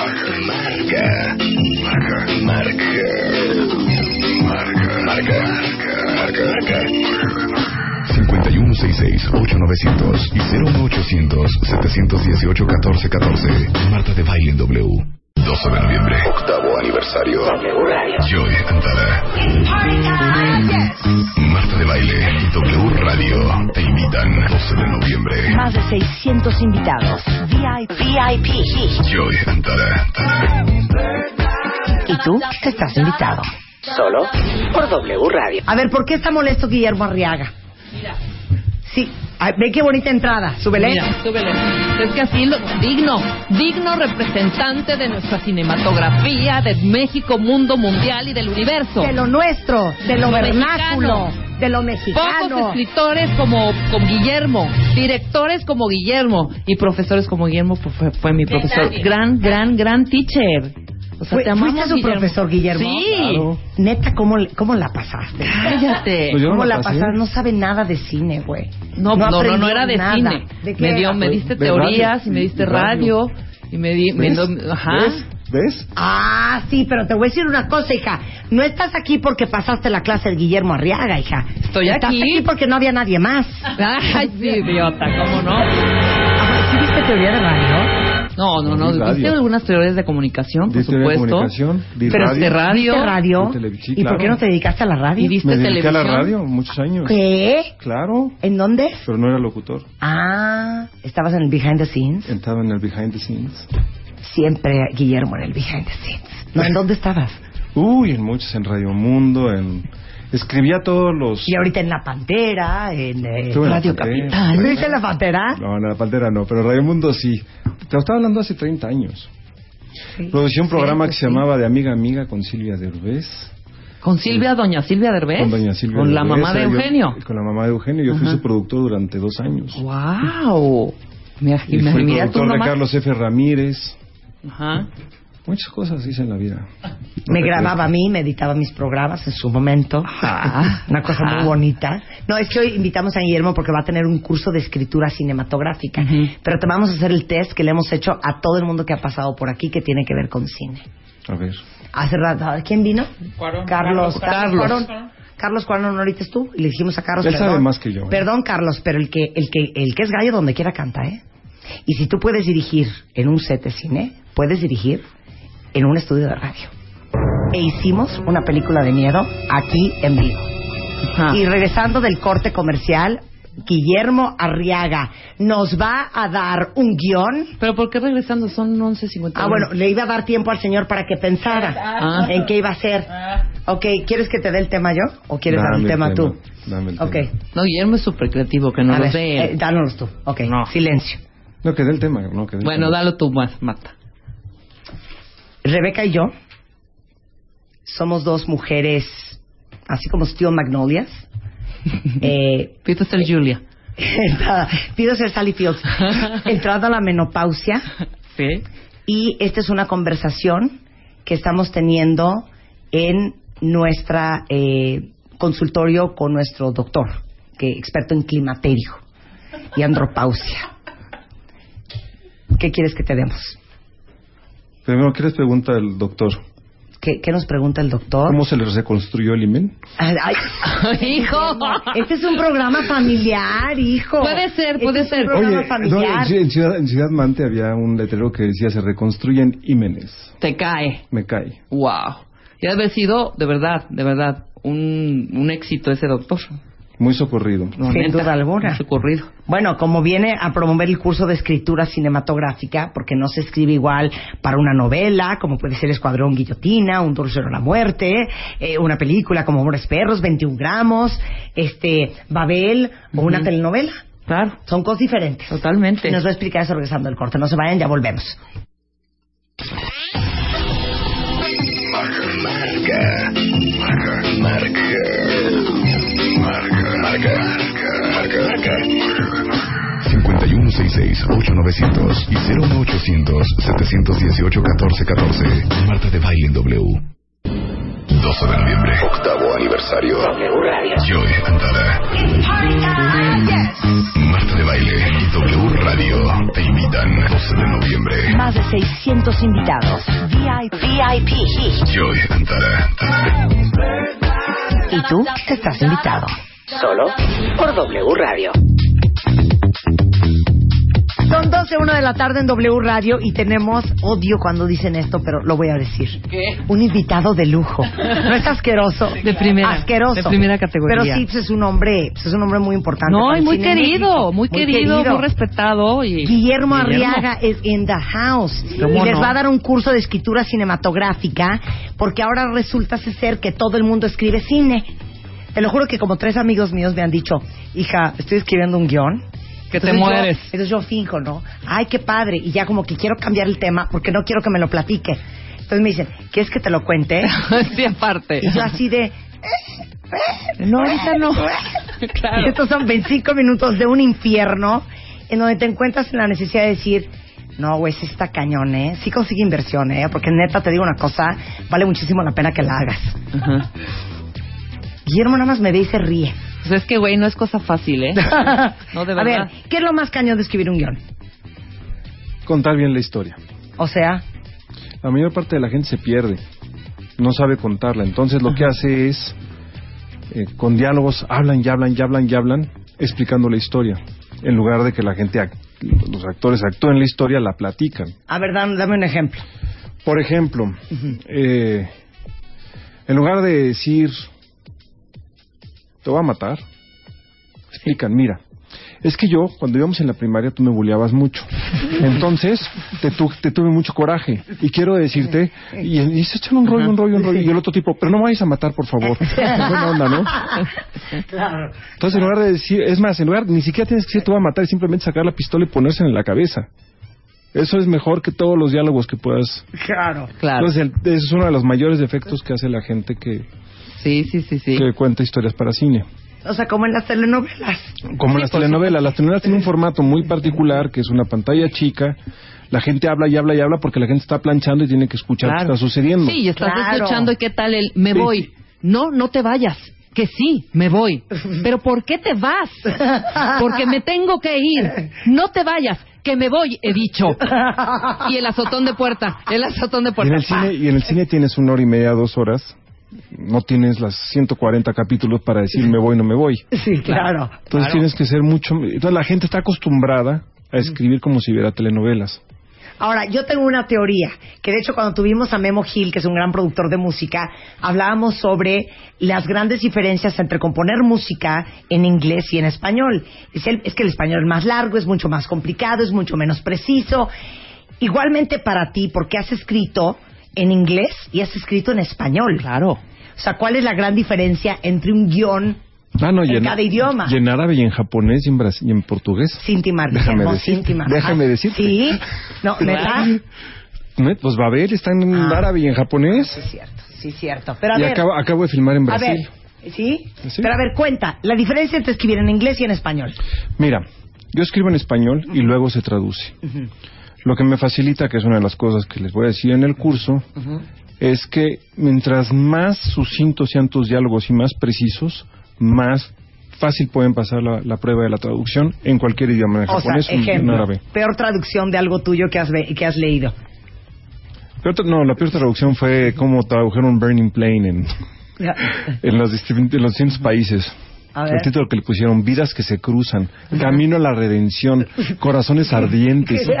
S9: Marca. Marca. Marca. Marca. Marca. Marca. Marca. 5166-8900 y 01800-718-1414. Marta de Baile en W. 12 de noviembre. Octavo aniversario. Joy Antara. Marta de Baile y W Radio te invitan. 12 de noviembre.
S2: Más de 600 invitados. VIP.
S9: Joy Antara.
S3: Y tú te estás invitado.
S2: Solo por W Radio.
S3: A ver, ¿por qué está molesto Guillermo Arriaga? Sí. Ay, ve qué bonita entrada. Súbele.
S4: Mira, súbele. Es que así, lo, digno, digno representante de nuestra cinematografía, de México, mundo mundial y del universo.
S3: De lo nuestro, de lo, vernáculo,
S4: mexicano.
S3: de lo
S4: Pocos
S3: mexicano.
S4: escritores como, como Guillermo, directores como Guillermo y profesores como Guillermo fu- fue, fue mi profesor.
S3: nadie.
S4: Gran, gran, gran teacher. O sea,
S3: Fue-
S4: te amamos,
S3: ¿Fuiste su
S4: Guillermo.
S3: profesor, Guillermo?
S4: Sí.
S3: Neta, ¿cómo, le- cómo la pasaste?
S4: Cállate. Pues yo no
S3: ¿Cómo
S4: la
S3: la
S4: pasé.
S3: pasaste? No sabe nada de cine, güey.
S4: No, no, no, no,
S3: aprendió
S4: era de
S3: nada.
S4: cine.
S3: ¿De qué
S4: me, dio,
S3: era?
S4: me diste
S3: De
S4: teorías
S3: radio.
S4: y me diste radio. y me di... me do- ajá.
S3: ¿Ves? Ah, sí, pero te voy a decir una cosa, hija. No estás aquí porque pasaste la clase de Guillermo Arriaga, hija.
S4: Estoy
S3: estás
S4: aquí.
S3: aquí porque no había nadie más.
S4: Ay, sí, idiota, ¿cómo no?
S3: ¿Sí viste teoría de radio?
S4: No, no, no.
S3: Di
S4: Viste
S3: radio.
S4: algunas teorías de comunicación, por
S3: Di teoría de
S4: supuesto.
S3: comunicación, di
S4: pero
S3: radio.
S4: de radio.
S3: ¿Viste radio? Di
S4: televisión.
S3: ¿Y por qué no te dedicaste a la radio?
S4: ¿Y viste
S17: Me dediqué a la
S4: televisión?
S17: radio muchos años.
S3: ¿Qué?
S17: Claro,
S3: ¿En dónde?
S17: pero no era locutor.
S3: Ah, estabas en el behind the scenes.
S17: Estaba en el behind the scenes.
S3: Siempre Guillermo en el behind the scenes. No, ¿en dónde estabas?
S17: Uy, en muchos, en Radio Mundo, en... Escribía todos los...
S3: Y ahorita en La Pantera, en eh,
S17: Estuve en La
S3: Radio
S17: Pantera.
S3: Capital. ¿No viste La Pantera?
S17: No, en la pantera no, pero Radio Mundo sí. Te estaba hablando hace 30 años. Producí un programa que se llamaba De Amiga a Amiga con Silvia Derbez.
S4: Con Silvia, doña Silvia Derbez.
S17: Con doña Silvia
S4: Con la
S17: Derbez,
S4: mamá de
S17: ahí yo-
S4: Eugenio.
S17: con la mamá de Eugenio. Yo fui
S4: Ajá.
S17: su productor durante dos años.
S4: ¡Wow! Me,
S17: Y
S4: me-
S17: fui el
S4: mira tú
S17: productor de
S4: nomás.
S17: Carlos F. Ramírez.
S4: Ajá.
S17: Muchas cosas hice en la vida.
S3: Me grababa a mí, me editaba mis programas en su momento. Una cosa muy bonita. No, es que hoy invitamos a Guillermo porque va a tener un curso de escritura cinematográfica. Pero te vamos a hacer el test que le hemos hecho a todo el mundo que ha pasado por aquí que tiene que ver con cine.
S17: A ver.
S3: Hace rato, ¿quién vino? Carlos.
S17: Carlos, Carlos.
S3: Cuarón. Carlos Cuarón, no, ahorita es tú. Y le dijimos a Carlos.
S17: Él
S3: perdón.
S17: sabe más que yo, ¿eh?
S3: Perdón, Carlos, pero el que, el que, el que es gallo donde quiera canta, ¿eh? Y si tú puedes dirigir en un set de cine, puedes dirigir en un estudio de radio. E hicimos una película de miedo aquí en vivo. Y regresando del corte comercial, Guillermo Arriaga nos va a dar un guión.
S4: ¿Pero por qué regresando? Son 11.50.
S3: Ah, bueno, le iba a dar tiempo al señor para que pensara
S4: Ah.
S3: en qué iba a hacer. Ok, ¿quieres que te dé el tema yo o quieres dar el tema, tú?
S17: Dame el
S3: Ok,
S4: No, Guillermo es súper creativo, que no
S3: a
S4: lo
S3: ver,
S4: ve.
S3: eh, dánoslos tú. Ok, silencio.
S17: tema. No, que dé el tema. No, que dé el
S4: Bueno,
S17: tema.
S4: dalo tú, más, Marta.
S3: Rebeca y yo somos dos mujeres, así como Steel Magnolias. eh,
S4: Pido ser Julia.
S3: Pido ser Sally Fields. Entrando a la menopausia.
S4: Sí.
S3: Y esta es una conversación que estamos teniendo en nuestra eh, consultorio con nuestro doctor, que experto en climaterio y andropausia. ¿Qué quieres que te demos?
S17: Primero, ¿qué les pregunta el doctor?
S3: ¿Qué, qué nos pregunta el doctor?
S17: ¿Cómo se les reconstruyó el imen?
S3: Ay, ay,
S4: hijo,
S3: este es un programa familiar, hijo. Puede ser, puede ser. un programa
S17: Oye, no, en,
S3: familiar.
S17: Ci- en ciudad, en Ciudad Mante había un letrero que decía se reconstruyen ímenes.
S4: Te cae.
S17: Me cae.
S4: ¡Wow! Y ha de haber sido, de verdad, de verdad, un, un éxito ese doctor.
S17: Muy socorrido.
S3: Sin duda alguna. Bueno, como viene a promover el curso de escritura cinematográfica, porque no se escribe igual para una novela, como puede ser Escuadrón Guillotina, Un Dulcero a la Muerte, eh, una película como Amores Perros, 21 gramos, este, Babel o una telenovela.
S4: Claro.
S3: Son cosas diferentes.
S4: Totalmente.
S3: nos va a explicar eso regresando el corte. No se vayan, ya volvemos.
S9: Marca. Marca. Marca. Marca. Marca. Marca. 5166-8900 y 01800-718-1414. Marta de Baile en W. 12 de noviembre, octavo aniversario. Joy Antara. Marta de Baile y W Radio te invitan. 12 de noviembre.
S2: Más de 600 invitados. VIP.
S9: Joy Antara.
S3: Y tú estás invitado.
S2: Solo por W Radio.
S3: Son 12, 1 de la tarde en W Radio y tenemos, odio cuando dicen esto, pero lo voy a decir. Un invitado de lujo. No es asqueroso.
S4: De primera.
S3: Asqueroso.
S4: De primera categoría.
S3: Pero sí, pues, es un hombre, pues, es un hombre muy importante.
S4: No,
S3: para
S4: y
S3: el
S4: muy
S3: cine en
S4: querido,
S3: México.
S4: muy querido, muy respetado. Y
S3: Guillermo Arriaga es in the house y
S4: ¿Cómo
S3: les
S4: no?
S3: va a dar un curso de escritura cinematográfica porque ahora resulta ser que todo el mundo escribe cine. Te lo juro que como tres amigos míos me han dicho, hija, estoy escribiendo un guión.
S4: Que te
S3: Entonces yo-
S4: mueres.
S3: entonces yo finjo, ¿no? Ay, qué padre. Y ya como que quiero cambiar el tema porque no quiero que me lo platique. Entonces me dicen, ¿quieres que te lo cuente?
S4: sí, aparte.
S3: Y yo así de... "Eh, No, ahorita no.
S4: Claro.
S3: Estos son 25 minutos de un infierno en donde te encuentras en la necesidad de decir, no, güey, sí está cañón, ¿eh? Sí consigue inversión, ¿eh? Porque neta, te digo una cosa, vale muchísimo la pena que la hagas. Guillermo nada más me ve y se ríe.
S4: Pues es que, güey, no es cosa fácil, ¿eh? No, de
S3: A
S4: verdad.
S3: ver, ¿qué es lo más cañón de escribir un guión?
S17: Contar bien la historia.
S3: O sea,
S17: La mayor parte de la gente se pierde. No sabe contarla. Entonces lo que hace es, eh, con diálogos, hablan y hablan y hablan y hablan, explicando la historia. En lugar de que la gente ac- los actores actúan la historia, la platican.
S3: A ver, dan- dame un ejemplo.
S17: Por ejemplo, eh, en lugar de decir, te voy a matar, explican, mira, es que yo, cuando íbamos en la primaria, tú me buleabas mucho. Entonces, te, tu- te tuve mucho coraje. Y quiero decirte, y, y se echan un rollo, un rollo, un rollo. Y el otro tipo, pero no me vayas a matar, por favor. Buena onda, ¿no?
S3: Claro.
S17: Entonces, en lugar de decir, es más, en lugar, ni siquiera tienes que decir te voy a matar, simplemente sacar la pistola y ponérsela en la cabeza. Eso es mejor que todos los diálogos que puedas.
S3: Claro.
S17: Entonces, el- ese es uno de los mayores defectos que hace la gente que.
S4: Sí, sí, sí, sí.
S17: Que cuenta historias para cine.
S3: O sea, como en las telenovelas.
S17: Como las telenovelas. Las telenovelas tienen un formato muy particular, que es una pantalla chica. La gente habla y habla y habla porque la gente está planchando y tiene que escuchar qué está sucediendo.
S4: Sí, y estás
S17: Claro.
S4: escuchando y qué tal el me
S17: Sí.
S4: voy. No, no te vayas. Que sí, me voy. Pero ¿por qué te vas? Porque me tengo que ir. No te vayas. Que me voy, he dicho. Y el azotón de puerta. El azotón de
S17: Y en,
S4: puerta.
S17: el cine, y en el cine tienes una hora y media, dos horas. No tienes las 140 capítulos para decir me voy, no me voy.
S3: Sí, claro.
S17: Entonces tienes que ser mucho. Entonces la gente está acostumbrada a escribir como si viera telenovelas.
S3: Ahora, yo tengo una teoría, que de hecho cuando tuvimos a Memo Gil, que es un gran productor de música, hablábamos sobre las grandes diferencias entre componer música en inglés y en español. Es, el- es que el español es más largo, es mucho más complicado, es mucho menos preciso. Igualmente para ti, porque has escrito en inglés y has escrito en español.
S4: Claro.
S3: O sea, ¿cuál es la gran diferencia entre un guión
S17: Ah, no,
S3: en
S17: y en,
S3: cada idioma?
S17: y en árabe y en japonés y en, brasi- y en portugués.
S3: Sintimar,
S17: déjame
S3: Guillermo,
S17: decirte,
S3: Sintimar.
S17: Déjame
S3: Ah,
S17: decirte.
S3: Sí, no, ¿verdad? Ah.
S17: ¿No? Pues Babel está en árabe y en japonés.
S3: Sí, cierto. Pero a
S17: y
S3: ver,
S17: acabo, acabo de filmar en
S3: a
S17: Brasil.
S3: ver, ¿sí? Pero a ver, cuenta, la diferencia entre escribir en inglés y en español.
S17: Mira, yo escribo en español y luego se traduce. Lo que me facilita, que es una de las cosas que les voy a decir en el curso, es que mientras más sucintos sean tus diálogos y más precisos, más fácil pueden pasar la, la prueba de la traducción en cualquier idioma, en
S3: O sea,
S17: japonés o en- en
S3: ejemplo,
S17: árabe.
S3: peor traducción de algo tuyo que has, ve- que has leído.
S17: Peor tra- no, la peor traducción fue cómo tradujeron Burning Plain en, en los, distin- en los distintos países.
S3: A ver.
S9: Pues
S17: El título que le pusieron, Vidas que se cruzan, Camino a la Redención, Corazones Ardientes.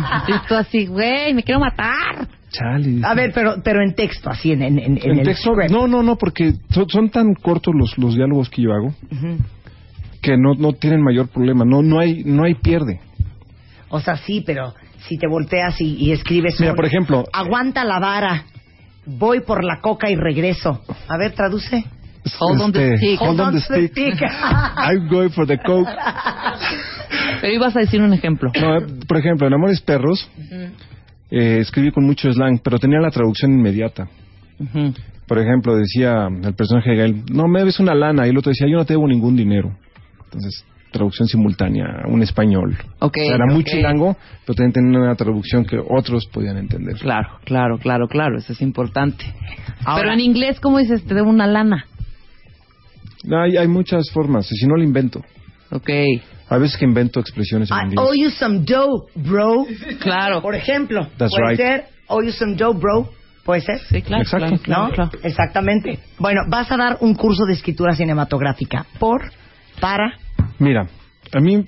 S3: Ah,
S8: Y tú así, güey, me quiero matar.
S17: Chale.
S3: A ver, pero, pero en texto, así, en, en, en,
S17: En
S3: el
S17: texto,
S3: script.
S17: no, no, no, porque son, son tan cortos los, los diálogos que yo hago
S3: Ujú.
S17: que no, no tienen mayor problema, no, no, hay, no hay pierde.
S3: O sea, sí, pero si te volteas y, y escribes...
S17: Mira,
S3: un-
S17: por ejemplo-
S3: Aguanta la vara, voy por la coca y regreso. A ver, traduce.
S17: Hold on the Este, stick. hold on the stick. I'm going for the coke.
S4: Pero ibas a decir un ejemplo.
S17: No, eh, por ejemplo, en Amores Perros eh, escribí con mucho slang, pero tenía la traducción inmediata. Por ejemplo, decía el personaje de Gael, no me debes una lana, y el otro decía, yo no te debo ningún dinero. Entonces, traducción simultánea, un español.
S4: Ok,
S17: O sea, era muy
S4: ok.
S17: chilango, pero también tenía una traducción que otros podían entender.
S4: Claro, claro, claro, claro. Eso es importante. Pero en inglés, ¿cómo dices? Te debo una lana.
S17: Hay, hay muchas formas, y si no lo invento.
S4: Ok. Ah,
S17: A veces que invento expresiones en
S3: I
S17: inglés.
S3: owe you some dough, bro.
S4: Claro.
S3: Por ejemplo,
S17: That's
S3: puede
S17: right.
S3: ser owe you some dough, bro. Puede ser.
S4: Sí,
S17: claro, Exacto. claro, claro,
S3: ¿No?
S17: claro.
S3: Exactamente. Bueno, vas a dar un curso de escritura cinematográfica por, para.
S17: Mira, a mí,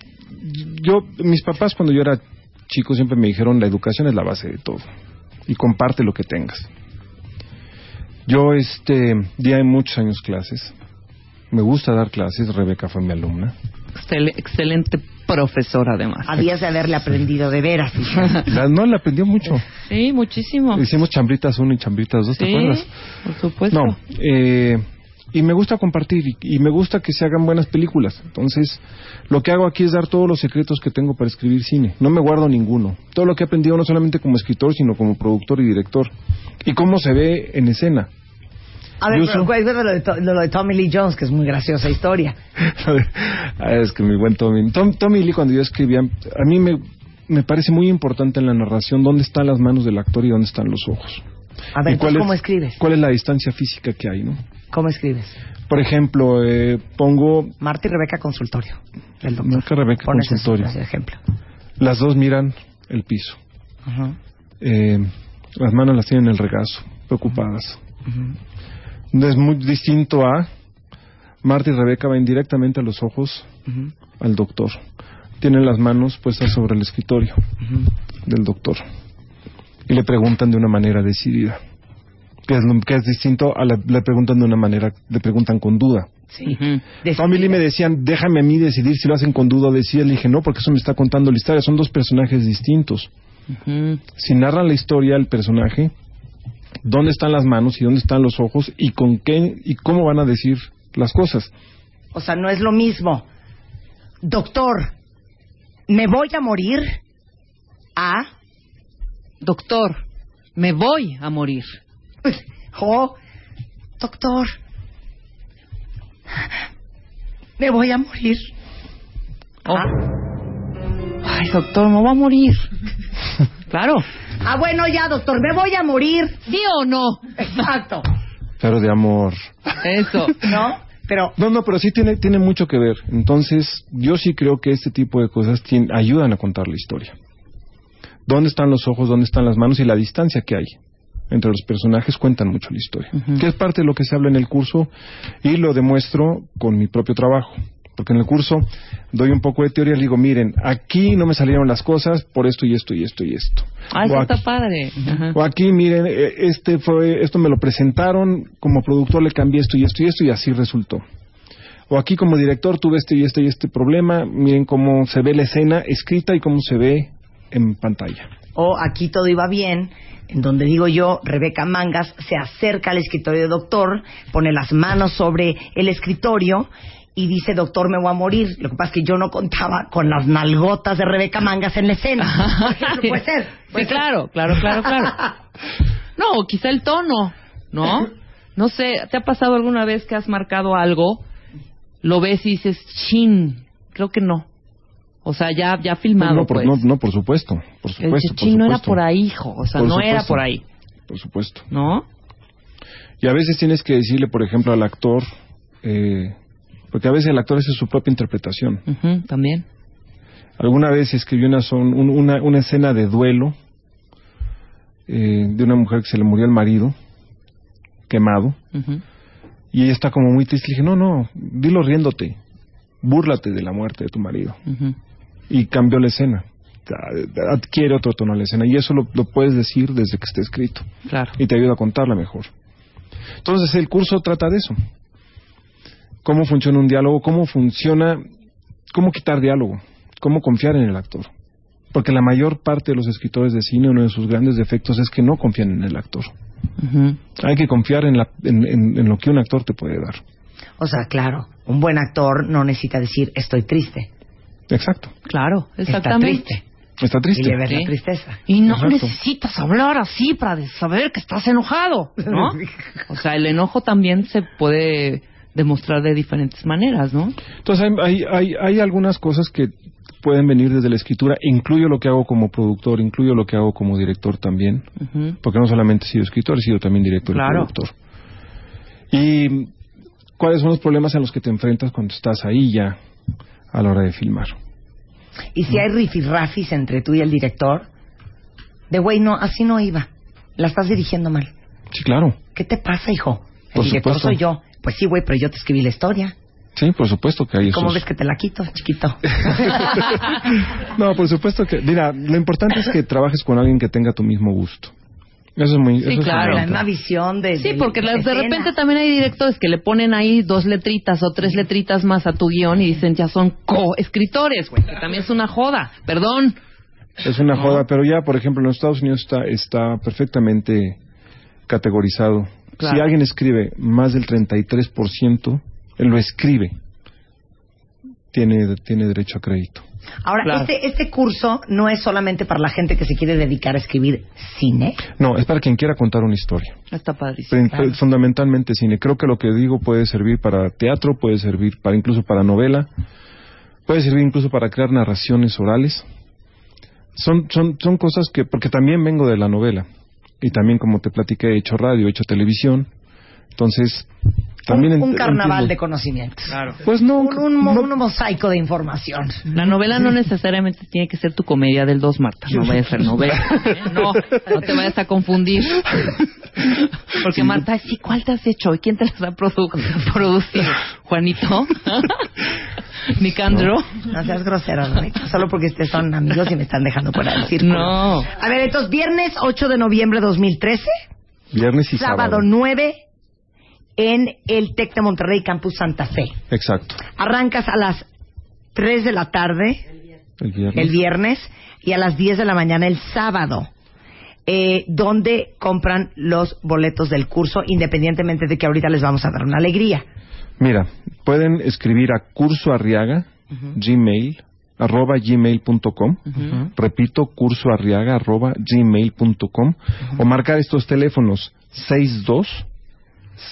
S17: yo, mis papás cuando yo era chico siempre me dijeron la educación es la base de todo y comparte lo que tengas. Yo, este, di de muchos años clases. Me gusta dar clases. Rebeca fue mi alumna.
S4: Excel- excelente profesor, además.
S3: Habías de haberle aprendido de veras. hija.
S17: La- no, la aprendió mucho.
S4: Sí, muchísimo.
S17: Hicimos chambritas uno y chambritas dos, ¿te
S4: Sí,
S17: acuerdas?
S4: por supuesto.
S17: No, eh, y me gusta compartir y, y me gusta que se hagan buenas películas. Entonces, lo que hago aquí es dar todos los secretos que tengo para escribir cine. No me guardo ninguno. Todo lo que he aprendido no solamente como escritor, sino como productor y director. Y cómo se ve en escena.
S3: A ver,
S17: Yo
S3: pero
S17: soy-
S3: cuéntanos lo de, To- lo de Tommy Lee Jones, que es muy graciosa historia.
S17: Ah, es que mi buen Tommy. Tom- Tommy Lee, cuando yo escribía, a mí me, me parece muy importante en la narración dónde están las manos del actor y dónde están los ojos.
S3: A ver,
S17: ¿Y cuál
S3: ¿tú
S17: es-
S3: ¿cómo escribes?
S17: ¿Cuál es la distancia física que hay, no?
S3: ¿Cómo escribes?
S17: Por ejemplo, eh, pongo
S3: Marta y Rebeca Consultorio. El doctor.
S17: Marca Rebeca
S3: Pones ese-
S17: Consultorio.
S3: ese ejemplo.
S17: Las dos miran el piso.
S3: Ajá.
S17: Eh, las manos las tienen en el regazo, preocupadas. No Es muy distinto a Marta y Rebeca van directamente a los ojos al doctor. tiene las manos puestas sobre el escritorio del doctor y le preguntan de una manera decidida, que es, lo- que es distinto a la le preguntan de una manera, le preguntan con duda.
S13: Sí.
S17: Tommy Lee me decían, déjame a mí decidir si lo hacen con duda o decía, le dije, no, porque eso me está contando la historia, son dos personajes distintos. Si narran la historia del personaje, dónde están las manos y dónde están los ojos y con qué y cómo van a decir las cosas.
S3: O sea, no es lo mismo. Doctor, me voy a morir a...
S4: Doctor, me voy a morir.
S3: Oh, doctor, me voy a morir.
S4: Oh.
S3: Ah,
S4: Ay, doctor, me voy a morir. claro.
S3: Ah, bueno, ya, doctor, me voy a morir.
S4: ¿Sí o no?
S3: Exacto.
S17: Pero de amor.
S4: Eso.
S3: ¿No? Pero...
S17: No, no, pero sí tiene, tiene mucho que ver. Entonces, yo sí creo que este tipo de cosas tien- ayudan a contar la historia. ¿Dónde están los ojos, dónde están las manos y la distancia que hay entre los personajes cuentan mucho la historia? Que es parte de lo que se habla en el curso y lo demuestro con mi propio trabajo. Porque en el curso doy un poco de teoría y digo, miren, aquí no me salieron las cosas por esto y esto y esto y esto.
S4: Ay,
S17: O
S4: eso
S17: aquí-
S4: está padre. Ajá.
S17: o aquí, miren, eh, este fue, esto me lo presentaron, como productor le cambié esto y esto y esto y así resultó. O aquí como director tuve este y este y este problema, miren cómo se ve la escena escrita y cómo se ve en pantalla.
S3: O aquí todo iba bien, en donde digo yo, Rebeca Mangas se acerca al escritorio del doctor, pone las manos sobre el escritorio y dice, doctor, me voy a morir. Lo que pasa es que yo no contaba con las nalgotas de Rebeca Mangas en la escena. Eso puede ser.
S4: Sí, claro, claro, claro, claro. No, o quizá el tono, ¿no? No sé, ¿te ha pasado alguna vez que has marcado algo, lo ves y dices, chin, creo que no? O sea, ya, ya filmado,
S17: no, por,
S4: pues.
S17: no, no, por supuesto, por
S4: El
S17: supuesto.
S4: chin no era
S17: supuesto.
S4: por ahí, hijo. O sea,
S17: Por
S4: no era
S17: supuesto.
S4: por ahí.
S17: Por supuesto.
S4: ¿No?
S17: Y a veces tienes que decirle, por ejemplo, al actor, eh, porque a veces el actor hace su propia interpretación.
S4: Ujú, También.
S17: Alguna vez escribí una, son- un- una, una escena de duelo eh, de una mujer que se le murió el marido, quemado,
S4: Ujú.
S17: y ella está como muy triste. Le dije, no, no, dilo riéndote, búrlate de la muerte de tu marido.
S4: Ujú.
S17: Y cambió la escena, a- adquiere otro tono a la escena, y eso lo, lo puedes decir desde que esté escrito.
S4: Claro.
S17: Y te ayuda a contarla mejor. Entonces, el curso trata de eso. Cómo funciona un diálogo, cómo funciona, cómo quitar diálogo, cómo confiar en el actor. Porque la mayor parte de los escritores de cine, uno de sus grandes defectos es que no confían en el actor.
S4: Ujú.
S17: Hay que confiar en, la- en- en- en lo que un actor te puede dar.
S3: O sea, claro, un buen actor no necesita decir, estoy triste.
S17: Exacto.
S4: Claro,
S3: Está triste.
S17: Está triste.
S3: Y le ves
S4: Sí.
S3: la tristeza.
S4: Y no
S3: Exacto.
S4: necesitas hablar así para de- saber que estás enojado, ¿no? O sea, el enojo también se puede demostrar de diferentes maneras, ¿no?
S17: Entonces hay, hay, hay, hay algunas cosas que pueden venir desde la escritura, incluyo lo que hago como productor, incluyo lo que hago como director también,
S4: Ujú.
S17: porque no solamente he sido escritor, he sido también director
S4: Claro.
S17: y productor. ¿Y cuáles son los problemas a los que te enfrentas cuando estás ahí ya a la hora de filmar?
S3: Y si hay rifirrafis entre tú y el director, de güey, no, así no iba. La estás dirigiendo mal.
S17: Sí, claro.
S3: ¿Qué te pasa, hijo? El
S17: Por
S3: director
S17: supuesto.
S3: soy yo. Pues sí, güey, pero yo te escribí la historia.
S17: Sí, por supuesto que hay esos...
S3: ¿Cómo ves que te la quito, chiquito?
S17: No, por supuesto que... Mira, lo importante es que trabajes con alguien que tenga tu mismo gusto. Eso es muy... eso es
S3: La
S17: fundamental.
S3: misma visión de.
S4: Sí,
S3: del-
S4: porque las- de
S3: escena.
S4: repente también hay directores que le ponen ahí dos letritas o tres letritas más a tu guión y dicen ya son co-escritores, güey, que también es una joda. Perdón.
S17: Es una joda, pero ya, por ejemplo, en los Estados Unidos está, está perfectamente categorizado.
S4: Claro.
S17: Si alguien escribe más del 33%, él lo escribe, tiene, tiene derecho a crédito.
S3: Ahora,
S17: Claro.
S3: este, este curso no es solamente para la gente que se quiere dedicar a escribir cine.
S17: No, es para quien quiera contar una historia.
S4: Está padrísimo.
S17: Prin- Fundamentalmente cine. Creo que lo que digo puede servir para teatro, puede servir para incluso para novela, puede servir incluso para crear narraciones orales. Son, son, son cosas que, porque también vengo de la novela y también como te platiqué he hecho radio, he hecho televisión, entonces también
S3: Un
S17: ent-
S3: carnaval de
S17: entiendo.
S3: conocimientos.
S4: Claro.
S17: Pues no.
S3: Un, un mo- un mosaico de información.
S4: La novela no necesariamente tiene que ser tu comedia del dos, Marta. No vaya a ser novela. ¿eh? No, no te vayas a confundir. Porque Marta, sí, ¿cuál te has hecho? ¿Y quién te las ha produ- producido? ¿Juanito? Nicandro.
S3: No seas grosero, Rebeca, Solo porque ustedes son amigos y me están dejando fuera del círculo.
S4: No.
S3: A ver, entonces, viernes 8 de noviembre de 2013,
S17: Viernes y sábado.
S3: sábado 9 en el TEC de Monterrey Campus Santa Fe.
S17: Exacto.
S3: Arrancas a las 3 de la tarde
S17: El viernes.
S3: el viernes y a las 10 de la mañana el sábado. eh, donde compran los boletos del curso, independientemente de que ahorita les vamos a dar una alegría.
S17: Mira, pueden escribir a curso arriaga, gmail, arroba gmail.com. Repito, curso arriaga, arroba gmail.com. O marcar estos teléfonos 62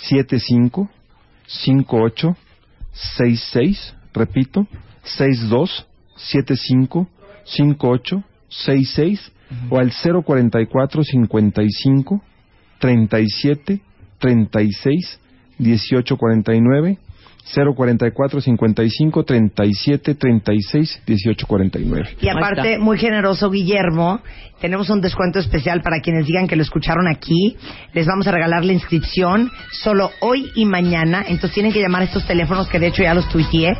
S17: 75 58 66. Repito, 62 75 58 66 o al 044 55 37 36 1849 044 55 37 36 1849.
S3: Y aparte, muy generoso Guillermo, tenemos un descuento especial para quienes digan que lo escucharon aquí. Les vamos a regalar la inscripción solo hoy y mañana. Entonces tienen que llamar a estos teléfonos que de hecho ya los tuiteé.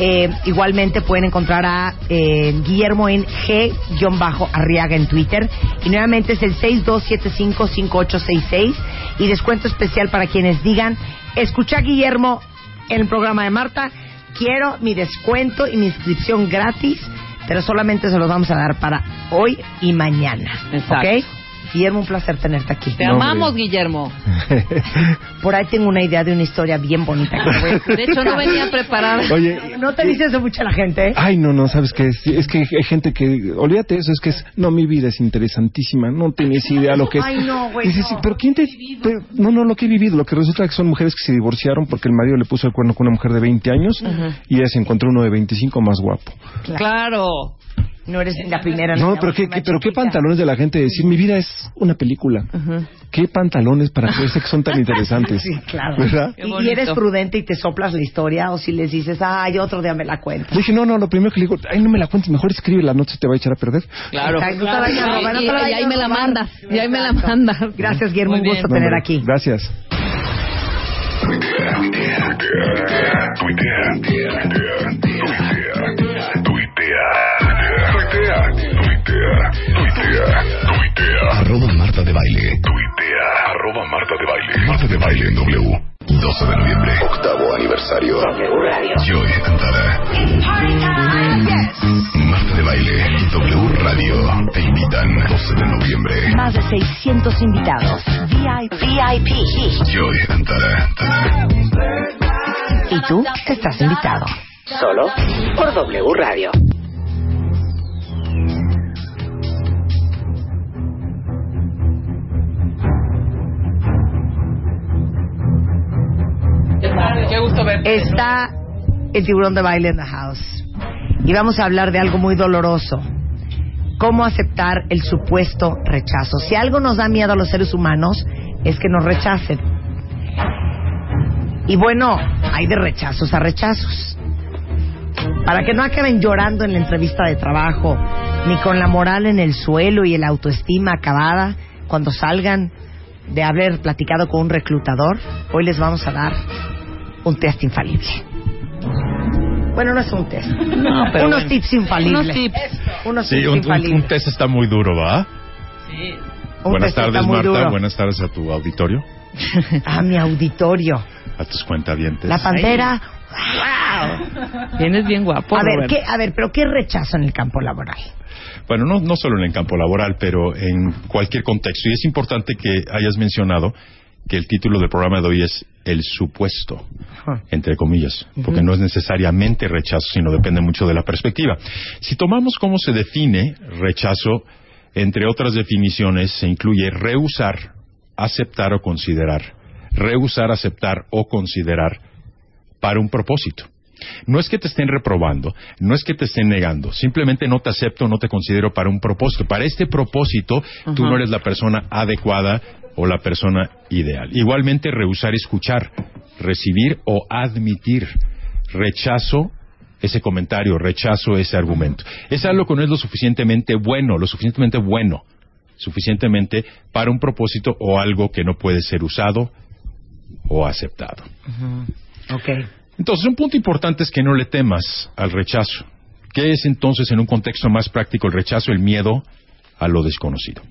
S3: Eh, igualmente pueden encontrar a eh, Guillermo en G-Arriaga en Twitter. Y nuevamente es el 62755866. Y descuento especial para quienes digan, escucha Guillermo en el programa de Marta. Quiero mi descuento y mi inscripción gratis, pero solamente se los vamos a dar para hoy y mañana. ¿Ok? Guillermo, un placer tenerte aquí.
S4: Te amamos, Guillermo.
S3: Por ahí tengo una idea de una historia bien bonita. que voy a explicar.
S4: De hecho, no venía preparada.
S17: Oye,
S3: no te dice eso mucho la gente, ¿eh?
S17: Ay, no, no, ¿sabes qué? Es, es que hay gente que... Olvídate eso, es que es... No, mi vida es interesantísima, no tienes idea lo que es.
S3: Ay, no, güey,
S17: Dices,
S3: no.
S17: pero ¿quién te, te- No, no, lo que he vivido, lo que resulta que son mujeres que se divorciaron porque el marido le puso el cuerno con una mujer de 20 años
S3: Ujú.
S17: y ella se encontró uno de 25 más guapo.
S4: Claro.
S3: No eres la primera. ni
S17: No,
S3: la
S17: pero qué,
S3: última
S17: qué- pero qué
S3: chiquita.
S17: pantalones de la gente decir, mi vida es una película.
S3: Ujú.
S17: Qué pantalones para creerse que son tan interesantes.
S3: Sí, claro.
S17: ¿Verdad?
S3: Y- Y, eres prudente y te soplas la historia, o si les dices, ay, otro día me la cuento.
S17: Le dije, no, no, lo primero que le digo, ay, no me la cuentes, mejor escríbela, no se te va a echar a perder.
S3: Claro. Exacto, no te vayas a robar, no te
S4: Y- y-
S3: vayas
S4: y ahí
S3: a
S4: me la
S3: robar.
S4: mandas, y ahí me la
S3: Exacto.
S4: mandas.
S3: Gracias, Guillermo,
S4: Muy
S3: un
S4: bien.
S3: gusto tener
S17: Hombre,
S3: aquí.
S17: Gracias.
S9: Arroba Marta de Baile. Tuitea. Arroba Marta de Baile. Marta de Baile en W. 12 de noviembre. Octavo aniversario. W Radio. Joy Antara. Marta de Baile y W Radio te invitan. 12 de noviembre.
S6: Más de 600 invitados. VIP.
S9: Joy Antara.
S3: Y tú estás invitado.
S6: Solo por W Radio.
S5: Qué gusto verte.
S3: Está el tiburón de baile en the house. Y vamos a hablar de algo muy doloroso. Cómo aceptar el supuesto rechazo. Si algo nos da miedo a los seres humanos, es que nos rechacen. Y bueno, hay de rechazos a rechazos. Para que no acaben llorando en la entrevista de trabajo, ni con la moral en el suelo y el autoestima acabada cuando salgan de haber platicado con un reclutador, hoy les vamos a dar un test infalible. Bueno, no es un test.
S18: No, pero
S3: unos
S18: bueno.
S3: tips infalibles.
S18: Unos tips.
S3: Unos
S18: Sí,
S3: tips
S18: un, un-
S3: infalibles.
S18: un test está muy duro, ¿va?
S3: Un
S18: Buenas
S3: test está
S18: tardes,
S3: muy
S18: Marta.
S3: duro.
S18: Buenas tardes a tu auditorio,
S3: A Ah, mi auditorio.
S18: a tus cuentavientes.
S3: La pantera.
S4: Vienes bien guapo.
S3: A ver,
S18: Robert.
S3: ¿qué, a ver, pero ¿qué rechazo en el campo laboral?
S18: Bueno, no, no solo en el campo laboral, pero en cualquier contexto. Y es importante que hayas mencionado que el título del programa de hoy es El supuesto, entre comillas, porque no es necesariamente rechazo, sino depende mucho de la perspectiva. Si tomamos cómo se define rechazo, entre otras definiciones se incluye rehusar, aceptar o considerar. Rehusar, aceptar o considerar para un propósito. No es que te estén reprobando, no es que te estén negando, simplemente no te acepto, no te considero para un propósito. Para este propósito, tú
S19: Ajá.
S18: no eres la persona adecuada o la persona ideal. Igualmente, rehusar escuchar, recibir o admitir. Rechazo ese comentario, rechazo ese argumento. Es algo que no es lo suficientemente bueno, lo suficientemente bueno, suficientemente para un propósito o algo que no puede ser usado o aceptado.
S3: Ok.
S18: Entonces, un punto importante es que no le temas al rechazo. ¿Qué es entonces en un contexto más práctico el rechazo? El miedo a lo desconocido.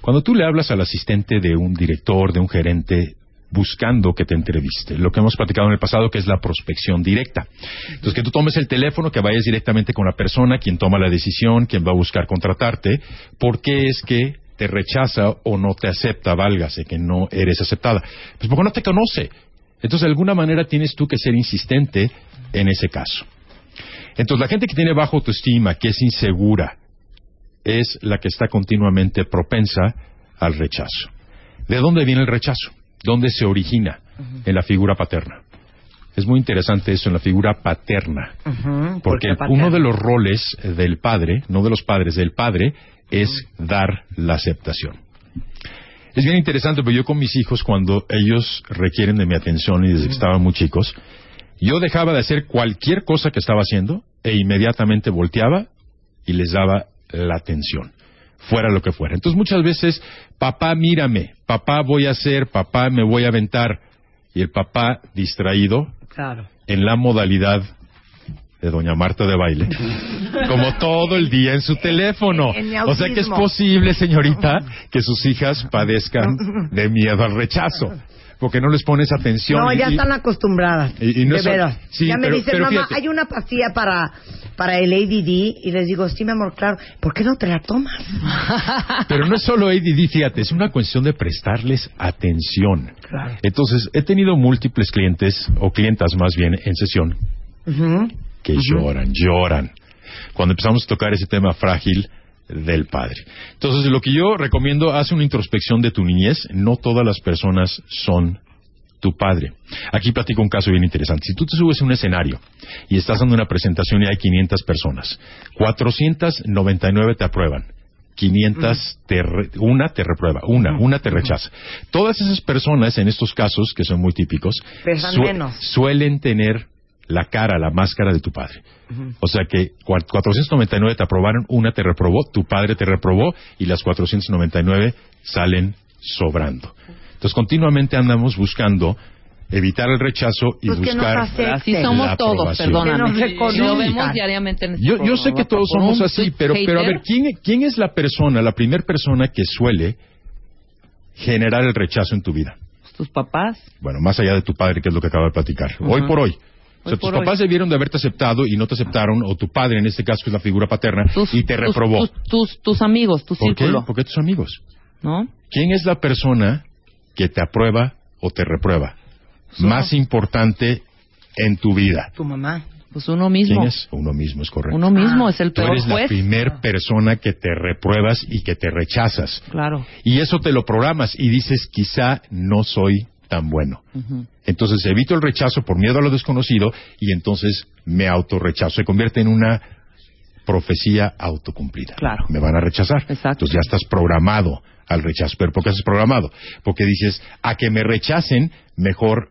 S18: Cuando tú le hablas al asistente de un director, de un gerente, buscando que te entreviste, lo que hemos platicado en el pasado, que es la prospección directa. Entonces, que tú tomes el teléfono, que vayas directamente con la persona, quien toma la decisión, quien va a buscar contratarte, ¿por qué es que te rechaza o no te acepta, válgase, que no eres aceptada? Pues porque no te conoce. Entonces, de alguna manera tienes tú que ser insistente en ese caso. Entonces, la gente que tiene baja autoestima, que es insegura, es la que está continuamente propensa al rechazo. ¿De dónde viene el rechazo? ¿Dónde se origina? En la figura paterna. Es muy interesante eso, en la figura paterna. Porque uno de los roles eh, del padre, no de los padres, del padre, es dar la aceptación. Es bien interesante, porque yo con mis hijos, cuando ellos requieren de mi atención y desde que estaban muy chicos, yo dejaba de hacer cualquier cosa que estaba haciendo e inmediatamente volteaba y les daba la atención, fuera lo que fuera. Entonces muchas veces, papá, mírame, papá, voy a hacer, papá, me voy a aventar. Y el papá distraído
S20: Claro.
S18: en la modalidad de doña Marta de baile, como todo el día en su teléfono.
S20: En
S18: O sea que es
S20: autismo.
S18: posible, señorita, que sus hijas padezcan de miedo al rechazo, porque no les pones atención.
S20: No,
S18: y-
S20: ya
S18: y-
S20: están acostumbradas.
S18: y- y no
S20: de
S18: es-
S20: veras.
S18: sí,
S20: ya me
S18: pero-
S20: dicen,
S18: pero
S20: mamá,
S18: fíjate.
S20: hay una pastilla para, para el ADD. Y les digo, sí, mi amor, claro. ¿Por qué no te la tomas?
S18: Pero no es solo ADD, fíjate, es una cuestión de prestarles atención.
S20: Claro.
S18: Entonces, he tenido múltiples clientes, o clientas más bien, en sesión, que lloran, lloran. Cuando empezamos a tocar ese tema frágil del padre. Entonces, lo que yo recomiendo, haz una introspección de tu niñez. No todas las personas son tu padre. Aquí platico un caso bien interesante. Si tú te subes a un escenario y estás dando una presentación y hay 500 personas, 499 te aprueban. 500, te re- una te reprueba, una, una te rechaza. Todas esas personas, en estos casos, que son muy típicos,
S20: Pesan menos.
S18: suelen tener la cara, la máscara de tu padre. O sea que cua- 499 te aprobaron, una te reprobó, tu padre te reprobó y las 499 salen sobrando. Entonces continuamente andamos buscando evitar el rechazo y
S4: Pues que nos
S18: buscar
S4: acepte. Así somos
S18: la
S4: todos,
S18: aprobación.
S4: perdóname. Que nos
S5: Lo vemos
S4: reconozcan.
S5: diariamente en este
S18: Yo, yo sé que todos somos así, pero, pero a ver, ¿quién, quién es la persona, la primera persona que suele generar el rechazo en tu vida?
S5: ¿Tus papás?
S18: Bueno, más allá de tu padre, que es lo que acaba de platicar.
S5: Ujú.
S18: Hoy por hoy. O sea,
S5: Hoy
S18: tus
S5: por
S18: papás debieron de haberte aceptado y no te aceptaron, o tu padre, en este caso, que es la figura paterna, y te reprobó.
S4: Tus, tus, tus amigos, tu
S18: ¿Por qué?
S4: círculo.
S18: ¿Por qué tus amigos?
S4: ¿No?
S18: ¿Quién es la persona que te aprueba o te reprueba? Más importante en tu vida.
S20: Tu mamá. Ah.
S4: Pues uno mismo.
S18: ¿Quién es? Uno mismo, es correcto.
S4: Uno mismo es el
S18: Tú
S4: peor
S18: eres la
S4: juez.
S18: primer persona que te repruebas y que te rechazas.
S4: Claro.
S18: Y eso te lo programas y dices, quizá no soy tan bueno. Entonces evito el rechazo por miedo a lo desconocido y entonces me autorrechazo. Se convierte en una profecía autocumplida. Claro. Me van a rechazar. Entonces ya estás programado al rechazo. ¿Pero por qué estás programado? Porque dices, a que me rechacen, mejor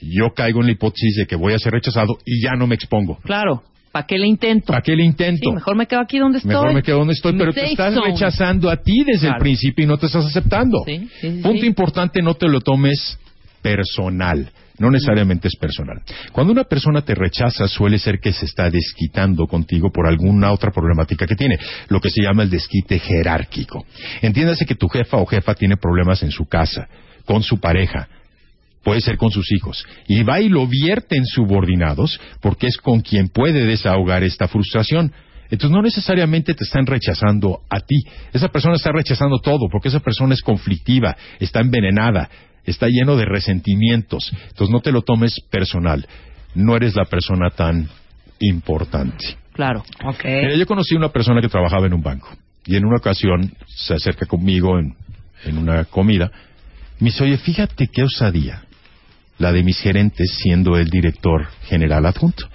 S18: yo caigo en la hipótesis de que voy a ser rechazado y ya no me expongo.
S4: Claro. ¿Para qué le intento?
S18: ¿Para qué le intento?
S4: Sí, mejor me quedo aquí donde estoy.
S18: Mejor me quedo donde estoy,
S4: Mi
S18: pero te
S4: safe
S18: estás
S4: zone.
S18: rechazando a ti desde el
S4: Claro.
S18: principio y no te estás aceptando.
S4: Sí, sí, sí,
S18: Punto
S4: sí.
S18: importante, no te lo tomes personal.
S4: Mm.
S18: No necesariamente es personal. Cuando una persona te rechaza, suele ser que se está desquitando contigo por alguna otra problemática que tiene, lo que se llama el desquite jerárquico. Entiéndase que tu jefa o jefa tiene problemas en su casa, con su pareja, puede ser con sus hijos, y va y lo vierte en subordinados porque es con quien puede desahogar esta frustración. Entonces no necesariamente te están rechazando a ti, esa persona está rechazando todo porque esa persona es conflictiva, está envenenada, está lleno de resentimientos, entonces no te lo tomes personal, no eres la persona tan importante.
S4: Claro.
S18: Mira, yo conocí una persona que trabajaba en un banco y en una ocasión se acerca conmigo en, en una comida. Me dice, oye, fíjate qué osadía la de mis gerentes siendo el director general adjunto.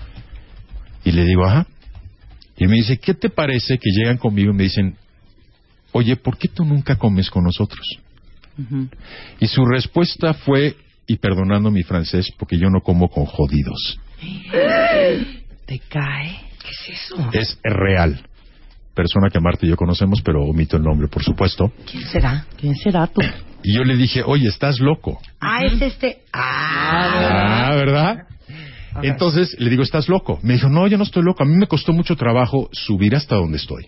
S18: Y le digo, ajá. Y me dice, ¿qué te parece que llegan conmigo y me dicen, oye, ¿por qué tú nunca comes con nosotros? Y su respuesta fue, y perdonando mi francés, porque yo no como con jodidos.
S20: Te cae. ¿Qué es eso?
S18: Es real. Persona que Marta y yo conocemos, pero omito el nombre, por supuesto.
S20: ¿Quién será? ¿Quién será tú?
S18: Y yo le dije, oye, estás loco.
S20: Ah, es este.
S18: Ah, ¿verdad? Entonces le digo, ¿estás loco? Me dijo, no, yo no estoy loco. A mí me costó mucho trabajo subir hasta donde estoy.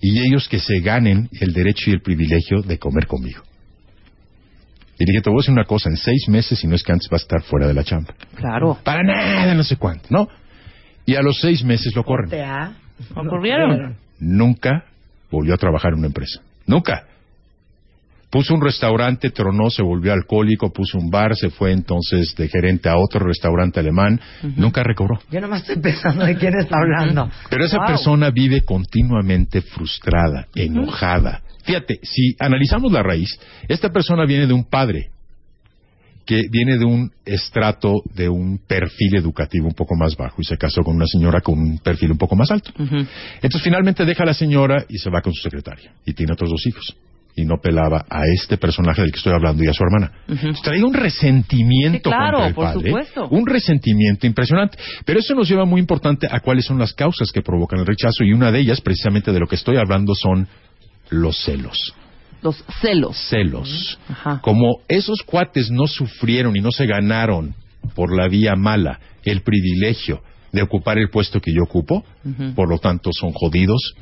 S18: Y ellos que se ganen el derecho y el privilegio de comer conmigo. Y le dije, te voy a decir una cosa, en seis meses, si no es que antes, vas a estar fuera de la chamba.
S3: Claro.
S18: Para nada, Ah, no sé cuánto, ¿no? Y a los seis meses lo corren.
S3: ¿Ocurrieron?
S18: Nunca volvió a trabajar en una empresa. Nunca. Puso un restaurante, tronó, se volvió alcohólico, puso un bar, se fue entonces de gerente a otro restaurante alemán. Nunca recobró.
S3: Yo nomás estoy pensando de quién está hablando.
S18: Pero esa
S3: Wow.
S18: persona vive continuamente frustrada, enojada. Fíjate, si analizamos la raíz, esta persona viene de un padre que viene de un estrato, de un perfil educativo un poco más bajo y se casó con una señora con un perfil un poco más alto. Entonces finalmente deja a la señora y se va con su secretaria y tiene otros dos hijos y no pelaba a este personaje del que estoy hablando y a su hermana. Entonces, traía un resentimiento
S7: Sí, claro,
S18: contra el
S7: por
S18: padre,
S7: supuesto.
S18: un resentimiento impresionante. Pero eso nos lleva muy importante a cuáles son las causas que provocan el rechazo y una de ellas, precisamente de lo que estoy hablando, son los celos.
S4: Los celos.
S18: Celos. Como esos cuates no sufrieron y no se ganaron por la vía mala el privilegio de ocupar el puesto que yo ocupo, por lo tanto son jodidos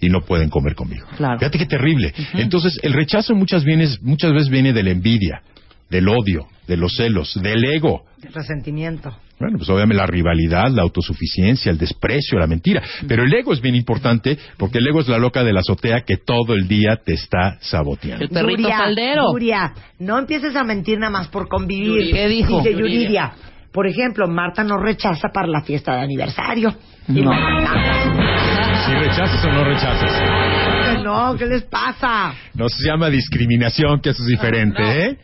S18: y no pueden comer conmigo. Fíjate qué terrible. Entonces, el rechazo muchas, vienes- muchas veces viene de la envidia, del odio, de los celos, del ego.
S3: El resentimiento.
S18: Bueno, pues obviamente la rivalidad, la autosuficiencia, el desprecio, la mentira. Pero el ego es bien importante porque el ego es la loca de la azotea que todo el día te está saboteando.
S4: El perrito
S3: Yuria,
S4: faldero.
S3: Yuria, no empieces a mentir nada más por convivir.
S4: Yuridia. ¿Qué dijo?
S3: Dice
S4: Yuridia.
S3: Yuridia. Por ejemplo, Marta no rechaza para la fiesta de aniversario. Y
S18: No.
S3: Marta-
S18: Si rechazas o no rechazas.
S3: Que No, ¿qué les pasa?
S18: No se llama discriminación, que eso es diferente, ¿eh?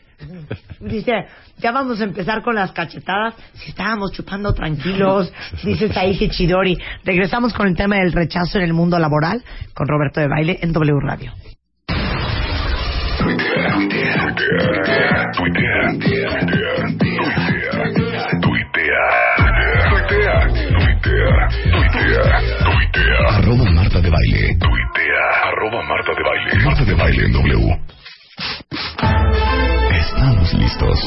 S3: Dice, ya vamos a empezar con las cachetadas. Si estábamos chupando tranquilos, dice Saiki Chidori. Regresamos con el tema del rechazo en el mundo laboral con Roberto de Baile en W Radio.
S9: Arroba Marta de Baile. Tuitea. Arroba Marta de Baile. Marta de Baile en W. Estamos listos.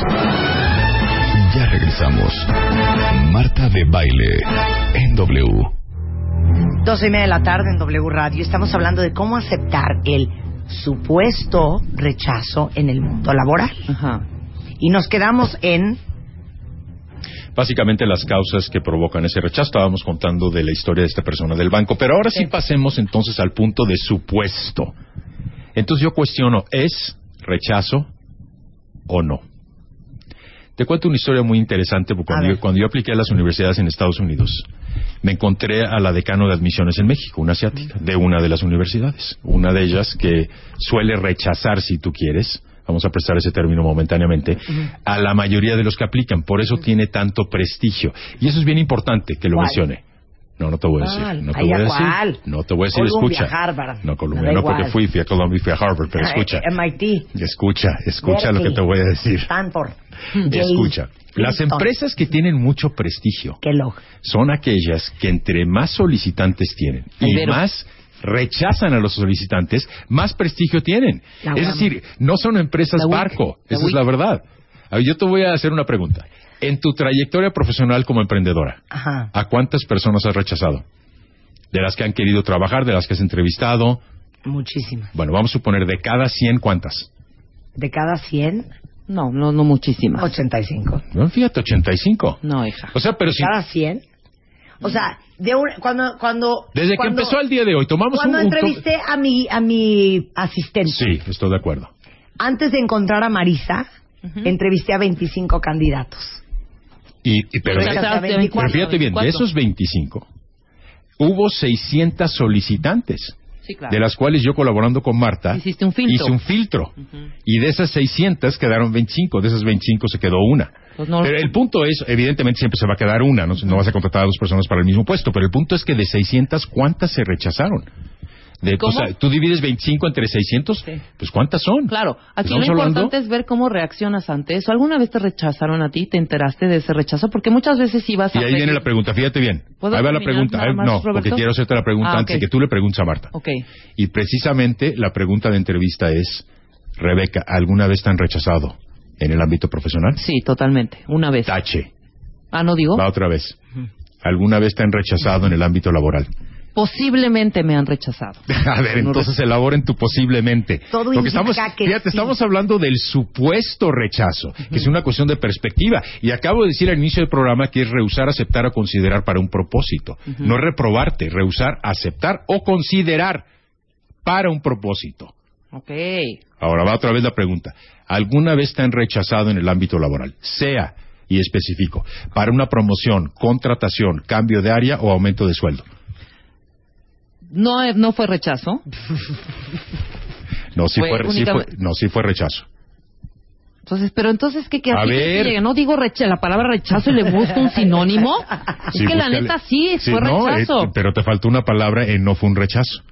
S9: Ya regresamos. Marta de Baile en W.
S3: 12 y media de la tarde en W Radio. Estamos hablando de cómo aceptar el supuesto rechazo en el mundo laboral. Y nos quedamos en.
S18: Básicamente las causas que provocan ese rechazo. Estábamos contando de la historia de esta persona del banco, pero ahora sí pasemos entonces al punto de supuesto. Entonces yo cuestiono, ¿es rechazo o no? Te cuento una historia muy interesante, porque cuando yo, cuando yo apliqué a las universidades en Estados Unidos, me encontré a la decano de admisiones en México, una asiática, de una de las universidades. Una de ellas que suele rechazar, si tú quieres, vamos a prestar ese término momentáneamente, a la mayoría de los que aplican. Por eso tiene tanto prestigio. Y eso es bien importante que lo
S3: ¿Cuál?
S18: mencione. No, no te voy a
S3: ¿Cuál?
S18: decir. No te
S3: Ay,
S18: voy
S3: ¿a
S18: a decir.
S3: cuál?
S18: No te voy a decir,
S3: Columbia,
S18: escucha.
S3: Harvard.
S18: No,
S3: Me
S18: Colombia,
S3: da
S18: no, porque
S3: igual.
S18: fui, fui a Colombia y fui a Harvard, pero
S3: Ah,
S18: escucha.
S3: eh, MIT.
S18: Escucha, escucha lo que
S3: Berkeley,
S18: te voy a decir.
S3: Stanford. Yale,
S18: Escucha, las
S3: Princeton.
S18: empresas que tienen mucho prestigio
S3: Kellogg.
S18: son aquellas que entre más solicitantes tienen y
S7: Ibero.
S18: más rechazan a los solicitantes, más prestigio tienen.
S7: La
S18: es
S7: UAM.
S18: decir, no son empresas barco,
S7: La
S18: esa es la verdad. A ver, Yo te voy a hacer una pregunta. En tu trayectoria profesional como emprendedora,
S3: Ajá.
S18: ¿a cuántas personas has rechazado? De las que han querido trabajar, de las que has entrevistado.
S3: Muchísimas.
S18: Bueno, vamos a suponer de cada 100 cuántas.
S3: De cada 100.
S4: No, no, no muchísimas.
S3: 85.
S18: No, fíjate, 85.
S4: No, hija.
S18: O sea, pero si
S3: Cada 100. O sea, de un- cuando, cuando.
S18: Desde
S3: cuando-
S18: que empezó el día de hoy, tomamos
S3: Cuando
S18: un... un to-
S3: entrevisté a mi, a mi asistente,
S18: Sí, estoy de acuerdo.
S3: antes de encontrar a Marisa, entrevisté a 25 candidatos.
S18: Y, y- pero,
S3: Rechazaste
S18: pero
S3: 24.
S18: fíjate bien, de
S3: 24.
S18: esos 25, hubo 600 solicitantes,
S4: Sí,
S18: de las cuales yo colaborando con Marta,
S4: Hiciste un filtro.
S18: hice un filtro. Y de esas 600 quedaron 25, de esas 25 se quedó una.
S4: Pues no-
S18: Pero el punto es, evidentemente siempre se va a quedar una, no, no vas a contratar a dos personas para el mismo puesto, pero el punto es que de 600, ¿cuántas se rechazaron? De,
S4: ¿Cómo?
S18: o sea, tú divides 25 entre 600, pues ¿cuántas son?
S4: Claro, aquí lo
S18: Estamos hablando-
S4: importante es ver cómo reaccionas ante eso. ¿Alguna vez te rechazaron a ti? ¿Te enteraste de ese rechazo? Porque muchas veces ibas a...
S18: Y ahí viene la pregunta, fíjate bien. Ahí
S4: ¿Puedo
S18: va la
S4: terminar
S18: pregunta.
S4: nada
S18: Ahí-
S4: más,
S18: no, porque
S4: Roberto?
S18: quiero hacerte la pregunta
S4: Ah,
S18: antes de
S4: ok.
S18: que tú le preguntes a Marta.
S4: Ok.
S18: Y precisamente la pregunta de entrevista es, Rebeca, ¿alguna vez te han rechazado en el ámbito profesional?
S4: Sí, totalmente. Una vez.
S18: Tache.
S4: Ah, no digo.
S18: Va otra vez. ¿Alguna vez te han rechazado en el ámbito laboral?
S4: Posiblemente me han rechazado.
S18: A ver, entonces elaboren tu posiblemente.
S4: Todo
S18: Porque
S4: indica
S18: estamos,
S4: que
S18: fíjate, estamos hablando del supuesto rechazo, que es una cuestión de perspectiva. Y acabo de decir al inicio del programa que es rehusar, aceptar o considerar para un propósito. No es reprobarte, rehusar, aceptar o considerar para un propósito.
S4: Ok.
S18: Ahora va otra vez la pregunta. ¿Alguna vez te han rechazado en el ámbito laboral? Sea, y especifico, para una promoción, contratación, cambio de área o aumento de sueldo.
S4: No, eh, no fue rechazo.
S18: No, sí
S4: Fue
S18: fue, sí fue-
S4: únicamente-
S18: no, sí fue rechazo.
S4: Entonces, pero entonces, ¿qué? qué
S18: A
S4: así que
S18: ver.
S4: sigue? No digo recha- la palabra rechazo y le busco un sinónimo.
S18: Sí,
S4: es que la
S18: búscale.
S4: neta sí, fue
S18: no,
S4: rechazo.
S18: eh, pero te faltó una palabra en no fue un rechazo,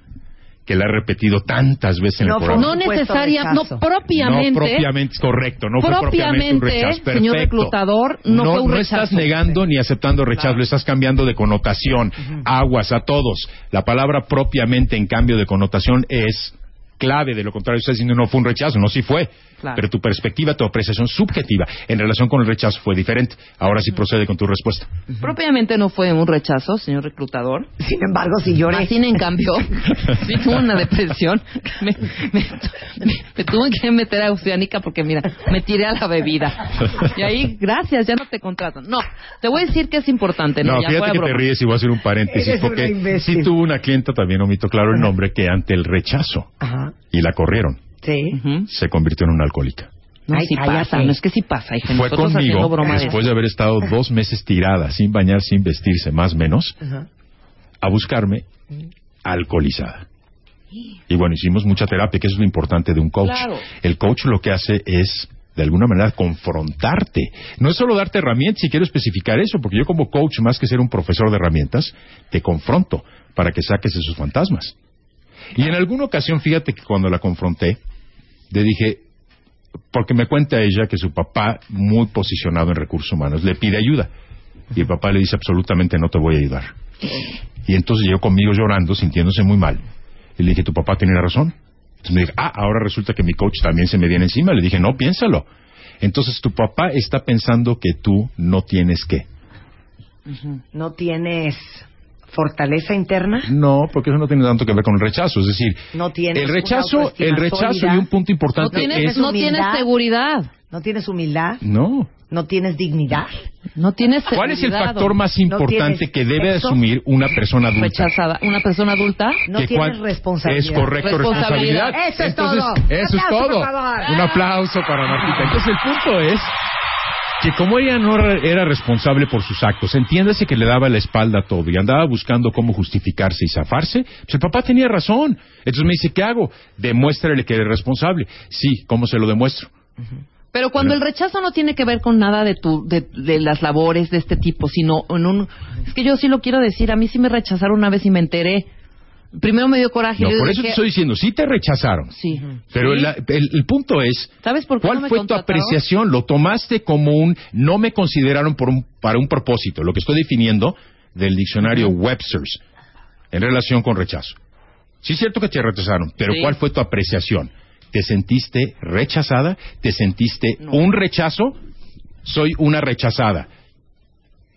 S18: que la he repetido tantas veces en el programa.
S4: no necesaria, no
S18: No,
S4: propiamente.
S18: propiamente, es correcto, no fue propiamente un rechazo.
S4: Propiamente, señor
S18: perfecto.
S4: reclutador, no fue un
S18: estás
S4: rechazo.
S18: negando ni aceptando rechazo, le estás cambiando de connotación. Aguas a todos. La palabra propiamente en cambio de connotación es clave, de lo contrario estás diciendo no fue un rechazo, no sí fue.
S4: Claro.
S18: Pero tu perspectiva, tu apreciación subjetiva en relación con el rechazo fue diferente. Ahora sí procede con tu respuesta.
S4: Propiamente no fue un rechazo, señor reclutador.
S20: Sin embargo, si lloré.
S4: Así, en cambio, sí tuve una depresión. Me, me- me tuve que meter a Oceánica porque, mira, me tiré a la bebida. Y ahí, gracias, ya no te contratan. No, te voy a decir que es importante. No,
S18: No,
S4: Ya fuera
S18: fíjate que te
S4: broma.
S18: ríes y voy a hacer un paréntesis
S4: Eres una
S18: porque
S4: imbécil.
S18: sí tuvo una clienta, también omito claro el nombre, que ante el rechazo y la corrieron,
S20: Sí.
S18: se convirtió en una alcohólica.
S4: No, sí pasa, no es que sí pasa. hija,
S18: Fue
S4: nosotros
S18: conmigo
S4: haciendo broma de
S18: después
S4: eso.
S18: de haber estado dos meses tirada, sin bañar, sin vestirse, más menos, a buscarme alcoholizada. Y bueno, hicimos mucha terapia, que eso es lo importante de un coach.
S13: Claro.
S18: El coach lo que hace es, de alguna manera, confrontarte. No es solo darte herramientas, y quiero especificar eso, porque yo como coach, más que ser un profesor de herramientas, te confronto para que saques esos fantasmas. Y en alguna ocasión, fíjate que cuando la confronté, le dije, porque me cuenta ella que su papá, muy posicionado en recursos humanos, le pide ayuda. Y el papá le dice absolutamente no te voy a ayudar. Y entonces llegó conmigo llorando, sintiéndose muy mal. Y le dije, tu papá tenía razón. Entonces me dijo, ah, ahora resulta que mi coach también se me viene encima. Le dije, no, piénsalo. Entonces tu papá está pensando que tú no tienes que.
S20: ¿No tienes fortaleza interna?
S18: No, porque eso no tiene tanto que ver con el rechazo. Es decir,
S20: No tienes
S18: el
S20: una
S18: rechazo,
S20: autoestima
S18: el rechazo
S20: sólida.
S18: y un punto importante es...
S4: no tienes
S20: humildad.
S4: seguridad.
S20: No tienes humildad.
S18: No.
S20: No tienes dignidad.
S4: No tienes
S18: ¿Cuál es el
S4: seguridad,
S18: factor
S4: don-
S18: más importante que debe asumir una persona adulta?
S4: rechazada? Una persona adulta
S18: Que cuan- Es correcto, responsabilidad. Entonces, Eso es todo. Un aplauso para Martita. Entonces, el punto es que como ella no re- era responsable por sus actos, entiéndase que le daba la espalda a todo y andaba buscando cómo justificarse y zafarse, pues el papá tenía razón. Entonces me dice, ¿qué hago? Demuéstrale que eres responsable. Sí, ¿cómo se lo demuestro?
S4: Pero cuando el rechazo no tiene que ver con nada de, tu, de, de las labores de este tipo, sino en un... Es que yo sí lo quiero decir, a mí sí me rechazaron una vez y me enteré. Primero me dio coraje.
S18: No,
S4: yo
S18: por eso
S4: dije,
S18: te estoy diciendo, sí te rechazaron.
S4: Sí.
S18: Pero la- el, el punto es,
S4: ¿Sabes por qué
S18: ¿cuál
S4: no me
S18: fue tu
S4: contrataron?
S18: apreciación? Lo tomaste como un, no me consideraron por un- para un propósito, lo que estoy definiendo del diccionario Webster's en relación con rechazo. Sí es cierto que te rechazaron, pero
S13: Sí.
S18: ¿cuál fue tu apreciación? ¿Te sentiste rechazada? ¿Te sentiste un rechazo? Soy una rechazada.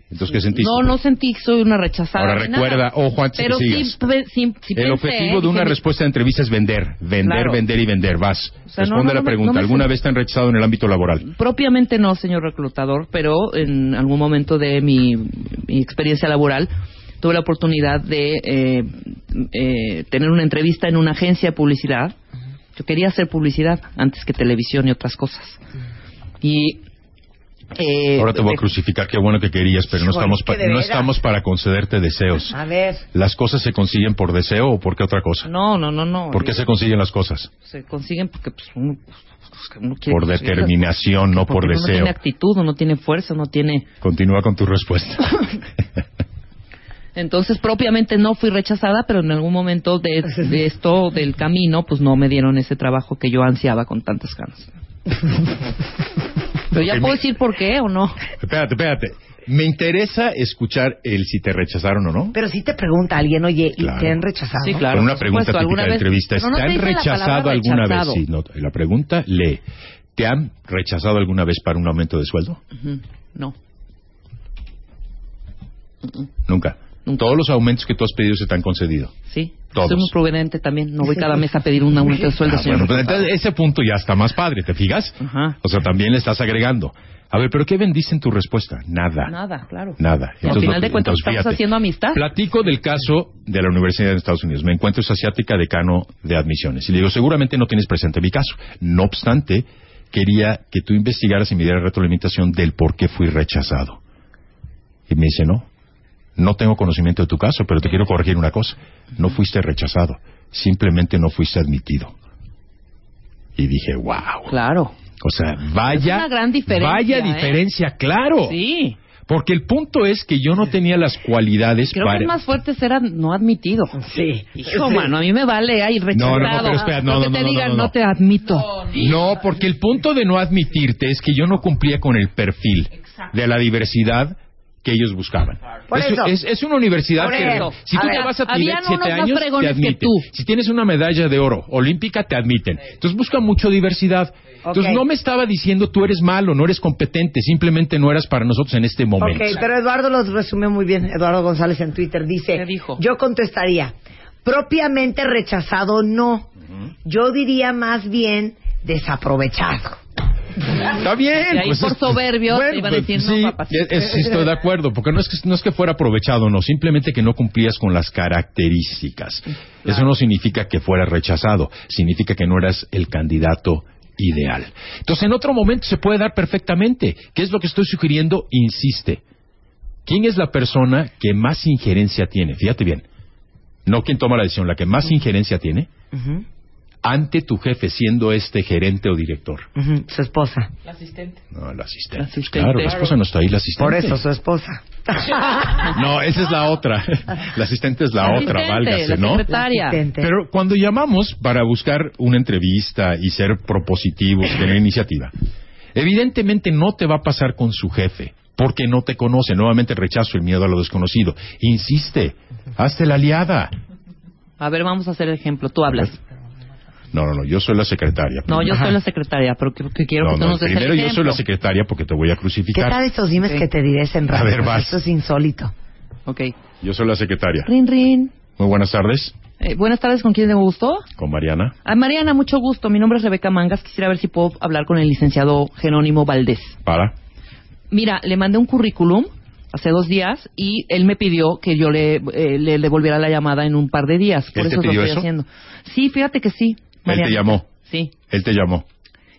S18: Entonces, ¿qué sentiste?
S4: No, no sentí que soy una rechazada.
S18: Ahora
S4: ni nada.
S18: recuerda, ojo, antes de
S4: Pero
S18: que
S4: sí
S18: sigas.
S4: pe- sí- sí pensé,
S18: el objetivo
S4: ¿eh?
S18: de una
S4: Dije,
S18: respuesta de entrevista es vender, vender,
S4: Claro.
S18: vender y vender. Vas.
S4: sea, no,
S18: Responde
S4: no,
S18: a la
S4: no me-
S18: pregunta.
S4: no me
S18: ¿Alguna
S4: sent-
S18: vez te han rechazado en el ámbito laboral?
S4: Propiamente no, señor reclutador, pero en algún momento de mi, mi experiencia laboral tuve la oportunidad de eh, eh, tener una entrevista en una agencia de publicidad. Yo quería hacer publicidad antes que televisión y otras cosas. Y eh,
S18: Ahora te voy a
S4: de-
S18: crucificar. Qué bueno que querías, pero no
S4: Híjole,
S18: estamos,
S4: que
S18: pa-
S4: de
S18: no
S4: veras.
S18: estamos para concederte deseos.
S20: A ver.
S18: ¿Las cosas se consiguen por deseo o por qué otra cosa?
S4: No, no, no, no.
S18: ¿Por qué se consiguen las cosas?
S4: Se consiguen porque pues, uno, pues, que uno quiere
S18: Por
S4: conseguir las
S18: determinación, no por
S4: porque uno No
S18: deseo.
S4: tiene actitud, no tiene fuerza, no tiene.
S18: Continúa con tu respuesta.
S4: Entonces, propiamente no fui rechazada, pero en algún momento de, de esto, del camino, pues no me dieron ese trabajo que yo ansiaba con tantas ganas. Pero ya
S18: Ok,
S4: puedo
S18: me-
S4: decir por qué o no.
S18: Espérate, espérate. Me interesa escuchar el si te rechazaron o no.
S20: Pero si te pregunta alguien, oye, ¿y
S18: Claro.
S20: te han rechazado?
S18: Con una pregunta típica de entrevista. ¿Te han rechazado alguna vez? Sí, no, la pregunta lee. ¿Te han rechazado alguna vez para un aumento de sueldo?
S4: Ujú, No.
S18: Nunca. Todos los aumentos que tú has pedido se te han concedido.
S4: Sí.
S18: Todos.
S4: Soy muy prudente también. No voy cada mes a pedir un aumento de sueldo,
S18: Ah,
S4: señor.
S18: bueno, pero entonces ese punto ya está más padre, ¿te fijas? O sea, también le estás agregando. A ver, pero ¿qué bendice en tu respuesta? Nada.
S4: Nada, claro.
S18: Nada.
S4: Y al
S18: Entonces,
S4: final de
S18: lo-
S4: cuentas
S18: entonces,
S4: estamos
S18: fíjate.
S4: haciendo amistad.
S18: Platico del caso de la Universidad de Estados Unidos. Me encuentro esa asiática decano de admisiones. Y le digo, seguramente no tienes presente mi caso. No obstante, quería que tú investigaras y me dieras retroalimentación del por qué fui rechazado. Y me dice, no, no tengo conocimiento de tu caso, pero te quiero corregir una cosa. No fuiste rechazado, simplemente no fuiste admitido. Y dije, wow.
S4: Claro.
S18: O sea, vaya,
S4: Es una gran diferencia,
S18: vaya
S4: ¿eh?
S18: diferencia, claro.
S4: Sí.
S18: Porque el punto es que yo no tenía las cualidades
S4: Creo
S18: para...
S4: que es más fuerte ser ad- no admitido. Sí. Hijo,
S18: Sí.
S4: mano, a mí me vale ahí rechazado.
S18: No, no, no, pero espera, no,
S4: Lo que
S18: no,
S4: te
S18: no, no,
S4: digan,
S18: no,
S4: no,
S18: no.
S4: te admito.
S18: No, porque el punto de no admitirte es que yo no cumplía con el perfil de la diversidad que ellos buscaban.
S13: Por
S18: Es-
S13: eso.
S18: Es, es una universidad
S13: Por
S18: que
S13: eso.
S18: si tú
S13: A
S18: te
S13: ver,
S18: vas a
S13: habían
S18: Tibet siete
S13: unos más
S18: años te
S13: fregones que
S18: admiten.
S13: tú.
S18: Si tienes una medalla de oro olímpica te admiten. Entonces busca mucho diversidad. Entonces
S3: Ok.
S18: no me estaba diciendo tú eres malo, no eres competente, simplemente no eras para nosotros en este momento.
S3: Ok, pero Eduardo los resumió muy bien. Eduardo González en Twitter dice, yo contestaría, propiamente rechazado no, yo diría más bien desaprovechado.
S18: Está bien.
S4: Y ahí
S18: pues
S4: por
S18: es-
S4: soberbios
S18: bueno,
S4: te
S18: pues
S4: iban a decir,
S18: sí,
S4: no, papacito.
S18: es- es- sí estoy de acuerdo, porque no es, que, no es que fuera aprovechado, no, simplemente que no cumplías con las características. Eso no significa que fueras rechazado, significa que no eras el candidato ideal. Entonces, en otro momento se puede dar perfectamente. ¿Qué es lo que estoy sugiriendo? Insiste. ¿Quién es la persona que más injerencia tiene? Fíjate bien. No quien toma la decisión, la que más injerencia tiene ante tu jefe, siendo este gerente o director.
S3: Su esposa.
S5: La asistente.
S18: No, la asistente. Claro, la esposa no está ahí, la asistente.
S3: Por eso, su esposa.
S18: No, esa es la otra. La asistente es la,
S3: La
S18: otra,
S3: asistente,
S18: válgase,
S3: la
S18: ¿no?
S3: secretaria. La asistente.
S18: Pero cuando llamamos para buscar una entrevista y ser propositivos, tener iniciativa, evidentemente no te va a pasar con su jefe, porque no te conoce. Nuevamente rechazo el miedo a lo desconocido. Insiste, hazte la aliada.
S4: A ver, vamos a hacer el ejemplo. Tú hablas.
S18: No, no, no, yo soy la secretaria.
S4: No, yo soy
S18: Ajá.
S4: la secretaria, pero que, que quiero
S18: No,
S4: que tú
S18: no,
S4: nos des el
S18: primero yo soy
S4: ejemplo.
S18: la secretaria porque te voy a
S3: ¿Qué
S18: crucificar.
S3: tal estos dimes
S4: Sí.
S3: que te diré en
S18: A
S3: radio?
S18: ver, vas.
S3: Esto es insólito.
S4: Ok.
S18: Yo soy la secretaria.
S4: Rin, rin.
S18: Muy buenas tardes,
S4: Eh, buenas tardes, ¿con quién tengo gusto?
S18: con Mariana.
S4: Ah, Mariana, mucho gusto. Mi nombre es Rebeca Mangas. Quisiera ver si puedo hablar con el licenciado Jerónimo Valdés.
S18: Para.
S4: Mira, le mandé un currículum hace dos días y él me pidió que yo le, eh, le devolviera la llamada en un par de días. Por
S18: ¿Él te
S4: eso lo
S18: pidió
S4: estoy
S18: eso?
S4: haciendo. Sí, fíjate que sí. Mariana.
S18: Él te llamó.
S4: Sí.
S18: Él te llamó.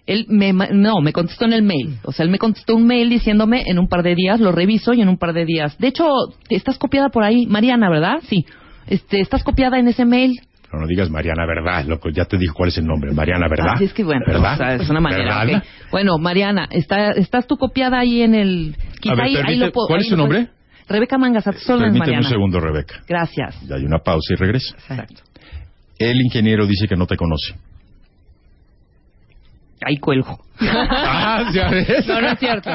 S4: Él me, ma- no, me contestó en el mail. O sea, él me contestó un mail diciéndome en un par de días, lo reviso y en un par de días. De hecho, estás copiada por ahí, Mariana, ¿verdad? Sí. Este, estás copiada en ese mail.
S18: No, no digas Mariana Verdad, loco. Ya te dijo cuál es el nombre. Mariana Verdad.
S4: Así es que bueno,
S18: ¿verdad?
S4: o sea, es una manera.
S18: ¿Verdad?
S4: ok. Bueno, Mariana, está, estás tú copiada ahí en el. quizá
S18: A ver,
S4: ahí- ahí
S18: permite-
S4: lo puedo-
S18: ¿cuál
S4: ahí
S18: es su
S4: lo
S18: nombre?
S4: puedes- Rebeca Mangas, a tus órdenes,
S18: Permíteme
S4: Mariana.
S18: un segundo, Rebeca.
S4: Gracias.
S18: Ya hay una pausa y regresa. El ingeniero dice que no te conoce.
S4: Ahí cuelgo.
S18: Ah, ya ves.
S4: No, no es cierto.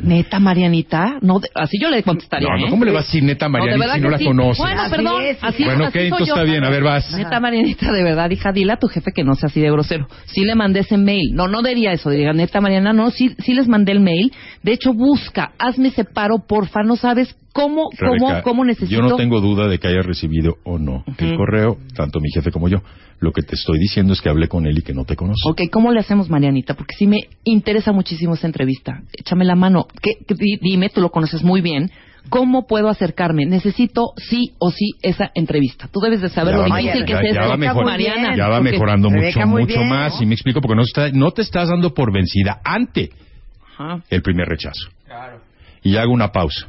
S4: Neta, Marianita, no, de- así yo le contestaría.
S18: No, no,
S4: ¿eh?
S18: ¿cómo le vas a decir neta,
S4: No,
S18: Marianita,
S4: de verdad
S18: si no
S4: que
S18: la
S4: sí.
S18: conoces?
S4: Bueno,
S18: Así
S4: perdón,
S18: es.
S4: así,
S18: Bueno,
S4: así
S18: ok,
S4: soy
S18: entonces
S4: yo.
S18: está bien, a ver, vas.
S4: Neta, Marianita, de verdad, hija, dile a tu jefe que no sea así de grosero. Sí le mandé ese mail. No, no diría eso, diría, neta, Mariana, no, sí, sí les mandé el mail. De hecho, busca, hazme ese paro, porfa, no sabes cómo,
S18: Rebeca,
S4: cómo, cómo necesito.
S18: Yo no tengo duda de que haya recibido o no el
S4: Ujú.
S18: correo, tanto mi jefe como yo. Lo que te estoy diciendo es que hablé con él y que no te conoce.
S4: Ok, ¿cómo le hacemos, Marianita? Porque sí me interesa muchísimo esa entrevista. Échame la mano. ¿Qué, qué- di- dime, tú lo conoces muy bien. ¿Cómo puedo acercarme? Necesito sí o sí esa entrevista. Tú debes de saber
S18: Ya
S4: lo
S18: va
S4: difícil
S18: mejor-
S4: que
S18: ya-
S4: es
S18: ya va
S4: esto,
S18: mejor-
S4: Mariana.
S18: ya va
S4: porque-
S18: mejorando mucho, mucho más. Y me explico, porque no, está- no te estás dando por vencida ante
S4: Ajá.
S18: el primer rechazo. Y hago una pausa.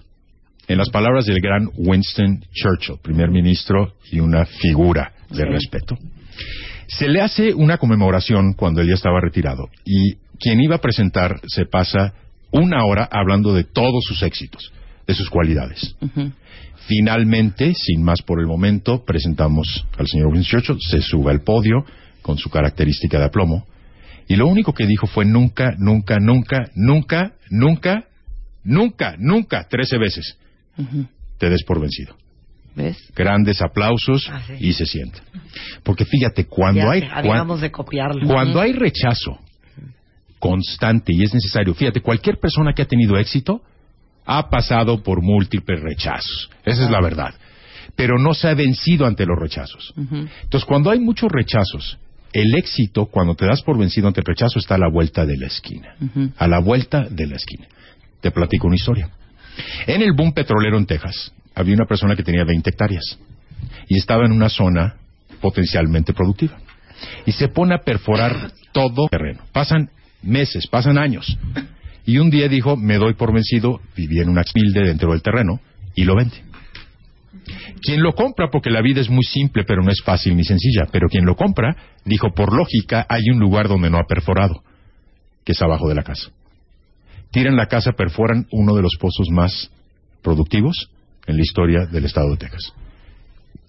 S18: En las palabras del gran Winston Churchill, primer ministro y una figura de respeto. Se le hace una conmemoración cuando él ya estaba retirado y quien iba a presentar se pasa una hora hablando de todos sus éxitos, de sus cualidades. Finalmente, sin más por el momento, presentamos al señor Winston Churchill, se sube al podio con su característica de aplomo y lo único que dijo fue nunca, nunca, nunca, nunca, nunca, nunca, nunca, trece veces.
S4: Ujú.
S18: Te des por vencido.
S4: ¿Ves?
S18: Grandes aplausos
S3: Ah, sí.
S18: y se sienta. Porque fíjate, cuando
S3: Ya
S18: hay...
S3: sé,
S18: cuan-
S3: acabamos de copiarlo.
S18: cuando hay rechazo constante y es necesario, fíjate, cualquier persona que ha tenido éxito ha pasado por múltiples rechazos. Esa es la verdad. Pero no se ha vencido ante los rechazos. Entonces, cuando hay muchos rechazos, el éxito, cuando te das por vencido ante el rechazo, está a la vuelta de la esquina. A la vuelta de la esquina. Te platico una historia. En el boom petrolero en Texas, había una persona que tenía 20 hectáreas y estaba en una zona potencialmente productiva. Y se pone a perforar todo terreno. Pasan meses, pasan años. Y un día dijo, me doy por vencido, vivía en una humilde dentro del terreno y lo vende. Quien lo compra, porque la vida es muy simple, pero no es fácil ni sencilla, pero quien lo compra, dijo, por lógica, hay un lugar donde no ha perforado, que es abajo de la casa. Tiran la casa, perforan uno de los pozos más productivos en la historia del estado de Texas.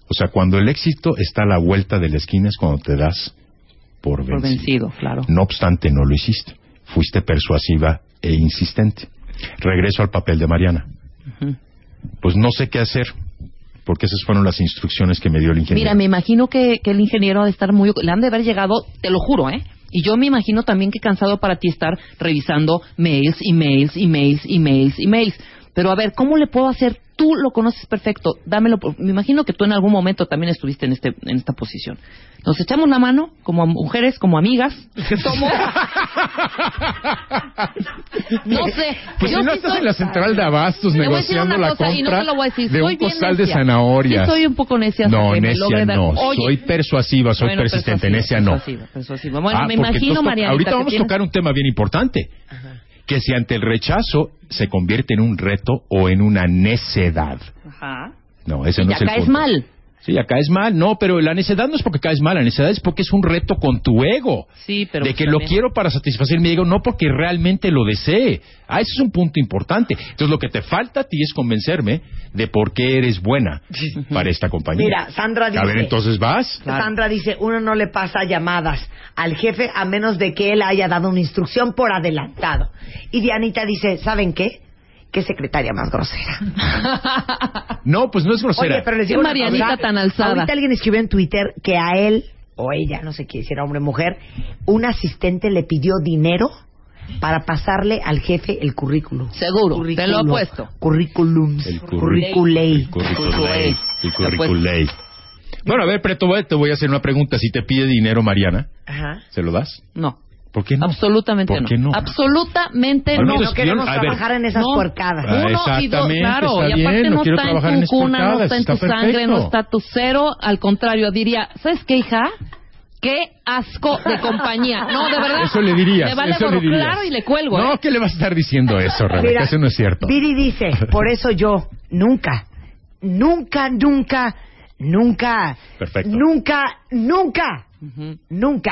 S18: O sea, cuando el éxito está a la vuelta de la esquina es cuando te das por
S5: Por
S18: vencido.
S5: vencido, claro.
S18: No obstante, no lo hiciste. Fuiste persuasiva e insistente. Regreso al papel de Mariana. Pues no sé qué hacer, porque esas fueron las instrucciones que me dio el ingeniero.
S4: Mira, me imagino que, que el ingeniero ha de estar muy... Le han de haber llegado, te lo juro, ¿eh? Y yo me imagino también que cansado para ti estar revisando mails, emails, emails, emails, emails. Pero a ver, ¿cómo le puedo hacer? Tú lo conoces perfecto. Dámelo. por- Me imagino que tú en algún momento también estuviste en, este, en esta posición. Nos echamos la mano, como mujeres, como amigas. Somos... no sé.
S18: Pues
S4: yo
S18: si no
S4: sí
S18: estás
S4: soy-
S18: en la central de abastos
S4: Le voy a decir
S18: negociando
S4: una
S18: la
S4: cosa y no
S18: compra
S4: te lo voy a decir.
S18: de
S4: Soy
S18: un
S4: bien
S18: costal de
S4: necia.
S18: zanahorias.
S4: Sí, soy un poco necia. hasta
S18: no,
S4: que me logre
S18: necia
S4: dar-
S18: no.
S4: Oye, pues,
S18: soy persuasiva, soy
S4: Bueno,
S18: persistente.
S4: persuasiva,
S18: necia no.
S4: persuasiva, persuasiva. Bueno, me
S18: Ah, porque
S4: imagino,
S18: entonces to-
S4: Marianita,
S18: Ahorita
S4: que
S18: vamos a
S4: tienes-
S18: tocar un tema bien importante. Que si ante el rechazo se convierte en un reto o en una necedad.
S4: Ajá.
S18: No, ese
S4: Y
S18: no
S4: ya
S18: es el
S4: caes
S18: punto.
S4: mal.
S18: Sí, acá es mal. No, pero la necedad no es porque caes mal. La necedad es porque es un reto con tu ego.
S4: Sí, pero
S18: de
S4: pues
S18: que lo
S4: también-
S18: quiero para satisfacer mi ego, no porque realmente lo desee. Ah, ese es un punto importante. Entonces, lo que te falta a ti es convencerme de por qué eres buena para esta compañía.
S3: Mira, Sandra dice...
S18: A ver, entonces vas.
S3: Sandra dice, uno no le pasa llamadas al jefe a menos de que él haya dado una instrucción por adelantado. Y Dianita dice, ¿saben qué? ¿Qué secretaria más grosera?
S18: No, pues no es grosera.
S3: Oye, pero les digo una cosa, Ahorita alguien escribió en Twitter que a él, o ella, no sé quién, si era hombre o mujer, un asistente le pidió dinero para pasarle al jefe el currículum.
S4: Seguro, te lo
S3: Currículo.
S4: apuesto.
S3: Currículums. El curriculei.
S18: Curriculei. El
S4: pues.
S18: curriculei. Bueno, a ver, Preto, voy- te voy a hacer una pregunta. Si te pide dinero, Mariana,
S3: Ajá.
S18: ¿se lo das?
S4: No.
S18: ¿Por qué no?
S4: Absolutamente
S18: ¿Por
S4: no.
S18: qué no?
S4: Absolutamente
S18: Bueno,
S4: no.
S18: pues, No queremos bien, a ver.
S3: trabajar en esas puercadas.
S18: Ah,
S4: Uno y dos,
S18: exactamente,
S4: claro.
S18: está
S4: y aparte
S18: bien,
S4: no,
S18: no quiero
S4: está
S18: trabajar
S4: en
S18: en
S4: tu
S18: esas
S4: cuna, no
S18: puercadas,
S4: está en tu
S18: está
S4: sangre,
S18: perfecto.
S4: no está tu cero. Al contrario, diría, ¿sabes qué, hija? Qué asco de compañía. No, de verdad.
S18: Eso le dirías.
S4: Ah, Me vale
S18: eso
S4: gorro,
S18: le dirías.
S4: claro, y le cuelgo.
S18: No,
S4: ¿eh?
S18: ¿qué le vas a estar diciendo eso, Rebeca?
S3: Mira,
S18: eso no es cierto.
S3: Viri dice, por eso yo nunca, nunca, nunca, nunca,
S18: Perfecto.
S3: nunca, nunca, nunca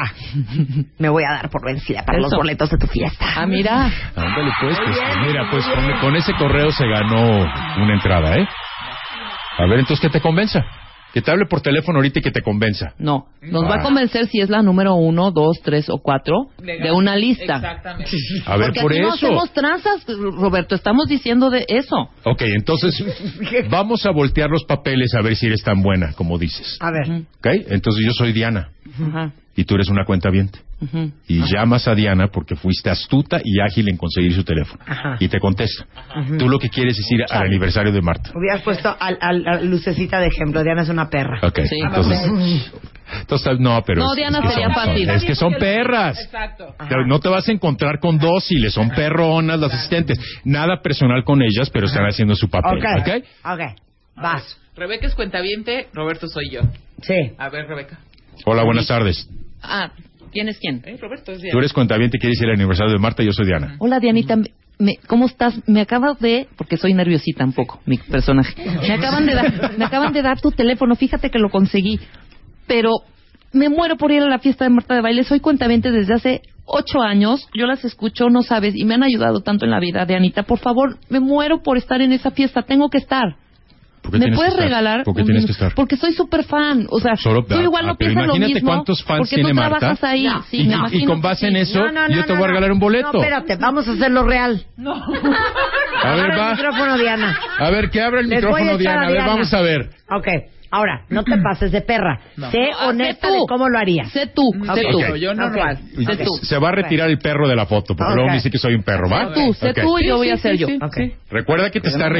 S3: me voy a dar por vencida para los
S18: Eso.
S3: boletos de tu fiesta.
S4: Ah, mira.
S18: Ándale, pues, pues, mira, pues con, con ese correo se ganó una entrada, ¿eh? A ver, entonces, ¿qué te convenza? Que te hable por teléfono ahorita y que te convenza.
S4: No, Nos va
S18: Ah.
S4: a convencer si es la número uno, dos, tres o cuatro de una lista.
S5: Exactamente.
S18: A ver,
S4: Porque
S18: por
S4: aquí no
S18: eso.
S4: hacemos tranzas, Roberto. Estamos diciendo de eso.
S18: Ok, entonces vamos a voltear los papeles a ver si eres tan buena, como dices.
S3: A ver.
S18: ¿Ok? Entonces yo soy Diana
S4: Ajá.
S18: y tú eres una cuenta
S4: ujú.
S18: Y llamas a Diana porque fuiste astuta y ágil en conseguir su teléfono.
S3: Ajá.
S18: Y te contesta. Tú lo que quieres es ir al aniversario de Marta.
S3: Hubieras puesto al, al- a lucecita de ejemplo, Diana es una perra.
S18: Ok, Sí. entonces- Entonces, no, pero.
S3: No,
S18: es-
S3: Diana
S18: es que
S3: sería
S18: son- son-
S3: fácil.
S18: Es que son perras.
S5: Exacto.
S18: Pero No te vas a encontrar con dóciles, son perronas las asistentes. Nada personal con ellas, pero están haciendo su papel.
S5: Ok.
S18: ¿ok?
S3: Ok, vas.
S5: Rebeca es cuentaviente, Roberto soy yo.
S3: Sí.
S5: A ver, Rebeca.
S18: Hola, buenas tardes.
S4: Ah, ¿quién es quién?
S5: Eh, Roberto es
S18: Tú eres cuentaviente, quieres ir al aniversario de Marta, yo soy Diana.
S4: Hola Dianita, me- ¿cómo estás? Me acabas de, porque soy nerviosita un poco, mi personaje. Me acaban de dar, me acaban de dar tu teléfono, fíjate que lo conseguí, pero me muero por ir a la fiesta de Marta de Baile. Soy cuentamente desde hace ocho años, yo las escucho, no sabes, y me han ayudado tanto en la vida, Dianita. Por favor, me muero por estar en esa fiesta, tengo que estar.
S18: ¿Por qué
S4: ¿Me
S18: tienes
S4: puedes
S18: que estar?
S4: regalar?
S18: ¿Por qué
S4: un
S18: tienes
S4: minuto?
S18: que estar?
S4: Porque soy súper fan. O sea,
S18: Solo-
S4: tú igual
S18: ah,
S4: no
S18: pero
S4: piensas lo
S18: imagínate
S4: mismo.
S18: cuántos fans
S4: porque
S18: tiene
S4: tú
S18: Marta.
S4: trabajas ahí.
S18: No.
S4: Sí,
S18: Y-
S4: me
S18: y- y
S4: imagino
S18: con base
S4: que
S18: en
S4: sí.
S18: eso, No, no, yo no, te voy a no, regalar un boleto.
S3: No, espérate, vamos a hacerlo real.
S5: No.
S18: A ver,
S3: Abre
S18: va.
S3: el micrófono, Diana.
S18: A ver, que abra el
S3: Les voy a echar
S18: micrófono Diana.
S3: a
S18: A ver,
S3: Diana.
S18: vamos a ver.
S3: Ok. Ahora, no te pases de perra.
S5: No.
S3: Sé
S5: Ah, sé
S3: honesta
S5: tú.
S3: de cómo lo harías.
S4: Sé tú,
S3: Mm,
S18: sé tú.
S5: Yo no lo hago.
S18: Y- Se va a retirar el perro de la foto, porque
S5: Ok.
S18: luego me dice que soy un perro,
S4: Sé
S18: ¿va?
S4: tú, sé
S18: Ok.
S4: tú y yo voy a ser yo.
S18: Recuerda que te
S4: Queremos
S18: está
S4: una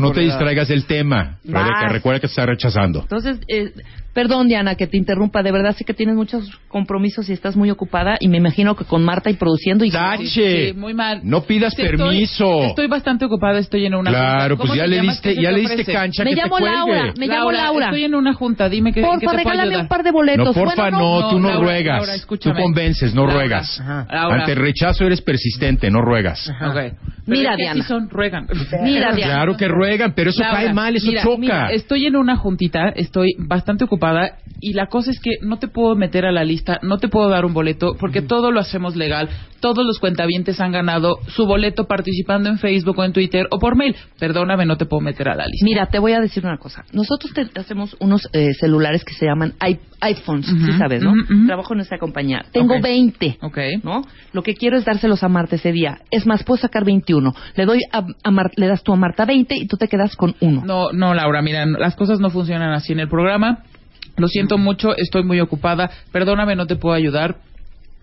S4: morenía
S18: no te
S4: por edad.
S18: distraigas del tema. Rebeca,
S4: Vas.
S18: recuerda que te está rechazando.
S4: Entonces, eh, perdón Diana que te interrumpa, de verdad sé que tienes muchos compromisos y estás muy ocupada y me imagino que con Marta y produciendo y
S18: Tache.
S4: Sí, muy mal.
S18: No pidas
S4: Sí,
S18: permiso.
S4: estoy-
S5: Estoy bastante ocupada, estoy en una
S18: Claro,
S5: junta. ¿Cómo
S18: pues ya
S5: te
S18: le
S5: llamas?
S18: diste-
S5: ¿Qué se
S18: ya
S5: te
S18: le diste
S5: ofrece?
S18: cancha Me que te llamo cuelgue. Laura, me
S4: llamo Laura.
S5: Estoy en una junta, dime que
S4: Porfa, regálame un par de boletos.
S18: No, porfa,
S4: Bueno,
S18: no, tú no
S4: Laura,
S18: ruegas.
S4: Laura,
S18: tú
S4: escúchame.
S18: convences, no
S4: Laura,
S18: ruegas.
S4: ajá, Laura.
S18: Ante el rechazo eres persistente, no ruegas.
S4: Mira,
S5: Mira, Diana.
S4: Diana.
S5: son, ruegan.
S4: Mira, Diana.
S18: Claro que ruegan, pero eso
S5: Laura,
S18: cae mal, eso
S5: mira,
S18: choca.
S5: mira, estoy en una juntita, estoy bastante ocupada y la cosa es que no te puedo meter a la lista, no te puedo dar un boleto porque todo lo hacemos legal. Todos los cuentavientes han ganado su boleto participando en Facebook o en Twitter o por mail. Perdóname, no te puedo meter a la lista.
S4: Mira, te voy a decir una cosa. Nosotros te- hacemos unos eh, celulares que se llaman i- iPhones, sí sabes, ¿no? Trabajo en esta compañía. Tengo
S5: Ok.
S4: 20, ¿no? Lo que quiero es dárselos a Marta ese día. Es más, puedo sacar 21. Le doy a, a Mar- le das tú a Marta 20 y tú te quedas con uno.
S5: No, no, Laura, mira, no, las cosas no funcionan así en el programa. Lo siento mucho, estoy muy ocupada. Perdóname, no te puedo ayudar.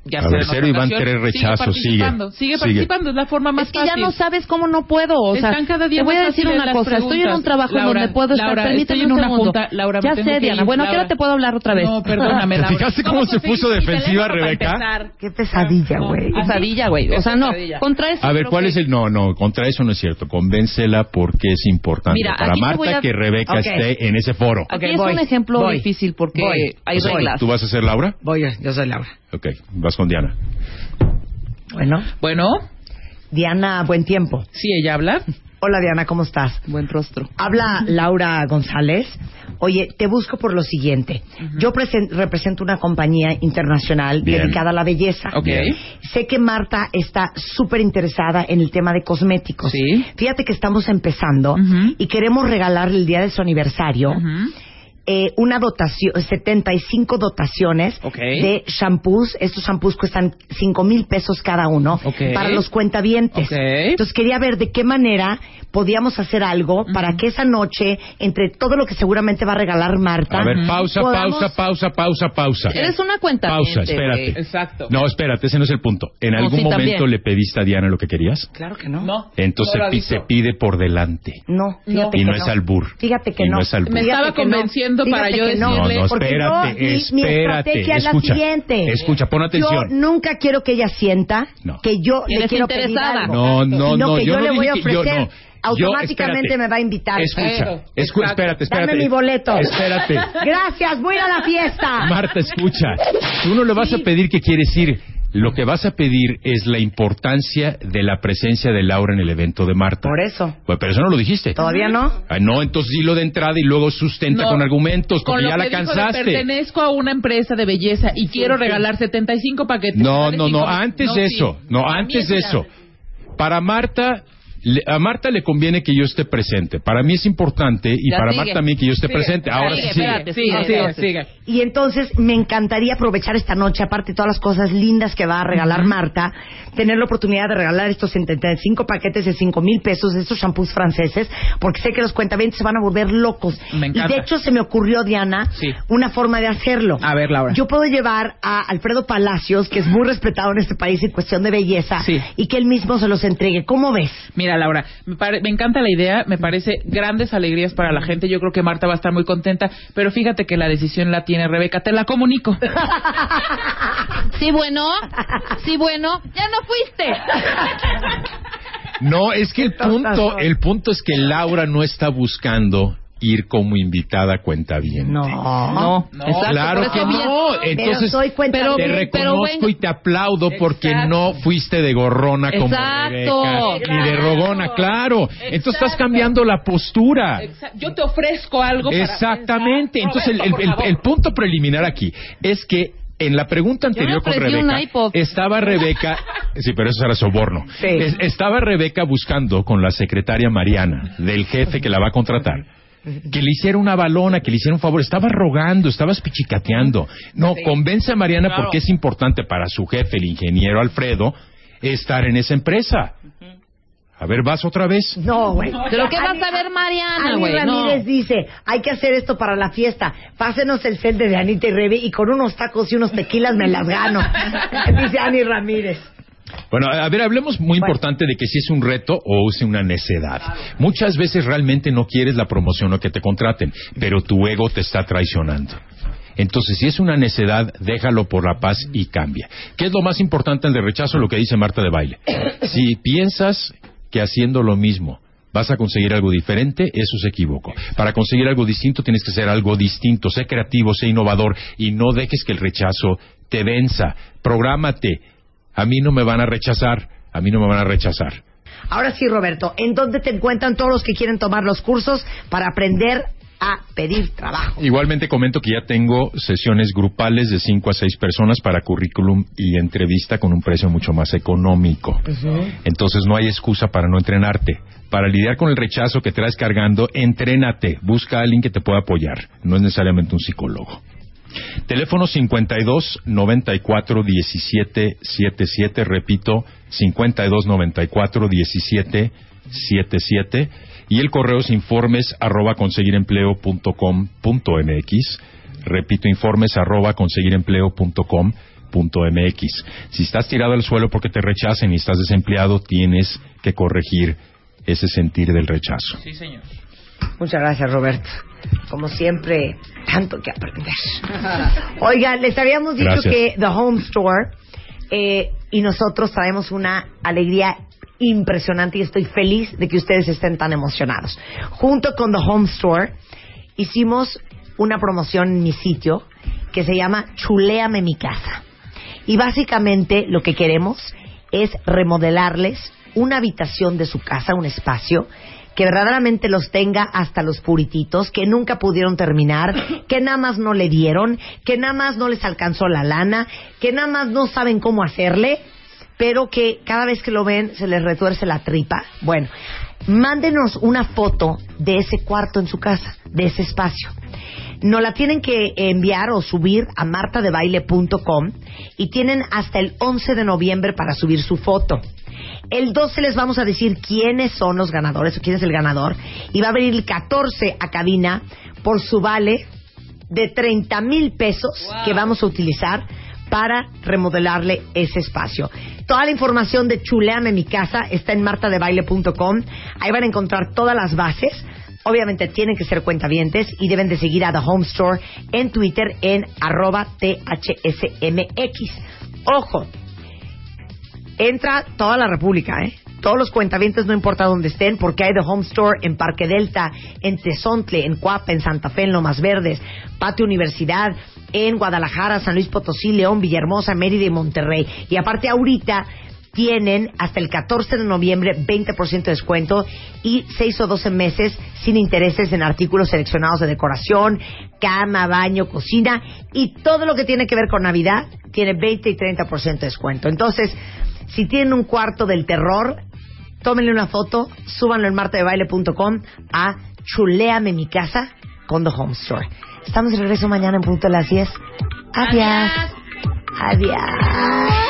S5: Ya
S18: A
S5: será
S18: ver,
S5: en otra
S18: cero y van
S5: ocasión.
S18: tres rechazos, sigue.
S5: Sigue participando, sigue,
S18: Sigue.
S5: participando, es la forma más
S4: Es que ya
S5: fácil.
S4: no sabes cómo no puedo. O sea,
S5: Están cada día
S4: te voy
S5: más
S4: a decir
S5: fáciles
S4: una
S5: las
S4: cosa. Estoy en
S5: preguntas.
S4: un trabajo
S5: Laura,
S4: donde puedo estar.
S5: Laura,
S4: Permíteme
S5: estoy en
S4: un
S5: una
S4: segundo.
S5: junta. Laura, me
S4: ya
S5: tengo
S4: sé,
S5: que
S4: Diana.
S5: ir.
S4: Bueno, ¿a qué hora
S5: Laura.
S4: te puedo hablar otra vez?
S5: No, perdóname,
S18: ¿Te
S5: Laura.
S18: fijaste cómo se puso defensiva Rebeca?
S3: Qué pesadilla, güey.
S4: Pesadilla, güey. O sea, no. Contra eso.
S18: A ver, ¿cuál es el...? No, no, contra eso no es cierto. Convéncela porque es importante
S4: Mira,
S18: para
S4: aquí te voy
S18: Marta
S4: a-
S18: que Rebeca
S4: Ok.
S18: esté en ese foro.
S4: Aquí es un ejemplo difícil porque hay
S18: O sea,
S4: reglas.
S18: ¿Tú vas a ser Laura?
S3: Voy, yo soy Laura.
S18: Ok, vas con Diana.
S3: Bueno.
S5: Bueno.
S3: Diana, buen tiempo.
S5: Sí, ella habla.
S3: Hola, Diana, ¿cómo estás?
S4: Buen rostro.
S3: Habla Laura González. Oye, te busco por lo siguiente. Yo presen- represento una compañía internacional
S2: Bien.
S3: dedicada a la belleza.
S2: Ok. Bien.
S3: Sé que Marta está súper interesada en el tema de cosméticos. Fíjate que estamos empezando y queremos regalarle el día de su aniversario eh, una dotación, 75 dotaciones de shampoos. Estos shampoos cuestan 5 mil pesos cada uno para los cuentavientes. Entonces quería ver de qué manera podíamos hacer algo para que esa noche, entre todo lo que seguramente va a regalar Marta,
S18: A ver, pausa,
S3: podamos-
S18: pausa, pausa, pausa, pausa.
S4: Eres una cuenta.
S18: Pausa, espérate.
S5: Exacto.
S18: No, espérate, ese no es el punto. ¿En
S4: No,
S18: algún
S4: sí,
S18: momento
S4: también.
S18: le pediste a Diana lo que querías?
S3: Claro que no.
S5: No.
S18: Entonces
S5: No lo
S18: pi-
S5: aviso.
S18: se pide por delante.
S3: No, fíjate
S18: Y no
S3: que
S18: es albur.
S3: Fíjate que
S18: Y
S3: no.
S18: no es albur. Me
S5: estaba
S3: Fíjate que no.
S5: convenciendo para
S3: Fíjate
S5: yo
S3: que
S18: No, no,
S3: Porque
S18: espérate,
S3: yo- mi- mi
S18: espérate.
S3: estrategia es la
S18: escucha,
S3: siguiente.
S18: escucha, pon atención.
S3: Yo nunca quiero que ella sienta que yo le
S4: Eres
S3: quiero
S4: interesada.
S3: pedir algo.
S18: No, no,
S3: sino
S18: no,
S3: que
S18: yo
S3: yo,
S18: no
S3: le voy a
S18: dije que- yo
S3: ofrecer,
S18: no. Yo,
S3: automáticamente
S18: espérate.
S3: me va a invitar.
S18: Escucha, escu- espérate, espérate.
S3: Dame mi boleto.
S18: Espérate.
S3: Gracias, voy a ir a la fiesta.
S18: Marta, escucha. Tú no le vas a pedir que quieres ir. Lo que vas a pedir es la importancia de la presencia de Laura en el evento de Marta. Por
S3: eso.
S18: Pues, pero eso no lo dijiste.
S3: Todavía no.
S18: Ah, no, entonces dilo de entrada y luego sustenta
S5: No.
S18: con argumentos,
S5: Con
S18: porque
S5: lo
S18: ya
S5: que
S18: la
S5: dijo de
S18: cansaste.
S5: pertenezco a una empresa de belleza y quiero regalar 75 paquetes.
S18: No,
S5: de
S18: no, no,
S5: cinco-
S18: antes
S5: No,
S18: de
S5: sí.
S18: eso, no,
S5: Para mí
S18: antes
S5: es
S18: de
S5: grave.
S18: eso. Para Marta, le- a Marta le conviene que yo esté presente. Para mí es importante y
S3: Ya
S18: para
S3: sigue.
S18: Marta también que yo esté
S3: Sigue.
S18: presente. Ahora
S3: Sigue,
S18: sí, sigue.
S3: espérate, sigue, sigue, Y entonces me encantaría aprovechar esta noche, aparte de todas las cosas lindas que va a regalar Marta, tener la oportunidad de regalar estos 75 paquetes de 5 mil pesos de estos shampoos franceses, porque sé que los cuentavientes se van a volver locos.
S5: Me encanta.
S3: Y de hecho se me ocurrió, Diana,
S5: Sí.
S3: una forma de hacerlo.
S5: A ver, Laura.
S3: Yo puedo llevar a Alfredo Palacios, que es muy respetado en este país en cuestión de belleza, y que él mismo se los entregue. ¿Cómo ves?
S5: Mira, Laura, me, pare- me encanta la idea, me parece grandes alegrías para la gente. Yo creo que Marta va a estar muy contenta, pero fíjate que la decisión la tiene Rebeca. Te la comunico.
S4: Sí, bueno. Sí, bueno. Ya no fuiste.
S18: No, es que el punto, el punto es que Laura no está buscando ir como invitada a cuenta bien.
S3: No,
S4: no, exacto,
S18: claro
S4: por
S18: que
S4: eso bien.
S18: no. Entonces
S4: Pero soy cuenta
S18: te
S4: bien.
S18: reconozco
S4: Pero bueno.
S18: y te aplaudo porque
S4: Exacto.
S18: no fuiste de gorrona como
S5: Exacto.
S18: Rebeca, ni de
S5: Claro.
S18: rogona, claro. Entonces estás
S5: Exacto.
S18: cambiando la postura.
S5: Exa- Yo te ofrezco algo para...
S18: Exactamente. Entonces, el,
S5: Roberto,
S18: el-
S5: por
S18: el-
S5: favor.
S18: el punto preliminar aquí es que en la pregunta
S5: Yo me
S18: anterior con
S5: ofrecí
S18: Rebeca,
S5: un iPod.
S18: estaba Rebeca, sí, pero eso era soborno. Es- estaba Rebeca buscando con la secretaria Mariana, del jefe que la va a contratar, que le hiciera una balona, que le hiciera un favor. Estaba rogando, estabas pichicateando. No, convence a Mariana
S7: Claro.
S18: porque es importante para su jefe, el ingeniero Alfredo, estar en esa empresa. A ver, vas otra vez.
S3: No, güey.
S4: ¿Pero qué
S3: Ani-
S4: vas a ver, Mariana,
S3: Ani
S4: güey?
S3: Ramírez dice, hay que hacer esto para la fiesta. Pásenos el set de Anita y Rebe y con unos tacos y unos tequilas me las gano. dice Ani Ramírez.
S18: Bueno, a ver, hablemos muy importante de que si es un reto o es una necedad. Muchas veces realmente no quieres la promoción o que te contraten, pero tu ego te está traicionando. Entonces, si es una necedad, déjalo por la paz y cambia. ¿Qué es lo más importante del rechazo? Lo que dice Marta de Baile. Si piensas que haciendo lo mismo vas a conseguir algo diferente, eso es equivoco. Para conseguir algo distinto tienes que ser algo distinto. Sé creativo, sé innovador y no dejes que el rechazo te venza. Prográmate. A mí no me van a rechazar. A mí no me van a rechazar.
S3: Ahora sí, Roberto, ¿en dónde te encuentran todos los que quieren tomar los cursos para aprender a pedir trabajo?
S18: Igualmente comento que ya tengo sesiones grupales de 5 a 6 personas para currículum y entrevista con un precio mucho más económico. Entonces no hay excusa para no entrenarte. Para lidiar con el rechazo que traes cargando, entrénate. Busca a alguien que te pueda apoyar. No es necesariamente un psicólogo. Teléfono 52 94 17 77, repito, 52 94 17 77 y el correo es informes arroba conseguirempleo.com.mx. Repito, informes arroba conseguirempleo.com.mx. Si estás tirado al suelo porque te rechacen y estás desempleado, tienes que corregir ese sentir del rechazo.
S5: Sí, señor.
S3: Muchas gracias, Roberto. Como siempre, tanto que aprender. Oigan, les habíamos dicho
S18: Gracias.
S3: que The Home Store eh, y nosotros traemos una alegría impresionante y estoy feliz de que ustedes estén tan emocionados. Junto con The Home Store hicimos una promoción en mi sitio que se llama Chuleame mi casa. Y básicamente lo que queremos es remodelarles una habitación de su casa, un espacio que verdaderamente los tenga hasta los purititos, que nunca pudieron terminar, que nada más no le dieron, que nada más no les alcanzó la lana, que nada más no saben cómo hacerle, pero que cada vez que lo ven se les retuerce la tripa. Bueno, mándenos una foto de ese cuarto en su casa, de ese espacio. Nos la tienen que enviar o subir a martadebaile.com y tienen hasta el 11 de noviembre para subir su foto. El 12 les vamos a decir quiénes son los ganadores o quién es el ganador y va a venir el 14 a cabina por su vale de 30 mil pesos que vamos a utilizar para remodelarle ese espacio. Toda la información de Chuleame mi casa está en martadebaile.com. Ahí van a encontrar todas las bases. Obviamente tienen que ser cuentavientes y deben de seguir a The Home Store en Twitter en arroba THSMX. Ojo, entra toda la República, ¿eh? Todos los cuentavientes, no importa dónde estén, porque hay The Home Store en Parque Delta, en Tezontle, en Cuapa, en Santa Fe, en Lomas Verdes, Patio Universidad, en Guadalajara, San Luis Potosí, León, Villahermosa, Mérida y Monterrey. Y aparte ahorita tienen hasta el 14 de noviembre 20% de descuento y 6 o 12 meses sin intereses en artículos seleccionados de decoración, cama, baño, cocina y todo lo que tiene que ver con Navidad tiene 20 y 30% de descuento. Entonces, si tienen un cuarto del terror, tómenle una foto, súbanlo en martadebaile.com a Chuleame mi casa con The Home Store. Estamos de regreso mañana en punto de las 10. Adiós. Adiós.